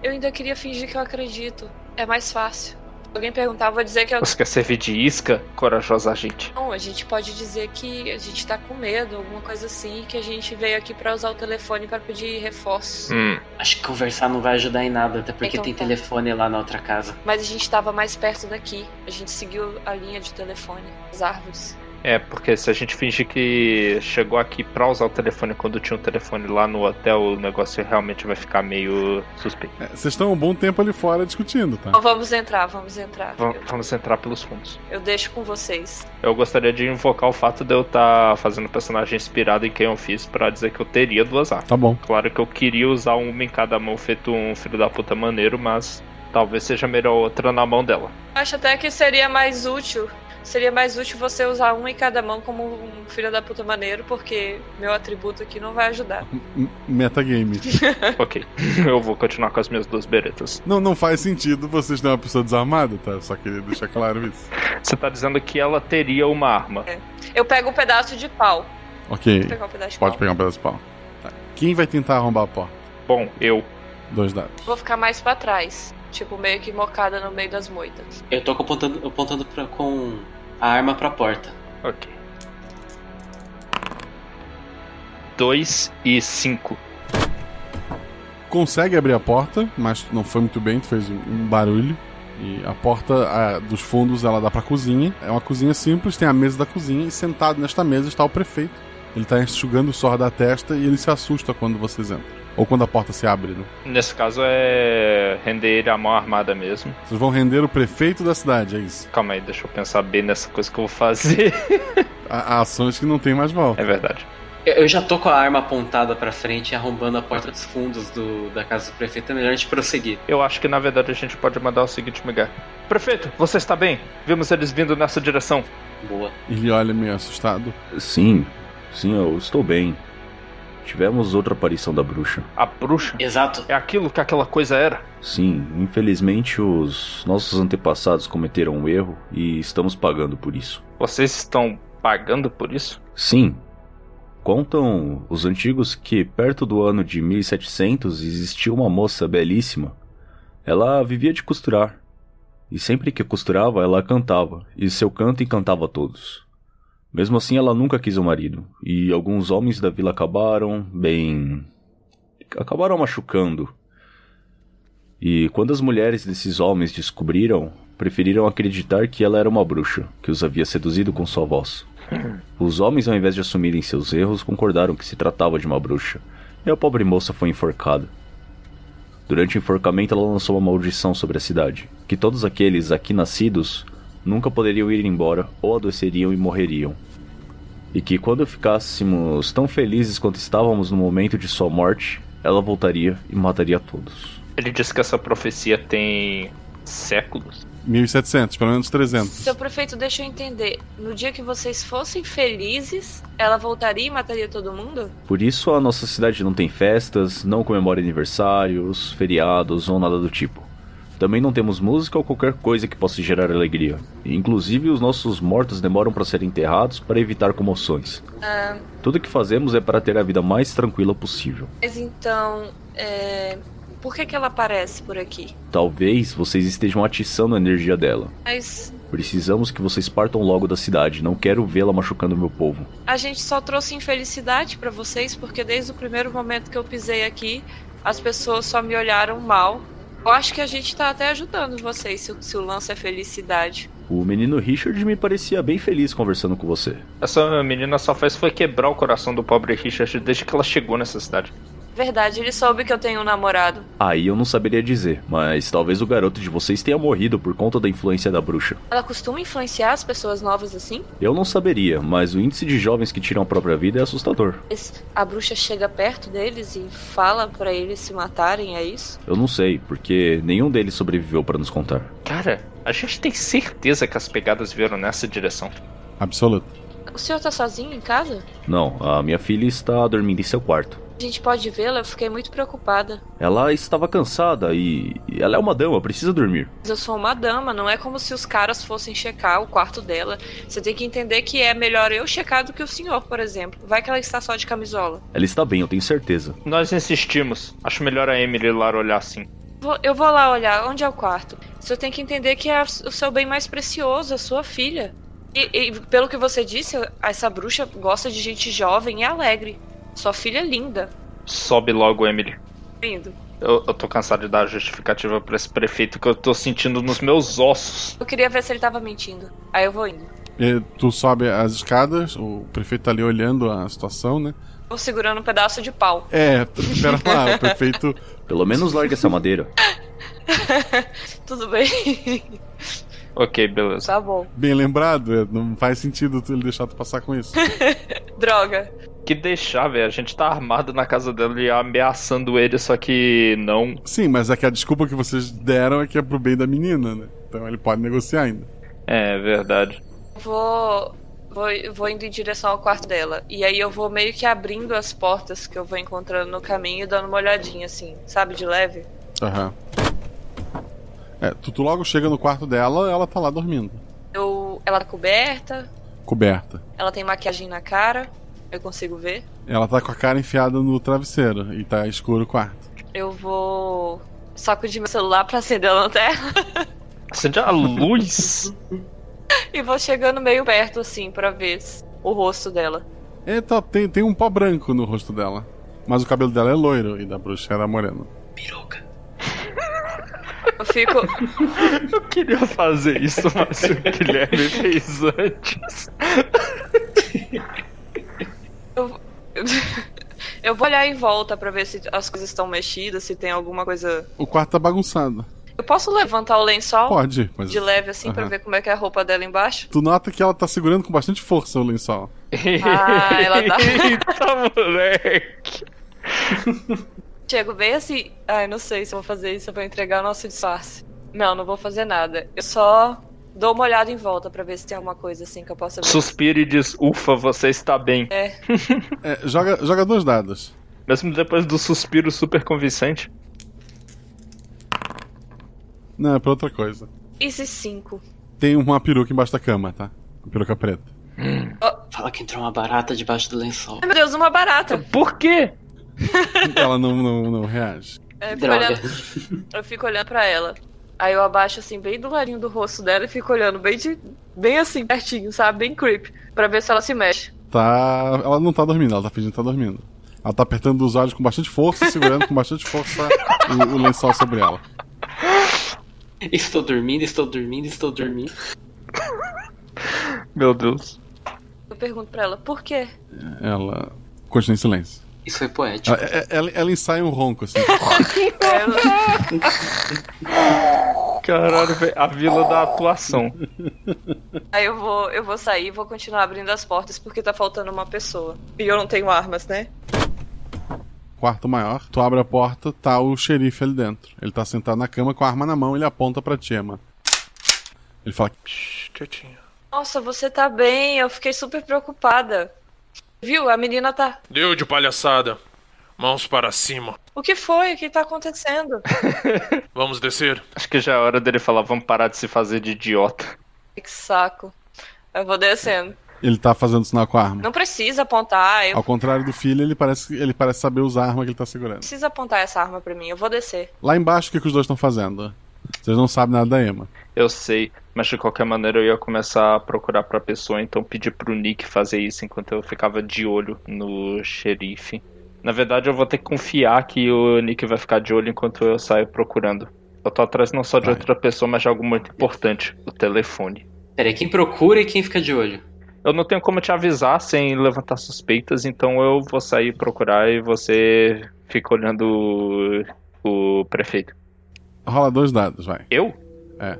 [SPEAKER 12] Eu ainda queria fingir que eu acredito. É mais fácil. Se alguém perguntar, eu vou dizer que eu.
[SPEAKER 9] Você quer servir de isca? Corajosa gente.
[SPEAKER 12] Não, a gente pode dizer que a gente tá com medo, alguma coisa assim, que a gente veio aqui pra usar o telefone pra pedir reforço.
[SPEAKER 9] Hum.
[SPEAKER 4] Acho que conversar não vai ajudar em nada, até porque
[SPEAKER 12] Então
[SPEAKER 4] tem
[SPEAKER 12] tá.
[SPEAKER 4] telefone lá na outra casa.
[SPEAKER 12] Mas a gente tava mais perto daqui. A gente seguiu a linha de telefone, as árvores.
[SPEAKER 9] É, porque se a gente fingir que chegou aqui pra usar o telefone quando tinha um telefone lá no hotel, o negócio realmente vai ficar meio suspeito.
[SPEAKER 2] Vocês estão um bom tempo ali fora discutindo, tá?
[SPEAKER 12] Então vamos entrar, vamos entrar.
[SPEAKER 9] Va- Vamos entrar pelos fundos.
[SPEAKER 12] Eu deixo com vocês.
[SPEAKER 9] Eu gostaria de invocar o fato de eu estar fazendo um personagem inspirado em quem eu fiz pra dizer que eu teria duas armas.
[SPEAKER 2] Tá bom.
[SPEAKER 9] Claro que eu queria usar uma em cada mão feito um filho da puta maneiro, mas talvez seja melhor outra na mão dela.
[SPEAKER 12] Acho até que seria mais útil Seria mais útil você usar um em cada mão como um filho da puta maneiro, porque meu atributo aqui não vai ajudar.
[SPEAKER 2] Metagame.
[SPEAKER 9] ok. [LAUGHS] Eu vou continuar com as minhas duas beretas.
[SPEAKER 2] Não, não faz sentido vocês terem uma pessoa desarmada, tá? Só queria deixar claro isso.
[SPEAKER 9] Você tá dizendo que ela teria uma arma.
[SPEAKER 12] Eu pego um pedaço de pau.
[SPEAKER 2] Ok.
[SPEAKER 12] Vou pegar um pedaço de
[SPEAKER 2] Pode
[SPEAKER 12] pau.
[SPEAKER 2] pegar um pedaço de pau. Tá. Quem vai tentar arrombar a porta?
[SPEAKER 9] Bom, eu.
[SPEAKER 2] Dois dados.
[SPEAKER 12] Vou ficar mais pra trás. Tipo, meio que mocada no meio das moitas.
[SPEAKER 4] Eu tô apontando, apontando pra- com a arma pra porta.
[SPEAKER 9] Ok. 2 e 5.
[SPEAKER 2] Consegue abrir a porta, mas não foi muito bem, tu fez um- um barulho. E a porta a- dos fundos ela dá pra cozinha. É uma cozinha simples, tem a mesa da cozinha e sentado nesta mesa está o prefeito. Ele tá enxugando o suor da testa e ele se assusta quando vocês entram. Ou quando a porta se abre, né?
[SPEAKER 9] Nesse caso é render ele à mão armada mesmo.
[SPEAKER 2] Vocês vão render o
[SPEAKER 9] [LAUGHS]
[SPEAKER 2] prefeito da cidade, é isso?
[SPEAKER 9] Calma aí, deixa eu pensar bem nessa coisa que eu vou fazer.
[SPEAKER 2] Há há ações que não tem mais volta.
[SPEAKER 9] É verdade.
[SPEAKER 4] Eu eu já tô com a arma apontada pra frente, arrombando a porta dos fundos do- da casa do prefeito. É melhor a gente prosseguir.
[SPEAKER 9] Eu acho que na verdade a gente pode mandar o seguinte migué. Prefeito, você está bem? Vimos eles vindo nessa direção.
[SPEAKER 4] Boa.
[SPEAKER 2] Ele olha meio assustado.
[SPEAKER 21] Sim, sim, eu estou bem. Tivemos outra aparição da bruxa.
[SPEAKER 9] A bruxa?
[SPEAKER 4] Exato.
[SPEAKER 9] É aquilo que aquela coisa era?
[SPEAKER 21] Sim, infelizmente os nossos antepassados cometeram um erro e estamos pagando por isso.
[SPEAKER 9] Vocês estão pagando por isso?
[SPEAKER 21] Sim. Contam os antigos que perto do ano de 1700 existia uma moça belíssima. Ela vivia de costurar. E sempre que costurava, ela cantava, e seu canto encantava a todos. Mesmo assim, ela nunca quis um marido, e alguns homens da vila acabaram, bem. acabaram machucando. E quando as mulheres desses homens descobriram, preferiram acreditar que ela era uma bruxa, que os havia seduzido com sua voz. Os homens, ao invés de assumirem seus erros, concordaram que se tratava de uma bruxa, e a pobre moça foi enforcada. Durante o enforcamento, ela lançou uma maldição sobre a cidade, que todos aqueles aqui nascidos nunca poderiam ir embora, ou adoeceriam e morreriam. E que quando ficássemos tão felizes quanto estávamos no momento de sua morte, ela voltaria e mataria a todos.
[SPEAKER 9] Ele disse que essa profecia tem séculos.
[SPEAKER 2] 1700, pelo menos 300.
[SPEAKER 12] Seu prefeito, deixa eu entender. No dia que vocês fossem felizes, ela voltaria e mataria todo mundo?
[SPEAKER 21] Por isso a nossa cidade não tem festas, não comemora aniversários, feriados ou nada do tipo. Também não temos música ou qualquer coisa que possa gerar alegria. Inclusive os nossos mortos demoram para serem enterrados para evitar comoções.
[SPEAKER 12] Ah,
[SPEAKER 21] Tudo que fazemos é para ter a vida mais tranquila possível.
[SPEAKER 12] mas então. é, Por que, que ela aparece por aqui?
[SPEAKER 21] Talvez vocês estejam atiçando a energia dela.
[SPEAKER 12] Mas
[SPEAKER 21] Precisamos que vocês partam logo da cidade. Não quero vê-la machucando meu povo.
[SPEAKER 12] a gente só trouxe infelicidade pra vocês, porque desde o primeiro momento que eu pisei aqui, as pessoas só me olharam mal. Eu acho que a gente tá até ajudando vocês, se, o- se o lance é felicidade.
[SPEAKER 21] O menino Richard me parecia bem feliz conversando com você.
[SPEAKER 9] Essa menina só fez foi quebrar o coração do pobre Richard desde que ela chegou nessa cidade.
[SPEAKER 12] Verdade, ele soube que eu tenho um namorado.
[SPEAKER 21] Aí eu não saberia dizer, mas talvez o garoto de vocês tenha morrido por conta da influência da bruxa.
[SPEAKER 12] Ela costuma influenciar as pessoas novas assim?
[SPEAKER 21] Eu não saberia, mas o índice de jovens que tiram a própria vida é assustador.
[SPEAKER 12] Mas a bruxa chega perto deles e fala pra eles se matarem, é isso?
[SPEAKER 21] Eu não sei, porque nenhum deles sobreviveu para nos contar.
[SPEAKER 9] Cara, a gente tem certeza que as pegadas vieram nessa direção.
[SPEAKER 21] Absoluto.
[SPEAKER 12] O senhor tá sozinho em casa?
[SPEAKER 21] Não, a minha filha está dormindo em seu quarto.
[SPEAKER 12] A gente pode vê-la, eu fiquei muito preocupada.
[SPEAKER 21] Ela estava cansada e e ela é uma dama, precisa dormir.
[SPEAKER 12] Mas Eu sou uma dama, não é como se os caras fossem checar o quarto dela. Você tem que entender que é melhor eu checar do que o senhor, por exemplo. Vai que ela está só de camisola.
[SPEAKER 21] Ela está bem, eu tenho certeza.
[SPEAKER 9] Nós insistimos. Acho melhor a Emily lá olhar assim.
[SPEAKER 12] Vou- eu vou lá olhar, onde é o quarto? O senhor tem que entender que é o seu bem mais precioso, a sua filha. E, e pelo que você disse, essa bruxa gosta de gente jovem e alegre. Sua filha é linda.
[SPEAKER 9] Sobe logo, Emily.
[SPEAKER 12] Lindo.
[SPEAKER 9] Eu, eu tô cansado de dar justificativa pra esse prefeito que eu tô sentindo nos meus ossos.
[SPEAKER 12] Eu queria ver se ele tava mentindo. Aí eu vou indo.
[SPEAKER 2] E tu sobe as escadas, o prefeito tá ali olhando a situação, né?
[SPEAKER 12] Vou segurando um pedaço de pau.
[SPEAKER 2] É, [LAUGHS] t- pera lá, o prefeito.
[SPEAKER 21] [LAUGHS] Pelo menos larga essa madeira.
[SPEAKER 12] [LAUGHS] Tudo bem?
[SPEAKER 9] Ok, beleza.
[SPEAKER 12] tá bom.
[SPEAKER 2] Bem lembrado, é, não faz sentido tu- ele deixar tu passar com isso.
[SPEAKER 12] Droga.
[SPEAKER 9] Que deixar, velho. A gente tá armado na casa dele e ameaçando ele, só que não.
[SPEAKER 2] Sim, mas é que a desculpa que vocês deram é que é pro bem da menina, né? Então ele pode negociar ainda.
[SPEAKER 9] É verdade. [LAUGHS]
[SPEAKER 12] Vou, vou, vou indo em direção ao quarto dela. E aí eu vou meio que abrindo as portas que eu vou encontrando no caminho e dando uma olhadinha, assim, sabe, de leve.
[SPEAKER 2] Aham. É, tu, tu logo chega no quarto dela, ela tá lá dormindo,
[SPEAKER 12] Eu, ela tá coberta,
[SPEAKER 2] coberta.
[SPEAKER 12] ela tem maquiagem na cara, eu consigo ver.
[SPEAKER 2] Ela tá com a cara enfiada no travesseiro e tá escuro o quarto.
[SPEAKER 12] Eu vou sacudir meu celular pra acender a lanterna [LAUGHS]
[SPEAKER 9] Acende a luz.
[SPEAKER 12] e vou chegando meio perto, assim, pra ver o rosto dela.
[SPEAKER 2] [LAUGHS] É, tá, tem, tem um pó branco no rosto dela. Mas o cabelo dela é loiro e da bruxa era moreno.
[SPEAKER 12] Eu fico.
[SPEAKER 9] Eu queria fazer isso, mas o Guilherme fez antes.
[SPEAKER 12] Eu, [LAUGHS] eu vou olhar em volta pra ver se as coisas estão mexidas, se tem alguma coisa.
[SPEAKER 2] O quarto tá bagunçado.
[SPEAKER 12] Eu posso levantar o lençol?
[SPEAKER 2] Pode, mas-
[SPEAKER 12] De leve, assim, pra
[SPEAKER 2] Aham.
[SPEAKER 12] ver como é que é a roupa dela
[SPEAKER 9] [LAUGHS]
[SPEAKER 12] embaixo?
[SPEAKER 2] Tu nota que ela tá segurando com bastante força o lençol.
[SPEAKER 12] Ah, ela tá.
[SPEAKER 9] [LAUGHS]
[SPEAKER 12] [LAUGHS]
[SPEAKER 9] Eita, moleque!
[SPEAKER 12] Chego bem assim. Ai, não sei se eu vou fazer isso, eu vou entregar o nosso disfarce. Não, não vou fazer nada. Eu só dou uma olhada em volta pra ver se tem alguma coisa assim que eu possa ver.
[SPEAKER 9] Suspira e diz: Ufa, você está bem.
[SPEAKER 12] É.
[SPEAKER 2] joga, joga dois dados.
[SPEAKER 9] Mesmo depois do suspiro super convincente.
[SPEAKER 2] Não, é pra outra coisa.
[SPEAKER 12] Esse 5.
[SPEAKER 2] Tem uma peruca embaixo da cama, tá? Uma peruca preta.
[SPEAKER 4] Fala que entrou uma barata debaixo do lençol.
[SPEAKER 12] Ai, meu Deus, uma barata.
[SPEAKER 9] Por quê?
[SPEAKER 2] ela não, não, não reage.
[SPEAKER 12] É, eu fico
[SPEAKER 2] Droga.
[SPEAKER 12] olhando, eu fico olhando pra ela. Aí eu abaixo assim, bem do larinho do rosto dela e fico olhando bem de. bem assim, pertinho, sabe? Bem creep. Pra ver se ela se mexe.
[SPEAKER 2] Tá. Ela não tá dormindo, ela tá fingindo que tá dormindo. Ela tá apertando os olhos com bastante força e segurando com bastante força o, o lençol sobre ela.
[SPEAKER 4] [LAUGHS] Estou dormindo, estou dormindo, estou dormindo.
[SPEAKER 9] Meu Deus.
[SPEAKER 12] Eu pergunto pra ela, por quê?
[SPEAKER 2] Ela continua em silêncio.
[SPEAKER 4] Isso foi poético.
[SPEAKER 2] Ela, é- ela, ela ensaia um ronco
[SPEAKER 4] [LAUGHS]
[SPEAKER 2] assim.
[SPEAKER 9] Caralho, velho. A vila da atuação.
[SPEAKER 12] Aí eu vou, eu vou sair e vou continuar abrindo as portas porque tá faltando uma pessoa. E eu não tenho armas, né?
[SPEAKER 2] Quarto maior, tu abre a porta, tá o xerife ali dentro. Ele tá sentado na cama com a arma na mão, ele aponta pra ti, Emma. Ele fala:
[SPEAKER 17] Quietinho.
[SPEAKER 12] Nossa, você tá bem, eu fiquei super preocupada. Viu? A menina tá.
[SPEAKER 17] Deu de palhaçada. Mãos para cima.
[SPEAKER 12] O que foi? O que tá acontecendo? [LAUGHS]
[SPEAKER 17] Vamos descer.
[SPEAKER 9] Acho que já é hora dele falar: Vamos parar de se fazer de idiota.
[SPEAKER 12] que saco. Eu vou descendo.
[SPEAKER 2] Ele tá fazendo sinal com a arma.
[SPEAKER 12] Não precisa apontar, eu
[SPEAKER 2] Ao contrário do filho, ele parece, ele parece saber usar a arma que ele tá segurando.
[SPEAKER 12] preciso apontar essa arma pra mim, eu vou descer.
[SPEAKER 2] Lá embaixo, o que, que os dois estão fazendo? Vocês não sabem nada da Emma.
[SPEAKER 9] Eu sei, mas de qualquer maneira eu ia começar a procurar pra pessoa, então pedir pro Nick fazer isso enquanto eu ficava de olho no xerife. Na verdade, eu vou ter que confiar que o Nick vai ficar de olho enquanto eu saio procurando. Eu tô atrás não só de outra pessoa, mas de algo muito importante: o telefone.
[SPEAKER 4] Peraí, quem procura e quem fica de olho?
[SPEAKER 9] Eu não tenho como te avisar sem levantar suspeitas, então eu vou sair procurar e você fica olhando o, o prefeito.
[SPEAKER 2] Rola dois dados, vai.
[SPEAKER 9] Eu?
[SPEAKER 2] É.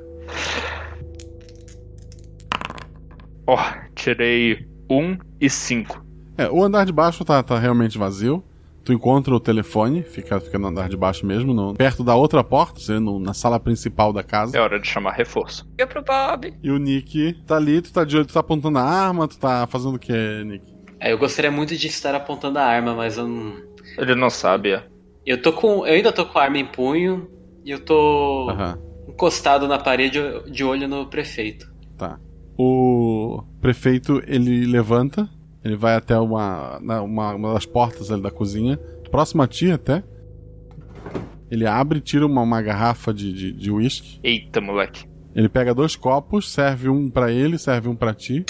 [SPEAKER 9] Ó, tirei 1 um e 5.
[SPEAKER 2] É, o andar de baixo tá, tá realmente vazio. Tu encontra o telefone, fica, fica no andar de baixo mesmo, no- perto da outra porta, ou seja, no- na sala principal da casa.
[SPEAKER 9] É hora de chamar reforço.
[SPEAKER 12] Fica pro Bob.
[SPEAKER 2] E o Nick tá ali, tu tá de olho, tu tá apontando a arma, tu tá fazendo o que, Nick?
[SPEAKER 4] É, eu gostaria muito de estar apontando a arma, mas eu não.
[SPEAKER 9] Ele não sabe, é.
[SPEAKER 4] Eu tô com. Eu ainda tô com a arma em punho e eu tô
[SPEAKER 2] Aham.
[SPEAKER 4] encostado na parede de olho no prefeito.
[SPEAKER 2] Tá. O prefeito, ele levanta, ele vai até uma, na- uma, uma das portas ali da cozinha, próxima a ti até. Ele abre, tira uma, uma garrafa de, de, de whisky.
[SPEAKER 9] Eita, moleque.
[SPEAKER 2] Ele pega dois copos, serve um pra ele, serve um pra ti.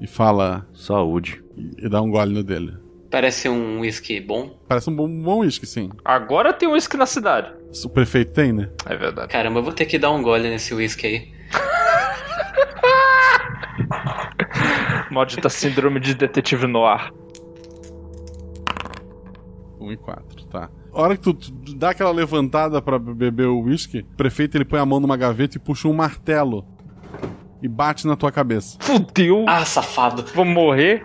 [SPEAKER 2] E fala.
[SPEAKER 21] Saúde.
[SPEAKER 2] E, e dá um gole no dele.
[SPEAKER 4] Parece um whisky bom.
[SPEAKER 2] Parece um bom um bom uísque, sim.
[SPEAKER 9] Agora tem uísque na cidade.
[SPEAKER 2] O prefeito tem, né?
[SPEAKER 9] É verdade.
[SPEAKER 4] Caramba, eu vou ter que dar um gole nesse whisky aí.
[SPEAKER 9] Maldita síndrome de detetive no ar.
[SPEAKER 2] 1 e 4, tá. A hora que tu, tu dá aquela levantada pra beber o uísque, o prefeito ele põe a mão numa gaveta e puxa um martelo. E bate na tua cabeça.
[SPEAKER 9] Fudeu!
[SPEAKER 4] Ah, safado.
[SPEAKER 9] Vou morrer?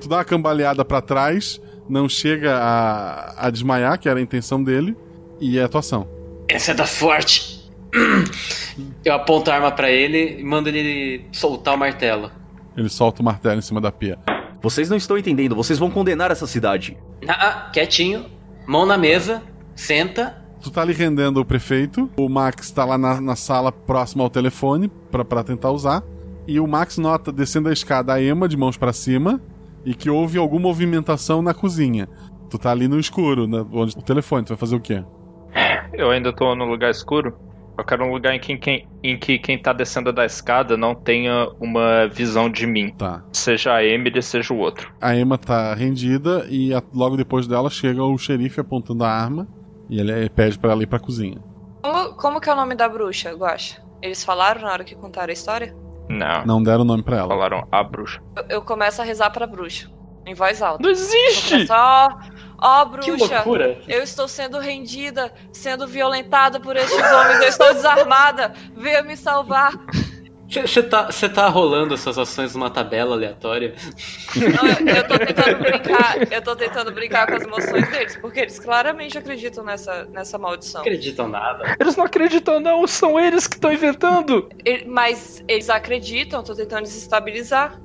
[SPEAKER 2] Tu dá uma cambaleada pra trás, não chega a, a desmaiar, que era a intenção dele, e é a tua ação.
[SPEAKER 4] Essa é da forte. Eu aponto a arma pra ele e mando ele soltar o martelo.
[SPEAKER 2] Ele solta o martelo em cima da pia.
[SPEAKER 21] Vocês não estão entendendo, vocês vão condenar essa cidade.
[SPEAKER 4] Ah, ah, quietinho, mão na mesa, senta.
[SPEAKER 2] Tu tá ali rendendo o prefeito, o Max tá lá na, na sala próxima ao telefone pra, pra tentar usar, e o Max nota descendo a escada a Emma de mãos pra cima e que houve alguma movimentação na cozinha. Tu tá ali no escuro, né, onde o telefone, tu vai fazer o quê?
[SPEAKER 9] Eu ainda tô no lugar escuro. Eu quero um lugar em que quem, em que quem tá descendo da escada não tenha uma visão de mim.
[SPEAKER 2] Tá.
[SPEAKER 9] Seja a Emily, seja o outro.
[SPEAKER 2] A Emma tá rendida e a- logo depois dela chega o xerife apontando a arma e ele eh, pede pra ela ir pra cozinha.
[SPEAKER 12] Como, como que é o nome da bruxa, Guaxa? Eles falaram na hora que contaram a história?
[SPEAKER 9] Não.
[SPEAKER 2] Não deram o nome pra ela.
[SPEAKER 9] Falaram a bruxa.
[SPEAKER 12] Eu, eu começo a rezar pra bruxa. Em voz alta. Não
[SPEAKER 9] existe!
[SPEAKER 12] Ó, ó, bruxa.
[SPEAKER 9] loucura.
[SPEAKER 12] Eu estou sendo rendida, sendo violentada por estes homens. Eu estou desarmada. Venha me salvar.
[SPEAKER 4] Você tá, cê tá rolando essas ações numa tabela aleatória?
[SPEAKER 12] brincar- eu tô tentando brincar com as emoções deles, porque eles claramente acreditam nessa, nessa maldição.
[SPEAKER 4] Não acreditam nada.
[SPEAKER 9] Eles não acreditam, não. São eles que estão inventando.
[SPEAKER 12] E- Mas eles acreditam, tô tentando desestabilizar.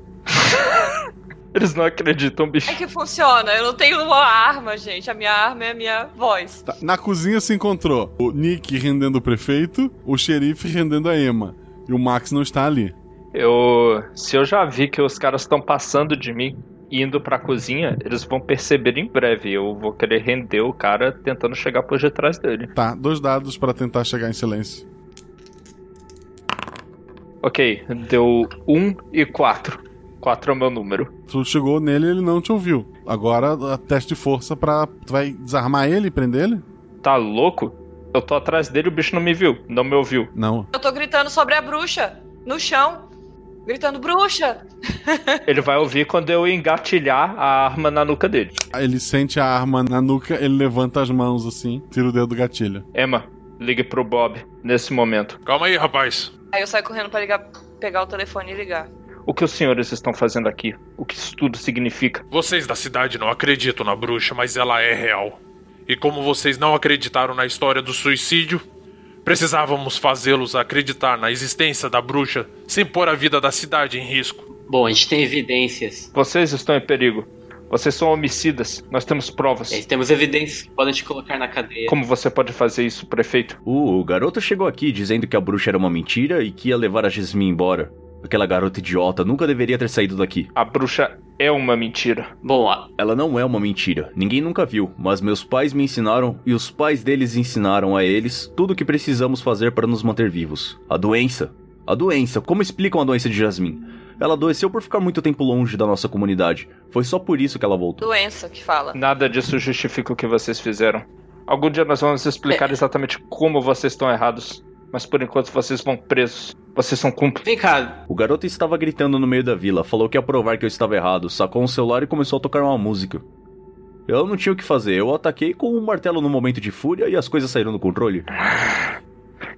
[SPEAKER 9] Eles não acreditam, bicho.
[SPEAKER 12] É que funciona, eu não tenho uma arma, gente. A minha arma é a minha voz.
[SPEAKER 2] Tá, Na cozinha se encontrou o Nick rendendo o prefeito, o xerife rendendo a Emma. E o Max não está ali.
[SPEAKER 9] Eu. Se eu já vi que os caras estão passando de mim e indo pra cozinha, eles vão perceber em breve. Eu vou querer render o cara tentando chegar por detrás dele.
[SPEAKER 2] Tá, dois dados pra tentar chegar em silêncio.
[SPEAKER 9] Ok, deu 1 e 4. 4 é o meu número.
[SPEAKER 2] Tu chegou nele e ele não te ouviu. Agora, a- teste de força pra. Tu vai desarmar ele e prender ele?
[SPEAKER 9] Tá louco? Eu tô atrás dele, o bicho não me viu, não me ouviu.
[SPEAKER 2] Não.
[SPEAKER 12] Eu tô gritando sobre a bruxa, no chão. Gritando, bruxa!
[SPEAKER 9] Ele vai ouvir quando eu engatilhar a arma na nuca dele.
[SPEAKER 2] Aí Ele sente a arma na nuca, ele levanta as mãos assim, tira o dedo do gatilho.
[SPEAKER 9] Emma, ligue pro Bob nesse momento.
[SPEAKER 17] Calma aí, rapaz.
[SPEAKER 12] Aí eu saio correndo pra ligar, pegar o telefone e ligar.
[SPEAKER 9] O que os senhores estão fazendo aqui? O que isso tudo significa?
[SPEAKER 17] Vocês da cidade não acreditam na bruxa, mas ela é real. E como vocês não acreditaram na história do suicídio, precisávamos fazê-los acreditar na existência da bruxa sem pôr a vida da cidade em risco.
[SPEAKER 4] Bom, a gente tem evidências.
[SPEAKER 9] Vocês estão em perigo. Vocês são homicidas. Nós temos provas.
[SPEAKER 4] Nós temos evidências que podem te colocar na cadeia.
[SPEAKER 9] Como você pode fazer isso, prefeito?
[SPEAKER 21] O garoto chegou aqui dizendo que a bruxa era uma mentira e que ia levar a Jasmine embora. Aquela garota idiota nunca deveria ter saído daqui.
[SPEAKER 9] A bruxa é uma mentira.
[SPEAKER 4] Bom, a...
[SPEAKER 21] ela não é uma mentira. Ninguém nunca viu, mas meus pais me ensinaram e os pais deles ensinaram a eles tudo o que precisamos fazer para nos manter vivos. A doença. A doença. Como explicam a doença de Jasmine? Ela adoeceu por ficar muito tempo longe da nossa comunidade. Foi só por isso que ela voltou.
[SPEAKER 12] Doença que fala.
[SPEAKER 9] Nada disso justifica o que vocês fizeram. Algum dia nós vamos
[SPEAKER 4] É.
[SPEAKER 9] explicar exatamente como vocês estão errados. Mas por enquanto vocês vão presos. Vocês são cúmplices.
[SPEAKER 4] Vem cá.
[SPEAKER 21] O garoto estava gritando no meio da vila, falou que ia provar que eu estava errado, sacou um celular e começou a tocar uma música. Eu não tinha o que fazer, eu ataquei com um martelo no momento de fúria e as coisas saíram do controle.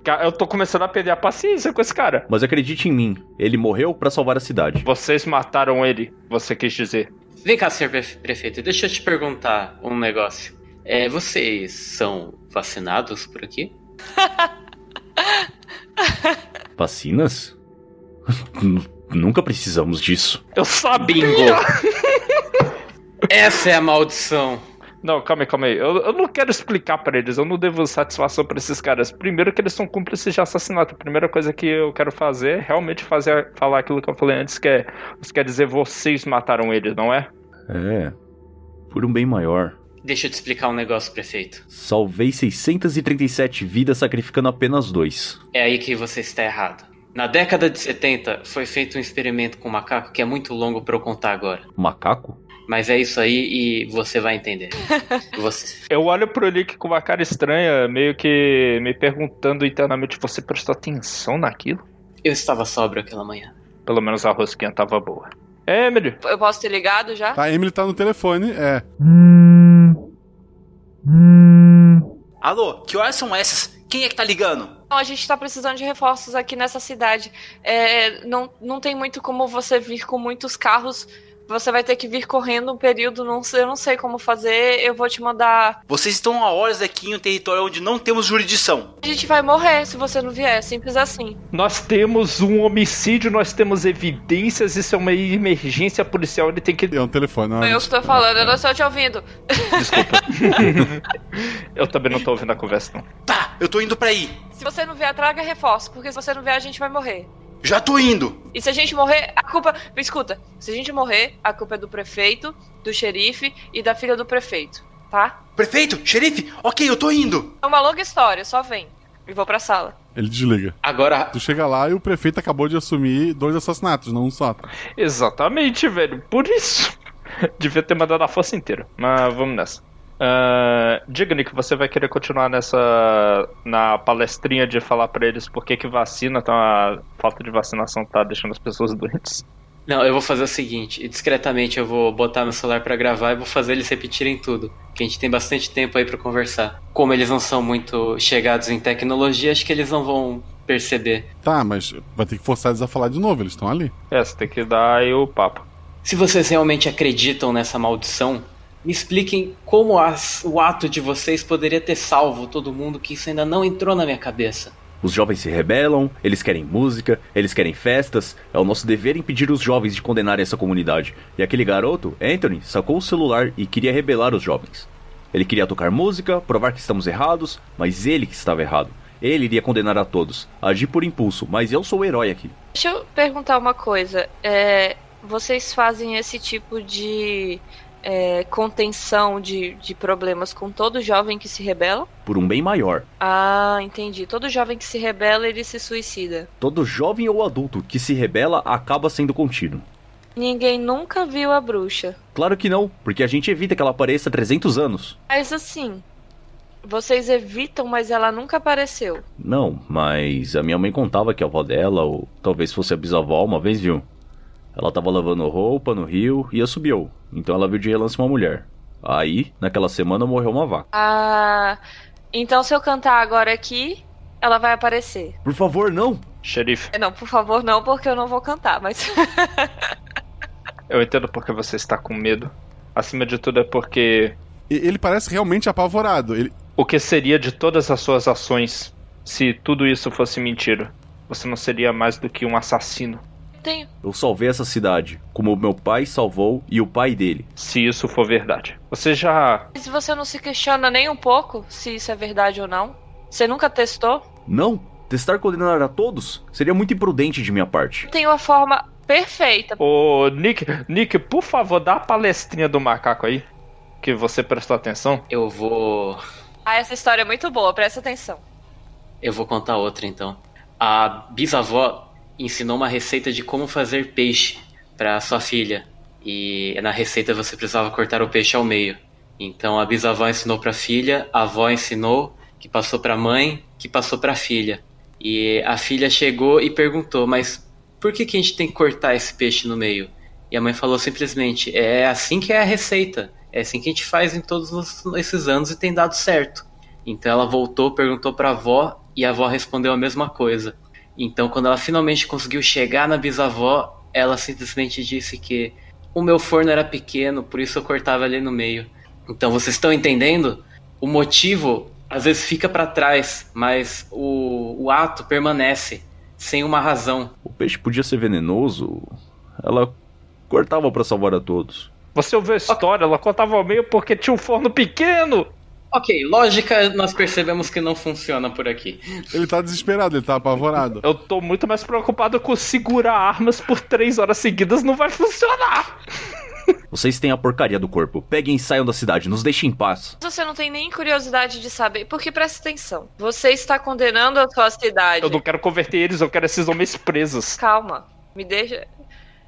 [SPEAKER 9] Ca- Eu tô começando a perder a paciência com esse cara.
[SPEAKER 21] Mas acredite em mim, ele morreu para salvar a cidade.
[SPEAKER 9] Vocês mataram ele, você quis dizer.
[SPEAKER 4] Vem cá, senhor prefe- prefeito, deixa eu te perguntar um negócio. É, vocês são vacinados por aqui?
[SPEAKER 21] Vacinas? [LAUGHS] Nu- Nunca precisamos disso.
[SPEAKER 9] Eu sabia!
[SPEAKER 4] [LAUGHS] Essa é a maldição!
[SPEAKER 9] Não, calma aí, calma aí. Eu, eu não quero explicar pra eles, eu não devo satisfação pra esses caras. Primeiro que eles são cúmplices de assassinato. A primeira coisa que eu quero fazer é realmente fazer, falar aquilo que eu falei antes, que é. Isso quer dizer vocês mataram eles, não é?
[SPEAKER 21] É. Por um bem maior.
[SPEAKER 4] Deixa eu te explicar um negócio, prefeito.
[SPEAKER 21] Salvei 637 vidas sacrificando apenas dois.
[SPEAKER 4] É aí que você está errado. Na década de 70 foi feito um experimento com macaco que é muito longo pra eu contar agora.
[SPEAKER 21] Macaco?
[SPEAKER 4] Mas é isso aí e você vai entender. Você...
[SPEAKER 9] Eu olho pro Lick com uma cara estranha, meio que me perguntando internamente: você prestou atenção naquilo?
[SPEAKER 4] Eu estava sóbrio aquela manhã.
[SPEAKER 9] Pelo menos a rosquinha tava boa. É, Emily!
[SPEAKER 12] Eu posso ter ligado já?
[SPEAKER 2] Tá, a Emily tá no telefone, é.
[SPEAKER 13] Alô, que horas são essas? Quem é que tá ligando?
[SPEAKER 12] Não, a gente tá precisando de reforços é, aqui nessa cidade. É, não, não tem muito como você vir com muitos carros Você vai ter que vir correndo um período, não sei- eu não sei como fazer, eu vou te mandar.
[SPEAKER 13] Vocês estão a horas aqui em um território onde não temos jurisdição.
[SPEAKER 12] A gente vai morrer se você não vier, simples assim.
[SPEAKER 9] Nós temos um homicídio, nós temos evidências, isso é uma emergência policial, ele tem que. É
[SPEAKER 2] um telefone,
[SPEAKER 12] eu estou falando, eu não estou te ouvindo.
[SPEAKER 9] Eu também não tô ouvindo a conversa, não.
[SPEAKER 13] Tá, eu tô indo pra aí.
[SPEAKER 12] Se você não vier, traga reforço, porque se você não vier, a gente vai morrer.
[SPEAKER 13] Já tô indo.
[SPEAKER 12] E se a gente morrer, a culpa. Escuta, se a gente morrer, a culpa é do prefeito, do xerife e da filha do prefeito, tá?
[SPEAKER 13] Prefeito, xerife, ok, eu tô indo.
[SPEAKER 12] É uma longa história, só vem. E vou pra sala.
[SPEAKER 2] Ele desliga.
[SPEAKER 13] Agora.
[SPEAKER 2] Tu chega lá e o prefeito acabou de assumir dois assassinatos, não um só.
[SPEAKER 9] Exatamente, velho. Por isso. [LAUGHS] Devia ter mandado a força inteira. Mas vamos nessa. Ah, diga, Nick, você vai querer continuar nessa. na palestrinha de falar pra eles por que, que vacina, tá, a falta de vacinação tá deixando as pessoas doentes?
[SPEAKER 4] Não, eu vou fazer o seguinte, discretamente eu vou botar meu celular pra gravar e vou fazer eles repetirem tudo, que a gente tem bastante tempo aí pra conversar. Como eles não são muito chegados em tecnologia, acho que eles não vão perceber.
[SPEAKER 2] Tá, mas vai ter que forçar eles a falar de novo, eles estão ali.
[SPEAKER 9] É, você tem que dar aí o papo.
[SPEAKER 4] Se vocês realmente acreditam nessa maldição, me expliquem como as- o ato de vocês poderia ter salvo todo mundo, que isso ainda não entrou na minha cabeça.
[SPEAKER 21] Os jovens se rebelam, eles querem música, eles querem festas. É o nosso dever impedir os jovens de condenarem essa comunidade. E aquele garoto, Anthony, sacou o celular e queria rebelar os jovens. Ele queria tocar música, provar que estamos errados, mas ele que estava errado. Ele iria condenar a todos, agir por impulso, mas eu sou o herói aqui.
[SPEAKER 12] Deixa eu perguntar uma coisa. É, vocês fazem esse tipo de é, contenção de, de problemas com todo jovem que se rebela?
[SPEAKER 21] Por um bem maior.
[SPEAKER 12] Ah, entendi. Todo jovem que se rebela, ele se suicida.
[SPEAKER 21] Todo jovem ou adulto que se rebela acaba sendo contido.
[SPEAKER 12] Ninguém nunca viu a bruxa.
[SPEAKER 21] Claro que não, porque a gente evita que ela apareça há 300 anos.
[SPEAKER 12] Mas assim, vocês evitam, mas ela nunca apareceu.
[SPEAKER 21] Não, mas a minha mãe contava que a avó dela, ou talvez fosse a bisavó, uma vez viu. Ela tava lavando roupa no rio e assobiou. Então ela viu de relance uma mulher. Aí, naquela semana, morreu uma vaca.
[SPEAKER 12] Ah, então se eu cantar agora aqui, ela vai aparecer.
[SPEAKER 21] Por favor, não!
[SPEAKER 9] Xerife,
[SPEAKER 12] É, Não, por favor, não, porque eu não vou cantar, mas. [LAUGHS]
[SPEAKER 9] eu entendo porque você está com medo. Acima de tudo é porque.
[SPEAKER 2] ele parece realmente apavorado.
[SPEAKER 9] O que seria de todas as suas ações se tudo isso fosse mentira? Você não seria mais do que um assassino.
[SPEAKER 12] Tenho.
[SPEAKER 21] Eu salvei essa cidade, como meu pai salvou e o pai dele.
[SPEAKER 9] Se isso for verdade. Você já.
[SPEAKER 12] Mas você não se questiona nem um pouco se isso é verdade ou não? Você nunca testou?
[SPEAKER 21] Não! Testar condenar a todos seria muito imprudente de minha parte.
[SPEAKER 12] Tem uma forma perfeita.
[SPEAKER 9] Ô, Nick, Nick, por favor, dá a palestrinha do macaco aí. Que você prestou atenção.
[SPEAKER 4] Eu vou.
[SPEAKER 12] Ah, essa história é muito boa, presta atenção.
[SPEAKER 4] Eu vou contar outra então. A bisavó ensinou uma receita de como fazer peixe para sua filha. E na receita você precisava cortar o peixe ao meio. Então a bisavó ensinou para a filha, a avó ensinou, que passou para a mãe, que passou para a filha. E a filha chegou e perguntou: "Mas por que que a gente tem que cortar esse peixe no meio?" E a mãe falou simplesmente: "É assim que é a receita. É assim que a gente faz em todos os- esses anos e tem dado certo." Então ela voltou, perguntou pra avó e a avó respondeu a mesma coisa. Então quando ela finalmente conseguiu chegar na bisavó, ela simplesmente disse que o meu forno era pequeno, por isso eu cortava ali no meio. Então vocês estão entendendo? O motivo às vezes fica pra trás, mas o, o ato permanece sem uma razão.
[SPEAKER 21] O peixe podia ser venenoso. Ela cortava pra salvar a todos.
[SPEAKER 9] Você ouviu a história, ela contava ao meio porque tinha um forno pequeno.
[SPEAKER 4] Ok, lógica nós percebemos que não funciona por aqui.
[SPEAKER 2] Ele tá desesperado, ele tá apavorado.
[SPEAKER 9] Eu tô muito mais preocupado com segurar armas por três horas seguidas, não vai funcionar.
[SPEAKER 21] Vocês têm a porcaria do corpo. Peguem e saiam da cidade, nos deixem em paz.
[SPEAKER 12] Você não tem nem curiosidade de saber, porque presta atenção. Você está condenando a sua cidade.
[SPEAKER 9] Eu não quero converter eles, eu quero esses homens presos.
[SPEAKER 12] Calma, me deixa.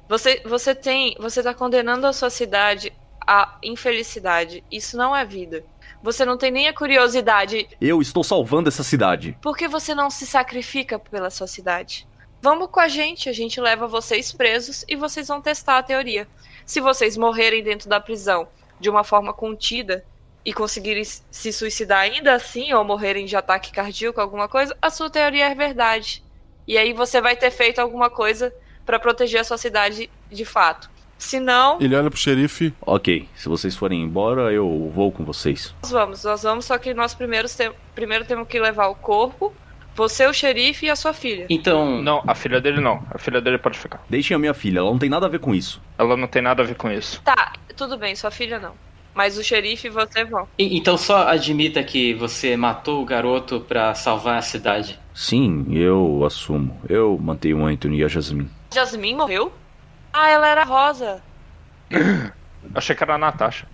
[SPEAKER 12] Você, você tem, você tá condenando a sua cidade à infelicidade. Isso não é vida. Você não tem nem a curiosidade.
[SPEAKER 21] Eu estou salvando essa cidade.
[SPEAKER 12] Por que você não se sacrifica pela sua cidade? Vamos com a gente, a gente leva vocês presos e vocês vão testar a teoria. Se vocês morrerem dentro da prisão de uma forma contida e conseguirem se suicidar ainda assim, ou morrerem de ataque cardíaco, alguma coisa, a sua teoria é verdade. E aí você vai ter feito alguma coisa pra proteger a sua cidade de fato. Se não,
[SPEAKER 2] Ele olha pro xerife.
[SPEAKER 21] Ok, se vocês forem embora, eu vou com vocês.
[SPEAKER 12] nós vamos, nós vamos, só que nós primeiros tem- primeiro temos que levar o corpo, você, o xerife e a sua filha.
[SPEAKER 21] Então.
[SPEAKER 9] Não, a filha dele não. A filha dele pode ficar.
[SPEAKER 21] Deixem a minha filha, ela não tem nada a ver com isso.
[SPEAKER 9] Ela não tem nada a ver com isso.
[SPEAKER 12] Tá, tudo bem, sua filha não. Mas o xerife e você vão.
[SPEAKER 4] E- Então só admita que você matou o garoto pra salvar a cidade.
[SPEAKER 21] Sim, eu assumo. Eu mantenho o Anthony e a Jasmine.
[SPEAKER 12] Jasmine morreu? Ah, ela era rosa.
[SPEAKER 9] Achei que era a Natasha.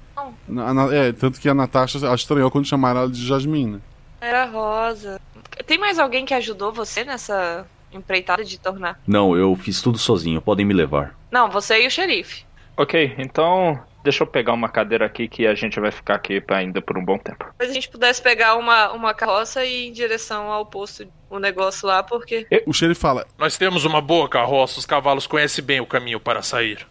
[SPEAKER 2] Na- na- é, tanto que a Natasha ela estranhou quando chamaram ela de Jasmine.
[SPEAKER 12] Era rosa. Tem mais alguém que ajudou você nessa empreitada de tornar?
[SPEAKER 21] Não, eu fiz tudo sozinho, podem me levar.
[SPEAKER 12] Não, você e o xerife.
[SPEAKER 9] Ok, então deixa eu pegar uma cadeira aqui que a gente vai ficar aqui pra- ainda por um bom tempo.
[SPEAKER 12] Talvez a gente pudesse pegar uma, uma carroça e ir em direção ao posto, o negócio lá, porque.
[SPEAKER 2] O xerife fala:
[SPEAKER 17] Nós temos uma boa carroça, os cavalos conhecem bem o caminho para sair.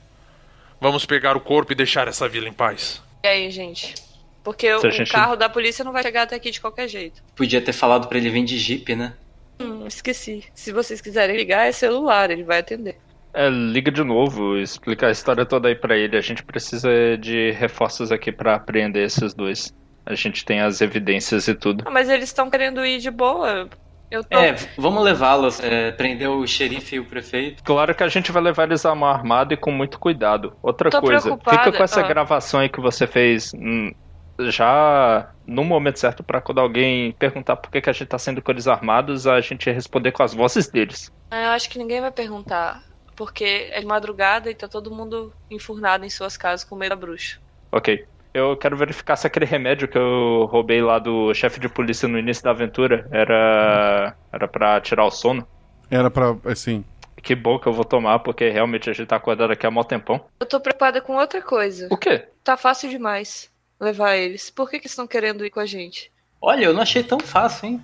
[SPEAKER 17] Vamos pegar o corpo e deixar essa vila em paz.
[SPEAKER 12] E aí, gente? Porque o,
[SPEAKER 4] Se a gente-
[SPEAKER 12] o carro da polícia não vai chegar até aqui de qualquer jeito.
[SPEAKER 4] Podia ter falado pra ele vir de jipe, né?
[SPEAKER 12] Hum, esqueci. Se vocês quiserem ligar, é celular, ele vai atender.
[SPEAKER 9] É, liga de novo, explica a história toda aí pra ele. A gente precisa de reforços aqui pra apreender esses dois. A gente tem as evidências e tudo.
[SPEAKER 12] Ah, mas eles estão querendo ir de boa. Eu tô.
[SPEAKER 4] É, vamos levá-los, é, prender o xerife e o prefeito.
[SPEAKER 9] Claro que a gente vai levar eles à mão armada e com muito cuidado. Outra
[SPEAKER 12] Tô
[SPEAKER 9] coisa,
[SPEAKER 12] preocupada,
[SPEAKER 9] fica com essa
[SPEAKER 12] ah.
[SPEAKER 9] gravação aí que você fez hum, já no momento certo pra quando alguém perguntar por que, que a gente tá saindo com eles armados, a gente responder com as vozes deles.
[SPEAKER 12] Ah, Eu acho que ninguém vai perguntar. Porque é de madrugada e tá todo mundo enfurnado em suas casas com medo da bruxa.
[SPEAKER 9] Ok. Eu quero verificar se aquele remédio que eu roubei lá do chefe de polícia no início da aventura era
[SPEAKER 12] Hum.
[SPEAKER 9] era para tirar o sono.
[SPEAKER 2] Era pra. Assim.
[SPEAKER 9] Que bom que eu vou tomar, porque realmente a gente tá acordado aqui há mó tempão.
[SPEAKER 12] Eu tô preocupada com outra coisa.
[SPEAKER 9] O quê?
[SPEAKER 12] Tá fácil demais levar eles. Por que, que estão querendo ir com a gente? [LAUGHS]
[SPEAKER 4] Olha, eu não achei tão fácil, hein?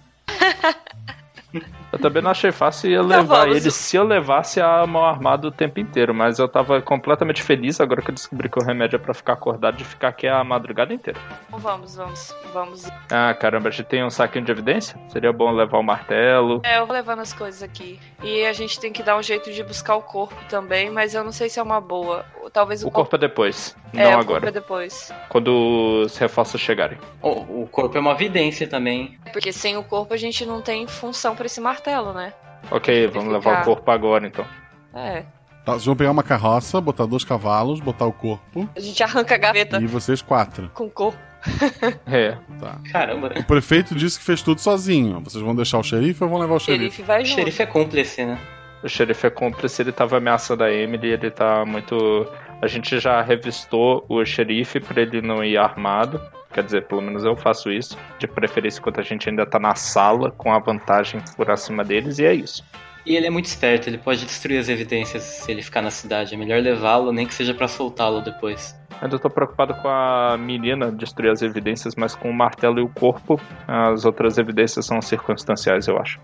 [SPEAKER 9] Eu também não achei
[SPEAKER 4] [LAUGHS]
[SPEAKER 9] fácil ia
[SPEAKER 4] Tá
[SPEAKER 12] Então
[SPEAKER 9] levar
[SPEAKER 12] vamos.
[SPEAKER 9] ele se eu levasse a mão armada o tempo inteiro, mas eu tava completamente feliz agora que eu descobri que o remédio é pra ficar acordado de ficar aqui a madrugada inteira.
[SPEAKER 12] Então Vamos, vamos, vamos.
[SPEAKER 9] Ah, caramba, a gente tem um saquinho de evidência? Seria bom levar o martelo.
[SPEAKER 12] É, eu vou levando as coisas aqui. E a gente tem que dar um jeito de buscar o corpo também, mas eu não sei se é uma boa. Ou Talvez o,
[SPEAKER 9] O corpo é depois,
[SPEAKER 12] é,
[SPEAKER 9] não
[SPEAKER 12] o corpo é
[SPEAKER 9] agora.
[SPEAKER 12] depois.
[SPEAKER 9] Quando os reforços chegarem.
[SPEAKER 4] O, o corpo é uma evidência também.
[SPEAKER 12] Porque sem o corpo a gente não tem função pra esse martelo, né?
[SPEAKER 9] Ok,
[SPEAKER 12] vamos
[SPEAKER 9] vamos levar
[SPEAKER 12] ficar.
[SPEAKER 9] o corpo agora então.
[SPEAKER 12] É.
[SPEAKER 2] Tá, vocês vão pegar uma carroça, botar dois cavalos, botar o corpo.
[SPEAKER 12] A gente arranca a gaveta
[SPEAKER 2] E vocês quatro.
[SPEAKER 12] com o corpo.
[SPEAKER 9] É.
[SPEAKER 2] Tá.
[SPEAKER 4] Caramba.
[SPEAKER 2] O prefeito disse que fez tudo sozinho. Vocês vão deixar o xerife ou vão levar o xerife?
[SPEAKER 12] vai
[SPEAKER 4] junto. Xerife é cúmplice, né?
[SPEAKER 9] O xerife é cúmplice, ele tava ameaçando a Emily, ele tá muito. A gente já revistou o xerife pra ele não ir armado. Quer dizer, pelo menos eu faço isso. De preferência enquanto a gente ainda tá na sala, com a vantagem por acima deles, e é isso.
[SPEAKER 4] E ele é muito esperto, ele pode destruir as evidências se ele ficar na cidade. É melhor levá-lo, nem que seja pra soltá-lo depois.
[SPEAKER 9] Ainda tô preocupado com a menina destruir as evidências, mas com o martelo e o corpo, as outras evidências são circunstanciais, eu acho.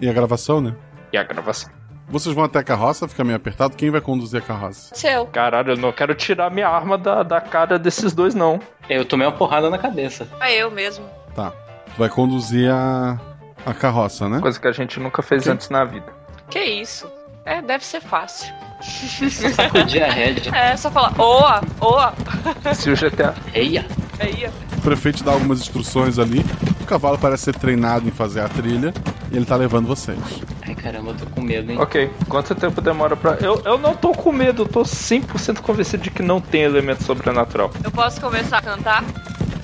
[SPEAKER 2] E a gravação, né?
[SPEAKER 9] E a gravação.
[SPEAKER 2] Vocês vão até a carroça, fica meio apertado. Quem vai conduzir a carroça?
[SPEAKER 12] Seu.
[SPEAKER 9] Caralho, eu não quero tirar minha arma da, da cara desses dois, não.
[SPEAKER 4] Eu tomei uma porrada na cabeça.
[SPEAKER 12] Ah, eu mesmo.
[SPEAKER 2] Tá. Tu vai conduzir a, a carroça, né?
[SPEAKER 9] Coisa que a gente nunca fez antes na vida.
[SPEAKER 12] Que isso? É, deve ser fácil.
[SPEAKER 4] [LAUGHS] Sacudir a rédea.
[SPEAKER 12] É, só falar, oa, oa.
[SPEAKER 9] Se o GTA.
[SPEAKER 4] Eia!
[SPEAKER 12] Eia.
[SPEAKER 2] O prefeito dá algumas instruções ali. O cavalo parece ser treinado em fazer a trilha. E ele tá levando vocês.
[SPEAKER 4] Ai, caramba, eu tô com medo, hein?
[SPEAKER 9] Ok, quanto tempo demora pra. Eu, eu não tô com medo, eu tô 100% convencido de que não tem elemento sobrenatural.
[SPEAKER 12] Eu posso começar a cantar?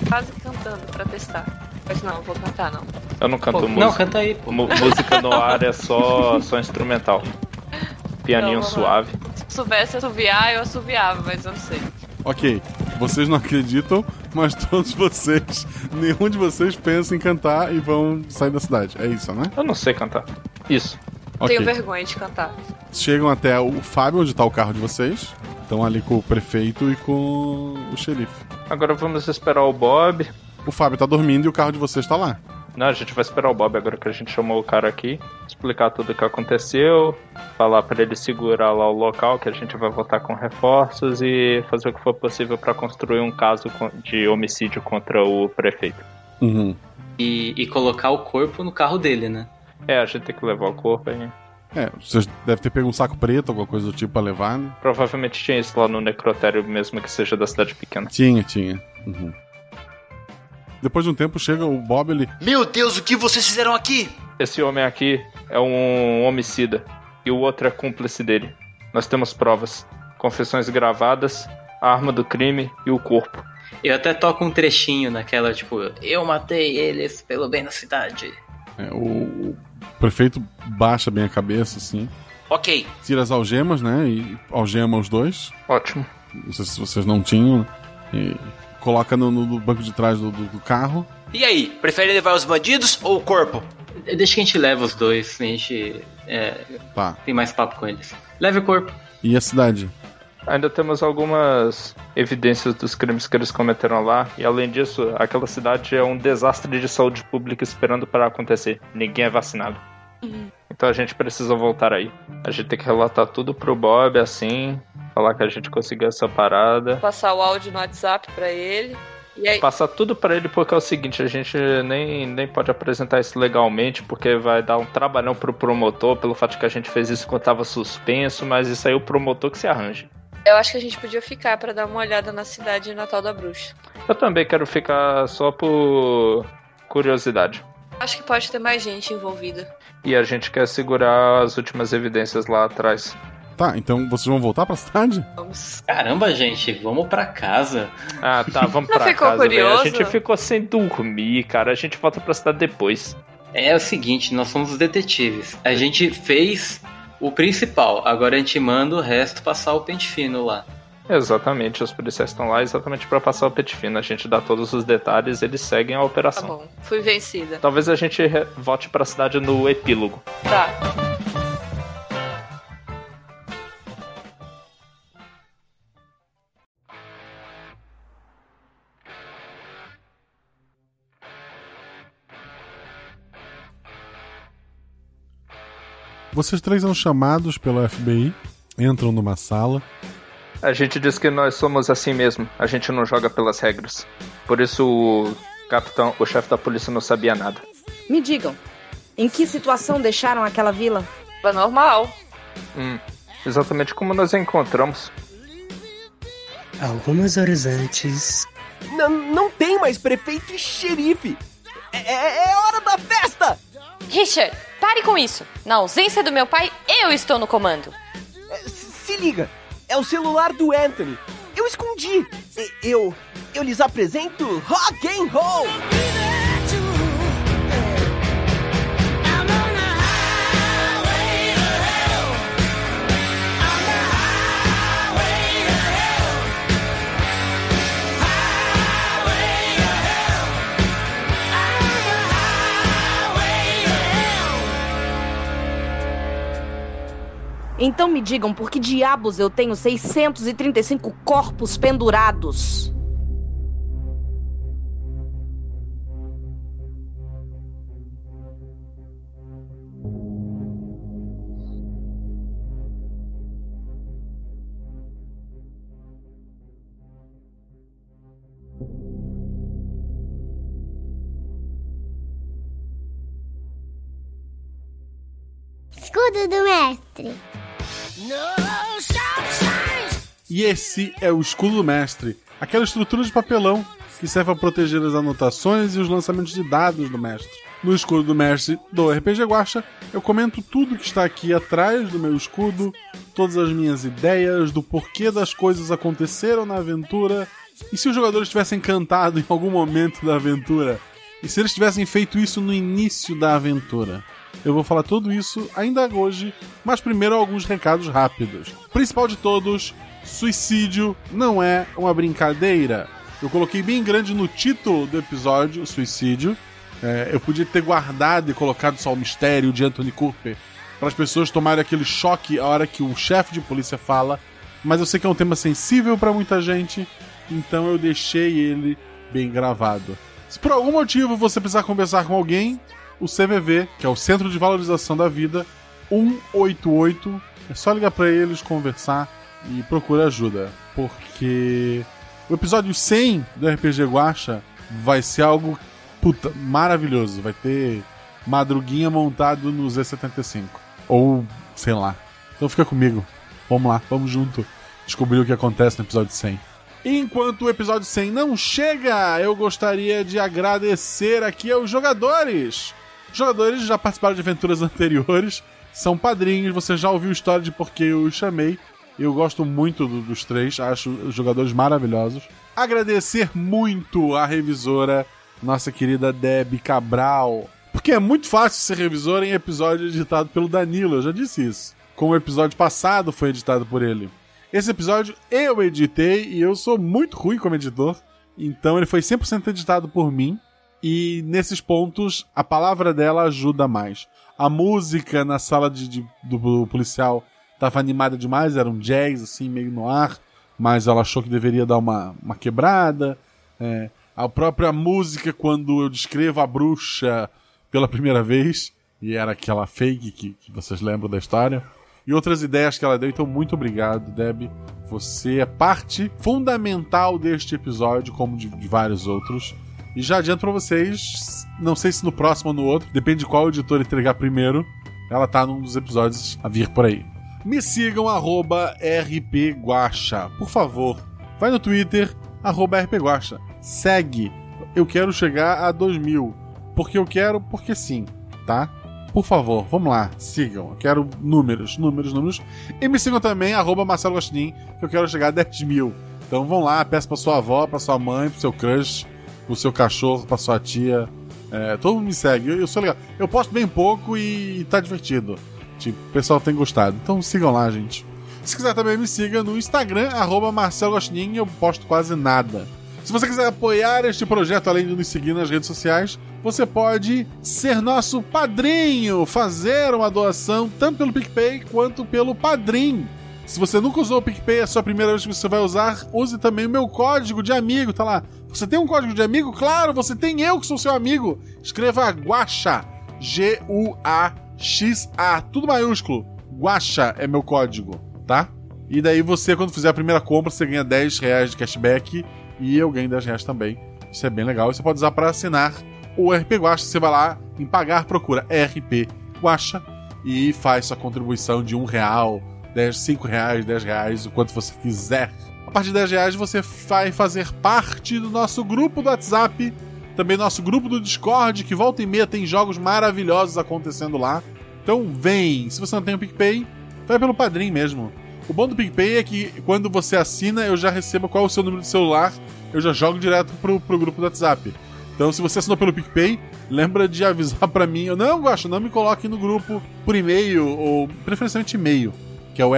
[SPEAKER 12] Quase cantando pra testar. Mas não, eu vou cantar não.
[SPEAKER 9] Eu não canto
[SPEAKER 12] Pô,
[SPEAKER 9] música.
[SPEAKER 12] não, canta aí, pô.
[SPEAKER 9] Mu- música no ar é
[SPEAKER 4] [LAUGHS]
[SPEAKER 9] só, só instrumental. Pianinho
[SPEAKER 12] Então, vamos lá.
[SPEAKER 9] suave.
[SPEAKER 12] Se eu soubesse assoviar, eu assoviava, mas eu não sei.
[SPEAKER 2] Ok, vocês não acreditam, mas todos vocês, nenhum de vocês pensa em cantar e vão sair da cidade. É isso, né?
[SPEAKER 9] Eu não sei cantar. Isso.
[SPEAKER 2] Ok.
[SPEAKER 12] Tenho vergonha de cantar.
[SPEAKER 2] Chegam até o Fábio, onde tá o carro de vocês. Estão ali com o prefeito e com o xerife.
[SPEAKER 9] Agora vamos esperar o Bob.
[SPEAKER 2] O Fábio tá dormindo e o carro de vocês tá lá.
[SPEAKER 9] Não, a gente vai esperar o Bob agora que a gente chamou o cara aqui. Explicar tudo o que aconteceu. Falar pra ele segurar lá o local que a gente vai voltar com reforços e fazer o que for possível pra construir um caso con- de homicídio contra o prefeito.
[SPEAKER 2] Uhum.
[SPEAKER 4] E, e colocar o corpo no carro dele, né?
[SPEAKER 9] É, a gente tem que levar o corpo aí.
[SPEAKER 2] É, vocês devem ter pego um saco preto, alguma coisa do tipo pra levar, né?
[SPEAKER 9] Provavelmente tinha isso lá no necrotério, mesmo que seja da cidade pequena.
[SPEAKER 2] Tinha, tinha. Uhum. Depois de um tempo chega o Bob, ele.
[SPEAKER 13] Meu Deus, o que vocês fizeram aqui?
[SPEAKER 9] Esse homem aqui é um homicida e o outro é cúmplice dele. Nós temos provas, confissões gravadas, a arma do crime e o corpo.
[SPEAKER 4] Eu até toco um trechinho naquela, tipo, eu matei eles pelo bem da cidade.
[SPEAKER 2] É, o, o prefeito baixa bem a cabeça, assim.
[SPEAKER 13] Ok.
[SPEAKER 2] Tira as algemas, né? E algema os dois.
[SPEAKER 9] Ótimo.
[SPEAKER 2] Não sei se vocês não tinham. E coloca no, no banco de trás do, do- do carro.
[SPEAKER 13] E aí, prefere levar os bandidos ou o corpo?
[SPEAKER 4] Deixa que a gente leva os dois, a gente é,
[SPEAKER 2] Tá.
[SPEAKER 4] tem mais papo com eles. Leve o corpo.
[SPEAKER 2] E a cidade?
[SPEAKER 9] Ainda temos algumas evidências dos crimes que eles cometeram lá, e além disso, aquela cidade é um desastre de saúde pública esperando para acontecer. Ninguém é vacinado. Então a gente precisa voltar aí. A gente tem que relatar tudo pro Bob assim, falar que a gente conseguiu essa parada.
[SPEAKER 12] Passar o áudio no WhatsApp pra ele. E aí,
[SPEAKER 9] Passar tudo pra ele porque é o seguinte, a gente nem, nem pode apresentar isso legalmente, porque vai dar um trabalhão pro promotor, pelo fato de que a gente fez isso quando tava suspenso, mas isso aí é o promotor que se arranja.
[SPEAKER 12] eu acho que a gente podia ficar pra dar uma olhada na cidade natal da bruxa.
[SPEAKER 9] Eu também quero ficar só por curiosidade.
[SPEAKER 12] Acho que pode ter mais gente envolvida.
[SPEAKER 9] E a gente quer segurar as últimas evidências lá atrás.
[SPEAKER 2] Tá, então vocês vão voltar pra cidade?
[SPEAKER 4] Caramba, gente, vamos pra casa.
[SPEAKER 9] Ah, tá, vamos
[SPEAKER 4] Não
[SPEAKER 9] pra
[SPEAKER 4] ficou
[SPEAKER 9] casa, velho. A
[SPEAKER 4] curioso?
[SPEAKER 9] gente ficou sem dormir, cara. A gente volta pra cidade depois.
[SPEAKER 4] É o seguinte, nós somos os detetives. A gente fez o principal, agora a gente manda o resto passar o pente fino lá.
[SPEAKER 9] Exatamente, os policiais estão lá exatamente pra passar o pet fino. A gente dá todos os detalhes, eles seguem a operação.
[SPEAKER 12] Fui vencida.
[SPEAKER 9] Talvez a gente re- volte pra cidade no epílogo.
[SPEAKER 12] Tá.
[SPEAKER 2] Vocês três são chamados pela FBI, entram numa sala.
[SPEAKER 9] A gente diz que nós somos assim mesmo, a gente não joga pelas regras. Por isso o capitão, o chefe da polícia não sabia nada.
[SPEAKER 1] Me digam, em que situação deixaram aquela vila?
[SPEAKER 12] Normal.
[SPEAKER 9] Hum, exatamente como nós encontramos.
[SPEAKER 5] Algumas horas antes,
[SPEAKER 18] Não, não tem mais prefeito e xerife. É, é- é hora da festa!
[SPEAKER 22] Richard, pare com isso. Na ausência do meu pai, eu estou no comando.
[SPEAKER 18] Se liga, é o celular do Anthony. Eu escondi. E- eu, eu lhes apresento rock and roll.
[SPEAKER 1] Então me digam por que diabos eu tenho 635 corpos pendurados?
[SPEAKER 10] Escudo do mestre.
[SPEAKER 2] E esse é o escudo do mestre, aquela estrutura de papelão que serve para proteger as anotações e os lançamentos de dados do mestre. No escudo do mestre do RPG Guacha, eu comento tudo que está aqui atrás do meu escudo, todas as minhas ideias do porquê das coisas aconteceram na aventura e se os jogadores tivessem cantado em algum momento da aventura e se eles tivessem feito isso no início da aventura. Eu vou falar tudo isso ainda hoje, mas primeiro alguns recados rápidos. Principal de todos, suicídio não é uma brincadeira. Eu coloquei bem grande no título do episódio, suicídio. É, eu podia ter guardado e colocado só o mistério de Anthony Cooper para as pessoas tomarem aquele choque a hora que o chefe de polícia fala. Mas eu sei que é um tema sensível para muita gente, então eu deixei ele bem gravado. Se por algum motivo você precisar conversar com alguém, o CVV, que é o Centro de Valorização da Vida, 188. É só ligar pra eles, conversar e procurar ajuda, porque o episódio 100 do RPG Guacha vai ser algo puta, maravilhoso. Vai ter madruguinha montado no Z75 ou Sei lá. Então fica comigo. Vamos lá, vamos junto descobrir o que acontece no episódio 100. Enquanto o episódio 100 não chega, eu gostaria de agradecer aqui aos jogadores. Os jogadores já participaram de aventuras [LAUGHS] anteriores, são padrinhos, você já ouviu a história de por que eu os chamei. Eu gosto muito do- dos três, acho os jogadores maravilhosos. Agradecer muito à revisora, nossa querida Deb Cabral. Porque é muito fácil ser revisor em episódio editado pelo Danilo, eu já disse isso. Como o episódio passado foi editado por ele. Esse episódio eu editei e eu sou muito ruim como editor, então ele foi 100% editado por mim. E nesses pontos, a palavra dela ajuda mais. A música na sala de, de- do, do policial tava animada demais, era um jazz, assim, meio no ar, mas ela achou que deveria dar uma, uma quebrada. é. a própria música, quando eu descrevo a bruxa pela primeira vez, e era aquela fake que, que vocês lembram da história, e outras ideias que ela deu. Então, muito obrigado, Deb. Você é parte fundamental deste episódio, como de, de vários outros. E já adianto pra vocês, não sei se no próximo ou no outro, depende de qual editor entregar primeiro. Ela tá num dos episódios a vir por aí. Me sigam, arroba rpguacha. Por favor, vai no Twitter, arroba rpguacha. Segue. Eu quero chegar a 2000. Porque eu quero, porque sim, tá? Por favor, vamos lá, sigam. Eu quero números, números, números. E me sigam também, arroba Marcelo Gostin, que eu quero chegar a 10 mil. Então vão lá, peço pra sua avó, pra sua mãe, pro seu crush, pro seu cachorro, pra sua tia. É, todo mundo me segue, eu, eu sou legal. Eu posto bem pouco e, tá divertido. Tipo, o pessoal tem gostado. Então sigam lá, gente. Se quiser também me siga no Instagram, arroba Marcelo Gostin, eu posto quase nada. Se você quiser apoiar este projeto, além de nos seguir nas redes sociais, você pode ser nosso padrinho, fazer uma doação tanto pelo PicPay quanto pelo Padrim. Se você nunca usou o PicPay, é a sua primeira vez que você vai usar, use também o meu código de amigo, tá lá. Você tem um código de amigo? Claro, você tem eu que sou seu amigo. Escreva Guaxa, G-U-A-X-A, tudo maiúsculo. Guaxa é meu código, tá? E daí você, quando fizer a primeira compra, você ganha 10 reais de cashback e eu ganho 10 reais também. Isso é bem legal. E você pode usar para assinar o RP Guaxa. Você vai lá em pagar, procura RP Guaxa e faz sua contribuição de 1 real, 10, 5 reais, 10 reais, o quanto você quiser. A partir de 10 reais você vai fazer parte do nosso grupo do WhatsApp, também nosso grupo do Discord, que volta e meia tem jogos maravilhosos acontecendo lá. Então vem! Se você não tem o PicPay, vai pelo Padrim mesmo. O bom do PicPay é que quando você assina, eu já recebo qual é o seu número de celular, eu já jogo direto pro, pro grupo do WhatsApp. Então, se você assinou pelo PicPay, lembra de avisar [LAUGHS] pra mim. Eu não gosto, não me coloque no grupo por e-mail, ou preferencialmente e-mail, que é o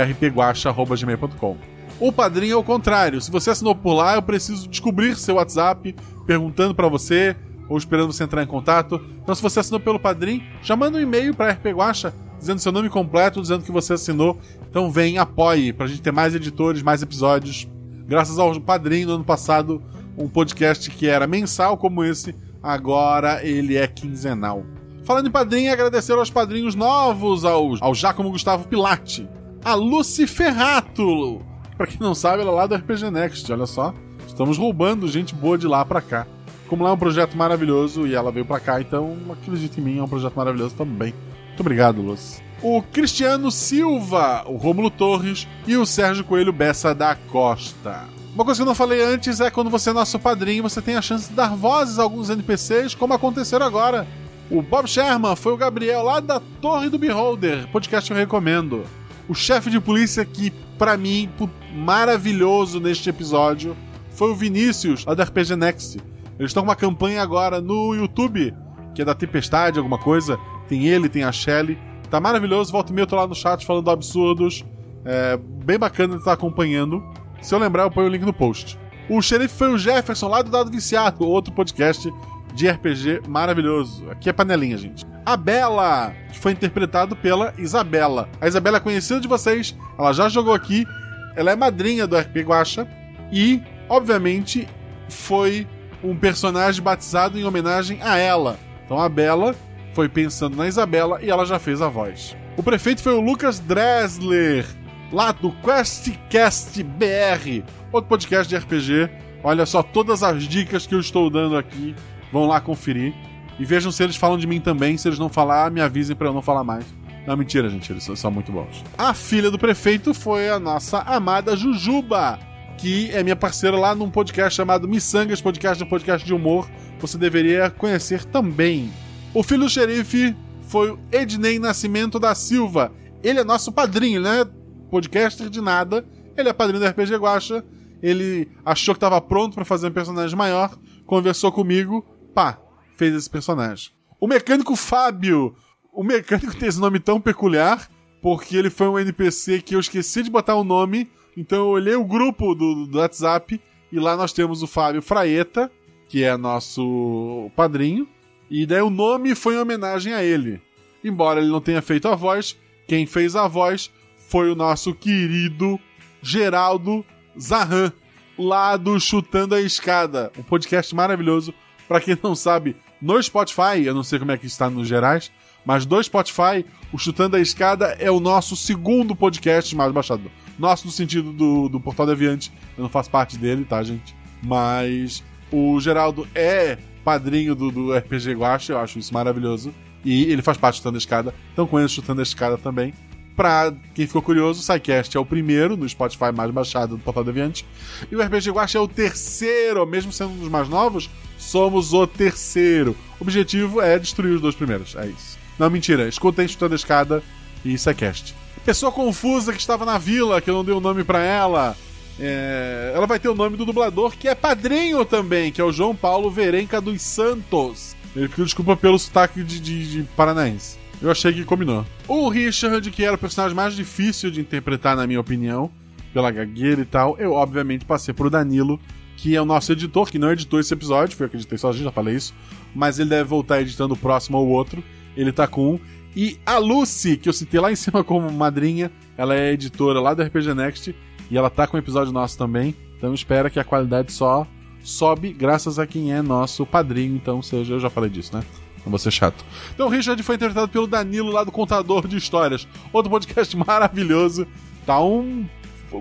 [SPEAKER 2] rpguacha.gmail.com. O padrinho é o contrário. Se você assinou por lá, eu preciso descobrir seu WhatsApp, perguntando pra você, ou esperando você entrar em contato. Então, se você assinou pelo padrinho, já manda um e-mail pra RP Guacha, dizendo seu nome completo, dizendo que você assinou. Então, vem, apoie, pra gente ter mais editores, mais episódios. Graças ao padrinho, no ano passado, um podcast que era mensal como esse, agora ele é quinzenal. Falando em padrinho, agradecer aos padrinhos novos, ao, ao Giacomo Gustavo Pilate, a Lucy Ferrato. Pra quem não sabe, ela é lá do RPG Next, olha só. Estamos roubando gente boa de lá pra cá. Como lá é um projeto maravilhoso e ela veio pra cá, então acredita em mim, é um projeto maravilhoso também. Muito obrigado, Lucy. O Cristiano Silva, o Rômulo Torres e o Sérgio Coelho Bessa da Costa. Uma coisa que eu não falei antes é quando você é nosso padrinho, você tem a chance de dar vozes a alguns NPCs, como aconteceu agora. O Bob Sherman foi o Gabriel lá da Torre do Beholder, podcast que eu recomendo. O chefe de polícia que, pra mim, pu- maravilhoso neste episódio, foi o Vinícius, lá do RPG Next. Eles estão com uma campanha agora no YouTube, que é da Tempestade, alguma coisa. Tem ele, tem a Shelly. Tá maravilhoso, volta e meia eu tô lá no chat falando absurdos. É bem bacana estar acompanhando. Se eu lembrar, eu ponho o link no post. O xerife foi o Jefferson, lá do Dado Viciado, outro podcast de RPG maravilhoso. Aqui é panelinha, gente. A Bela, que foi interpretado pela Isabela. A Isabela é conhecida de vocês, ela já jogou aqui, ela é madrinha do RP Guacha e, obviamente, foi um personagem batizado em homenagem a ela. Então a Bela foi pensando na Isabela e ela já fez a voz. O prefeito foi o Lucas Dresler, lá do QuestCast BR, outro podcast de RPG. Olha só, todas as dicas que eu estou dando aqui, vão lá conferir. E vejam se eles falam de mim também. Se eles não falar, me avisem pra eu não falar mais. Não, mentira, gente, eles são- são muito bons. A filha do prefeito foi a nossa amada Jujuba, que é minha parceira lá num podcast chamado Missangas Podcast, um podcast de humor. Você deveria conhecer também. O filho do xerife foi o Ednei Nascimento da Silva. Ele é nosso padrinho, né? Podcaster de nada. Ele é padrinho do RPG Guacha. Ele achou que estava pronto para fazer um personagem maior, conversou comigo, pá, fez esse personagem. O mecânico Fábio. O mecânico tem esse nome tão peculiar porque ele foi um NPC que eu esqueci de botar o nome, então eu olhei o grupo do, do WhatsApp e lá nós temos o Fábio Fraeta, que é nosso padrinho, e daí o nome foi em homenagem a ele. Embora ele não tenha feito a voz, quem fez a voz foi o nosso querido Geraldo Zahran, lá do Chutando a Escada, um podcast maravilhoso. Pra quem não sabe, no Spotify, eu não sei como é que está nos gerais, mas do Spotify, o Chutando a Escada é o nosso segundo podcast mais baixado. Nosso no sentido do, do Portal Deviante, eu não faço parte dele, tá, gente? Mas o Geraldo é padrinho do, do RPG Guache, eu acho isso maravilhoso. E ele faz parte do Chutando a Escada, então conheço o Chutando a Escada também. Pra quem ficou curioso, o SciCast é o primeiro no Spotify mais baixado do Portal Deviante. E o RPG Guacha é o terceiro, mesmo sendo um dos mais novos, somos o terceiro. O objetivo é destruir os dois primeiros, é isso. Não, mentira, escutem Chutando a Escada e SciCast. Pessoa confusa que estava na vila, que eu não dei o nome pra ela. é, Ela vai ter o nome do dublador, que é padrinho também, que é o João Paulo Verenca dos Santos. Ele pediu desculpa pelo sotaque de- de- de paranaense. Eu achei que combinou. O Richard, que era o personagem mais difícil de interpretar, na minha opinião, pela gagueira e tal, eu obviamente passei pro Danilo, que é o nosso editor, que não editou esse episódio, foi eu que editei sozinho, já falei isso, mas ele deve voltar editando o próximo ou outro, ele tá com um. E a Lucy, que eu citei lá em cima como madrinha, ela é editora lá do RPG Next, e ela tá com um episódio nosso também, então espera que a qualidade só sobe graças a quem é nosso padrinho, então seja, eu já falei disso, né? Não vou ser chato. Então o Richard foi interpretado pelo Danilo lá do Contador de Histórias. Outro podcast [LAUGHS] maravilhoso. Tá um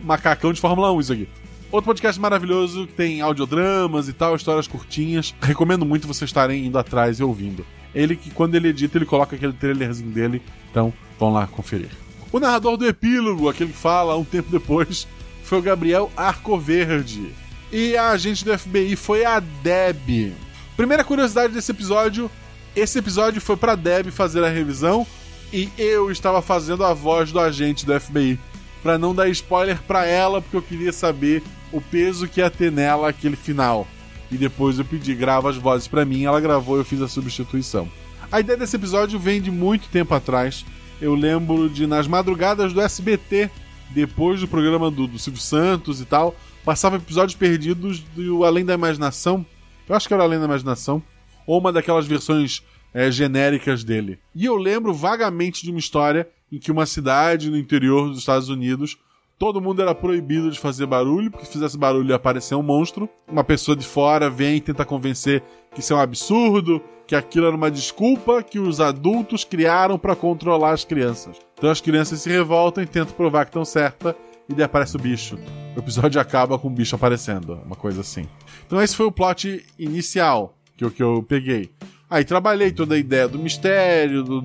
[SPEAKER 2] macacão de Fórmula 1 isso aqui. Outro podcast maravilhoso que tem audiodramas e tal, histórias curtinhas. Recomendo muito vocês estarem indo atrás e ouvindo. Ele que quando ele edita, ele coloca aquele trailerzinho dele. Então, vão lá conferir. O narrador do epílogo, aquele que fala um tempo depois, foi o Gabriel Arcoverde. E a agente do FBI foi a Deb. Primeira curiosidade desse episódio: esse episódio foi pra Deb fazer a revisão e eu estava fazendo a voz do agente do FBI. Pra não dar spoiler pra ela, porque eu queria saber o peso que ia ter nela aquele final. E depois eu pedi, grava as vozes pra mim, ela gravou e eu fiz a substituição. A ideia desse episódio vem de muito tempo atrás. Eu lembro de nas madrugadas do SBT, depois do programa do, do Silvio Santos e tal, passava episódios perdidos do Além da Imaginação. Eu acho que era Além da Imaginação, ou uma daquelas versões eh, genéricas dele. E eu lembro vagamente de uma história em que uma cidade no interior dos Estados Unidos Todo mundo era proibido de fazer barulho, porque se fizesse barulho ia aparecer um monstro. Uma pessoa de fora vem e tenta convencer que isso é um absurdo, que aquilo era uma desculpa que os adultos criaram para controlar as crianças. Então as crianças se revoltam e tentam provar que estão certa, e daí aparece o bicho. O episódio acaba com o bicho aparecendo, uma coisa assim. Então esse foi o plot inicial que eu, que eu peguei. Aí trabalhei toda a ideia do mistério, do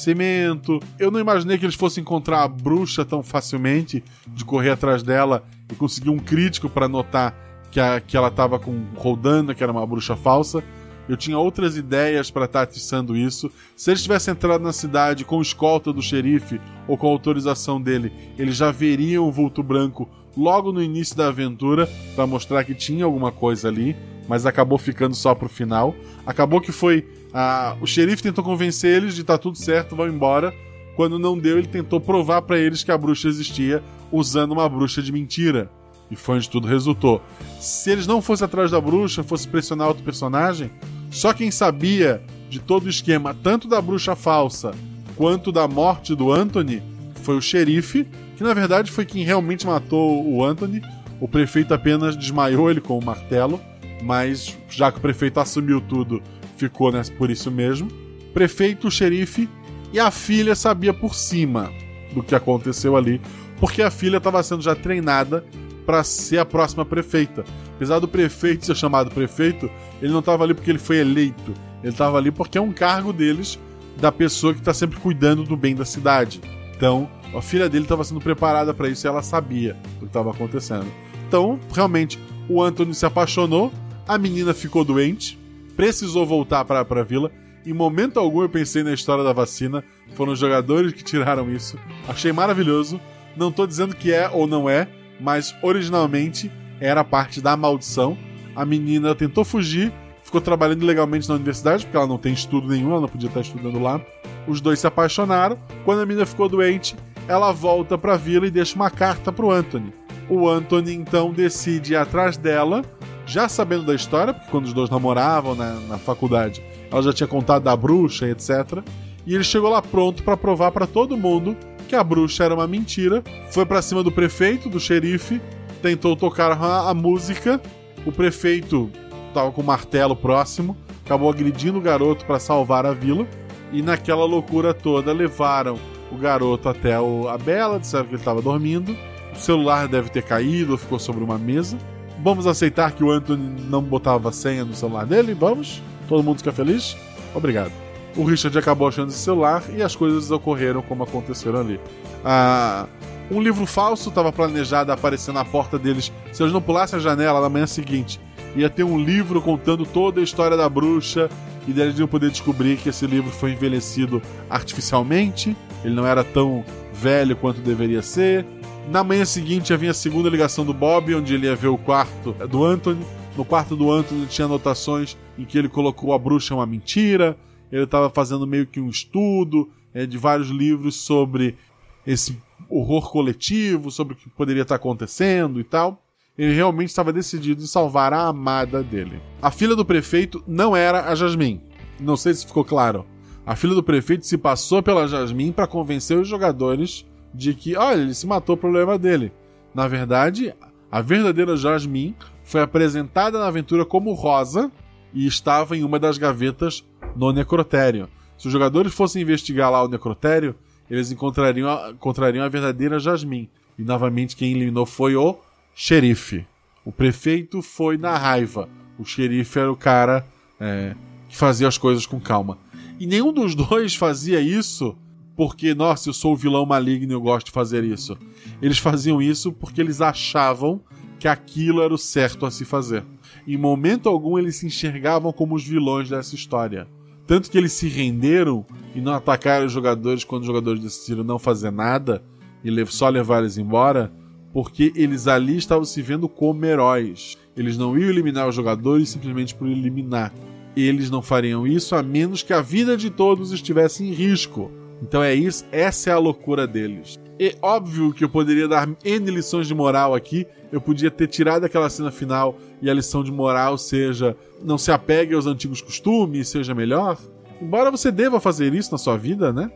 [SPEAKER 2] desaparecimento. Eu não imaginei que eles fossem encontrar a bruxa tão facilmente, de correr atrás dela e conseguir um crítico pra notar que, a- que ela tava com Roldana, que era uma bruxa falsa. Eu tinha outras ideias pra estar atiçando isso. Se eles tivessem entrado na cidade com escolta do xerife ou com autorização dele, eles já veriam o vulto branco logo no início da aventura pra mostrar que tinha alguma coisa ali, mas acabou ficando só pro final. Acabou que foi ah, o xerife tentou convencer eles de tá tudo certo, vão embora. Quando não deu, ele tentou provar pra eles que a bruxa existia usando uma bruxa de mentira. E foi onde tudo resultou. Se eles não fossem atrás da bruxa, fosse pressionar outro personagem, só quem sabia de todo o esquema, tanto da bruxa falsa quanto da morte do Anthony, foi o xerife, que na verdade foi quem realmente matou o Anthony. O prefeito apenas desmaiou ele com o martelo, mas já que o prefeito assumiu tudo, ficou né, por isso mesmo. Prefeito, o xerife e a filha sabia por cima do que aconteceu ali, porque a filha estava sendo já treinada para ser a próxima prefeita. Apesar do prefeito ser chamado prefeito, ele não estava ali porque ele foi eleito. Ele estava ali porque é um cargo deles da pessoa que tá sempre cuidando do bem da cidade. Então, a filha dele estava sendo preparada para isso e ela sabia o que estava acontecendo. Então, realmente, o Anthony se apaixonou, a menina ficou doente, precisou voltar para a vila. Em momento algum eu pensei na história da vacina, foram os jogadores que tiraram isso. Achei maravilhoso. Não tô dizendo que é ou não é, mas originalmente era a parte da maldição. A menina tentou fugir, ficou trabalhando ilegalmente na universidade, porque ela não tem estudo nenhum, ela não podia estar estudando lá. Os dois se apaixonaram. Quando a menina ficou doente, ela volta pra vila e deixa uma carta pro Anthony. O Anthony então decide ir atrás dela, já sabendo da história, porque quando os dois namoravam na, na faculdade, ela já tinha contado da bruxa, etc. E ele chegou lá pronto pra provar pra todo mundo que a bruxa era uma mentira. Foi pra cima do prefeito, do xerife, tentou tocar a, a música. O prefeito tava com o martelo próximo, acabou agredindo o garoto pra salvar a vila. E naquela loucura toda levaram o garoto até o- a Bela, disseram que ele estava dormindo. O celular deve ter caído, ficou sobre uma mesa. Vamos aceitar que o Anthony não botava senha no celular dele? Vamos? Todo mundo fica feliz? Obrigado. O Richard acabou achando esse celular e as coisas ocorreram como aconteceram ali. Ah, um livro falso estava planejado aparecer na porta deles. Se eles não pulassem a janela na manhã seguinte, ia ter um livro contando toda a história da bruxa e daí eles iam poder descobrir que esse livro foi envelhecido artificialmente, ele não era tão velho quanto deveria ser. Na manhã seguinte havia a segunda ligação do Bob, onde ele ia ver o quarto do Anthony. No quarto do Anthony tinha anotações em que ele colocou a bruxa é uma mentira, ele estava fazendo meio que um estudo eh, de vários livros sobre esse horror coletivo, sobre o que poderia estar acontecendo e tal. Ele realmente estava decidido em salvar a amada dele. A filha do prefeito não era a Jasmine. Não sei se ficou claro. A filha do prefeito se passou pela Jasmine para convencer os jogadores de que, olha, ele se matou, problema dele. Na verdade, a verdadeira Jasmine foi apresentada na aventura como Rosa e estava em uma das gavetas no necrotério. Se os jogadores fossem investigar lá o necrotério, eles encontrariam a, encontrariam a verdadeira Jasmine. E novamente quem eliminou foi o xerife. O prefeito foi na raiva. O xerife era o cara é, que fazia as coisas com calma. E nenhum dos dois fazia isso porque, nossa, eu sou o vilão maligno e eu gosto de fazer isso. Eles faziam isso porque eles achavam que aquilo era o certo a se fazer. Em momento algum eles se enxergavam como os vilões dessa história. Tanto que eles se renderam e não atacaram os jogadores quando os jogadores decidiram não fazer nada e le- só levar eles embora, porque eles ali estavam se vendo como heróis. Eles não iam eliminar os jogadores simplesmente por eliminar. Eles não fariam isso a menos que a vida de todos estivesse em risco. Então é isso, essa é a loucura deles. É óbvio que eu poderia dar N lições de moral aqui, eu podia ter tirado aquela cena final e a lição de moral seja não se apegue aos antigos costumes, seja melhor. Embora você deva fazer isso na sua vida, né?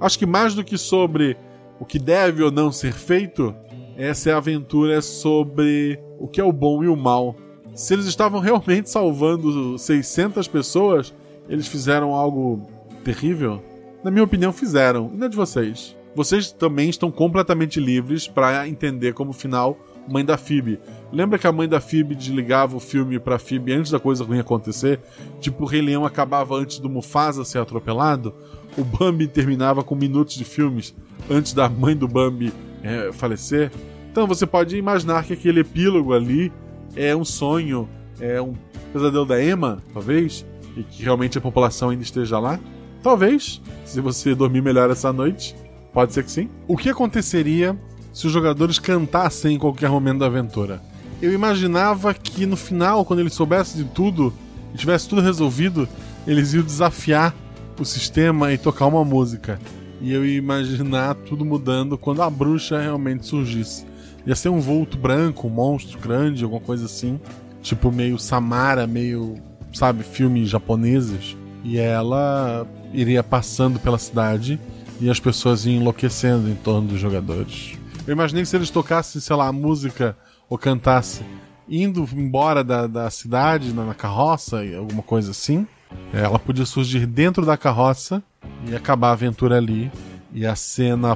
[SPEAKER 2] Acho que mais do que sobre o que deve ou não ser feito, essa é a aventura sobre o que é o bom e o mal. Se eles estavam realmente salvando 600 pessoas, eles fizeram algo terrível? Na minha opinião, fizeram. E na de vocês? Vocês também estão completamente livres para entender como final Mãe da Phoebe. Lembra que a mãe da Phoebe desligava o filme pra Phoebe antes da coisa ruim acontecer? Tipo, o Rei Leão acabava antes do Mufasa ser atropelado? O Bambi terminava com minutos de filmes antes da mãe do Bambi eh, falecer? Então você pode imaginar que aquele epílogo ali é um sonho, é um pesadelo da Emma, talvez, e que realmente a população ainda esteja lá? Talvez, se você dormir melhor essa noite, pode ser que sim. O que aconteceria se os jogadores cantassem em qualquer momento da aventura? Eu imaginava que no final, quando eles soubessem de tudo, e tivesse tudo resolvido, eles iam desafiar o sistema e tocar uma música. E eu ia imaginar tudo mudando quando a bruxa realmente surgisse. Ia ser um vulto branco, um monstro grande, alguma coisa assim. Tipo meio Samara, meio, sabe, filmes japoneses. E ela iria passando pela cidade e as pessoas iam enlouquecendo em torno dos jogadores. Eu imaginei que se eles tocassem, sei lá, a música ou cantassem indo embora da, da cidade, na, na carroça, alguma coisa assim, ela podia surgir dentro da carroça e acabar a aventura ali. E a cena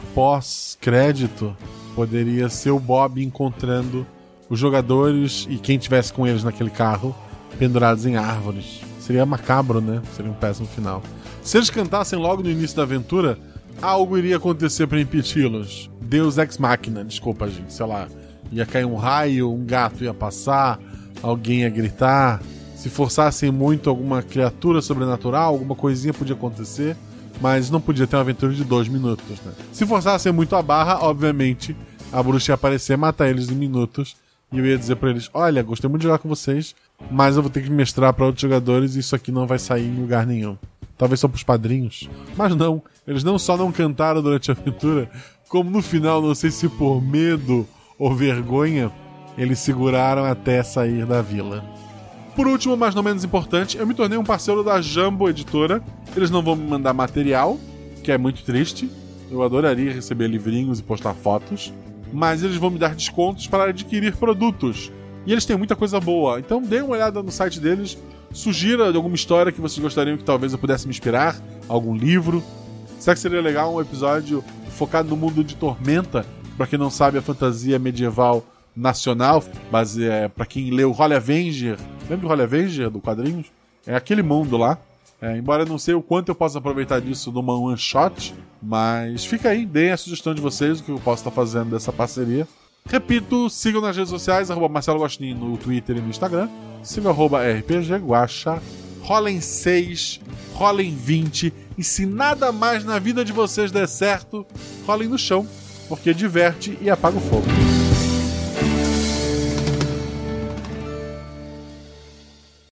[SPEAKER 2] pós-crédito poderia ser o Bob encontrando os jogadores e quem tivesse com eles naquele carro pendurados em árvores. Seria macabro, né? Seria um péssimo final. Se eles cantassem logo no início da aventura, algo iria acontecer para impedi-los. Deus ex machina, desculpa, gente, sei lá. Ia cair um raio, um gato ia passar, alguém ia gritar. Se forçassem muito alguma criatura sobrenatural, alguma coisinha podia acontecer, mas não podia ter uma aventura de dois minutos, né? Se forçassem muito a barra, obviamente, a bruxa ia aparecer, matar eles em minutos, e eu ia dizer pra eles: Olha, gostei muito de jogar com vocês, mas eu vou ter que mestrar pra outros jogadores e isso aqui não vai sair em lugar nenhum. Talvez só pros padrinhos. Mas não, eles não só não cantaram durante a aventura, como no final, não sei se por medo ou vergonha, eles seguraram até sair da vila. Por último, mas não menos importante, eu me tornei um parceiro da Jambo Editora. Eles não vão me mandar material, que é muito triste. Eu adoraria receber livrinhos e postar fotos. Mas eles vão me dar descontos para adquirir produtos. E eles têm muita coisa boa. Então dê uma olhada no site deles. Sugira alguma história que vocês gostariam que talvez eu pudesse me inspirar. Algum livro. Será que seria legal um episódio focado no mundo de Tormenta? Para quem não sabe, a fantasia medieval nacional, mas é, para quem leu Holly Avenger, lembra do Holly Avenger, do quadrinhos? É aquele mundo lá. É, embora eu não sei o quanto eu possa aproveitar disso numa one shot, mas fica aí, deem a sugestão de vocês, o que eu posso estar fazendo dessa parceria. Repito, sigam nas redes sociais, arroba Marcelo Guaxinim no Twitter e no Instagram. Sigam arroba RPG Guaxa. Rolem 6, rolem 20. E se nada mais na vida de vocês der certo, rolem no chão, porque diverte e apaga o fogo.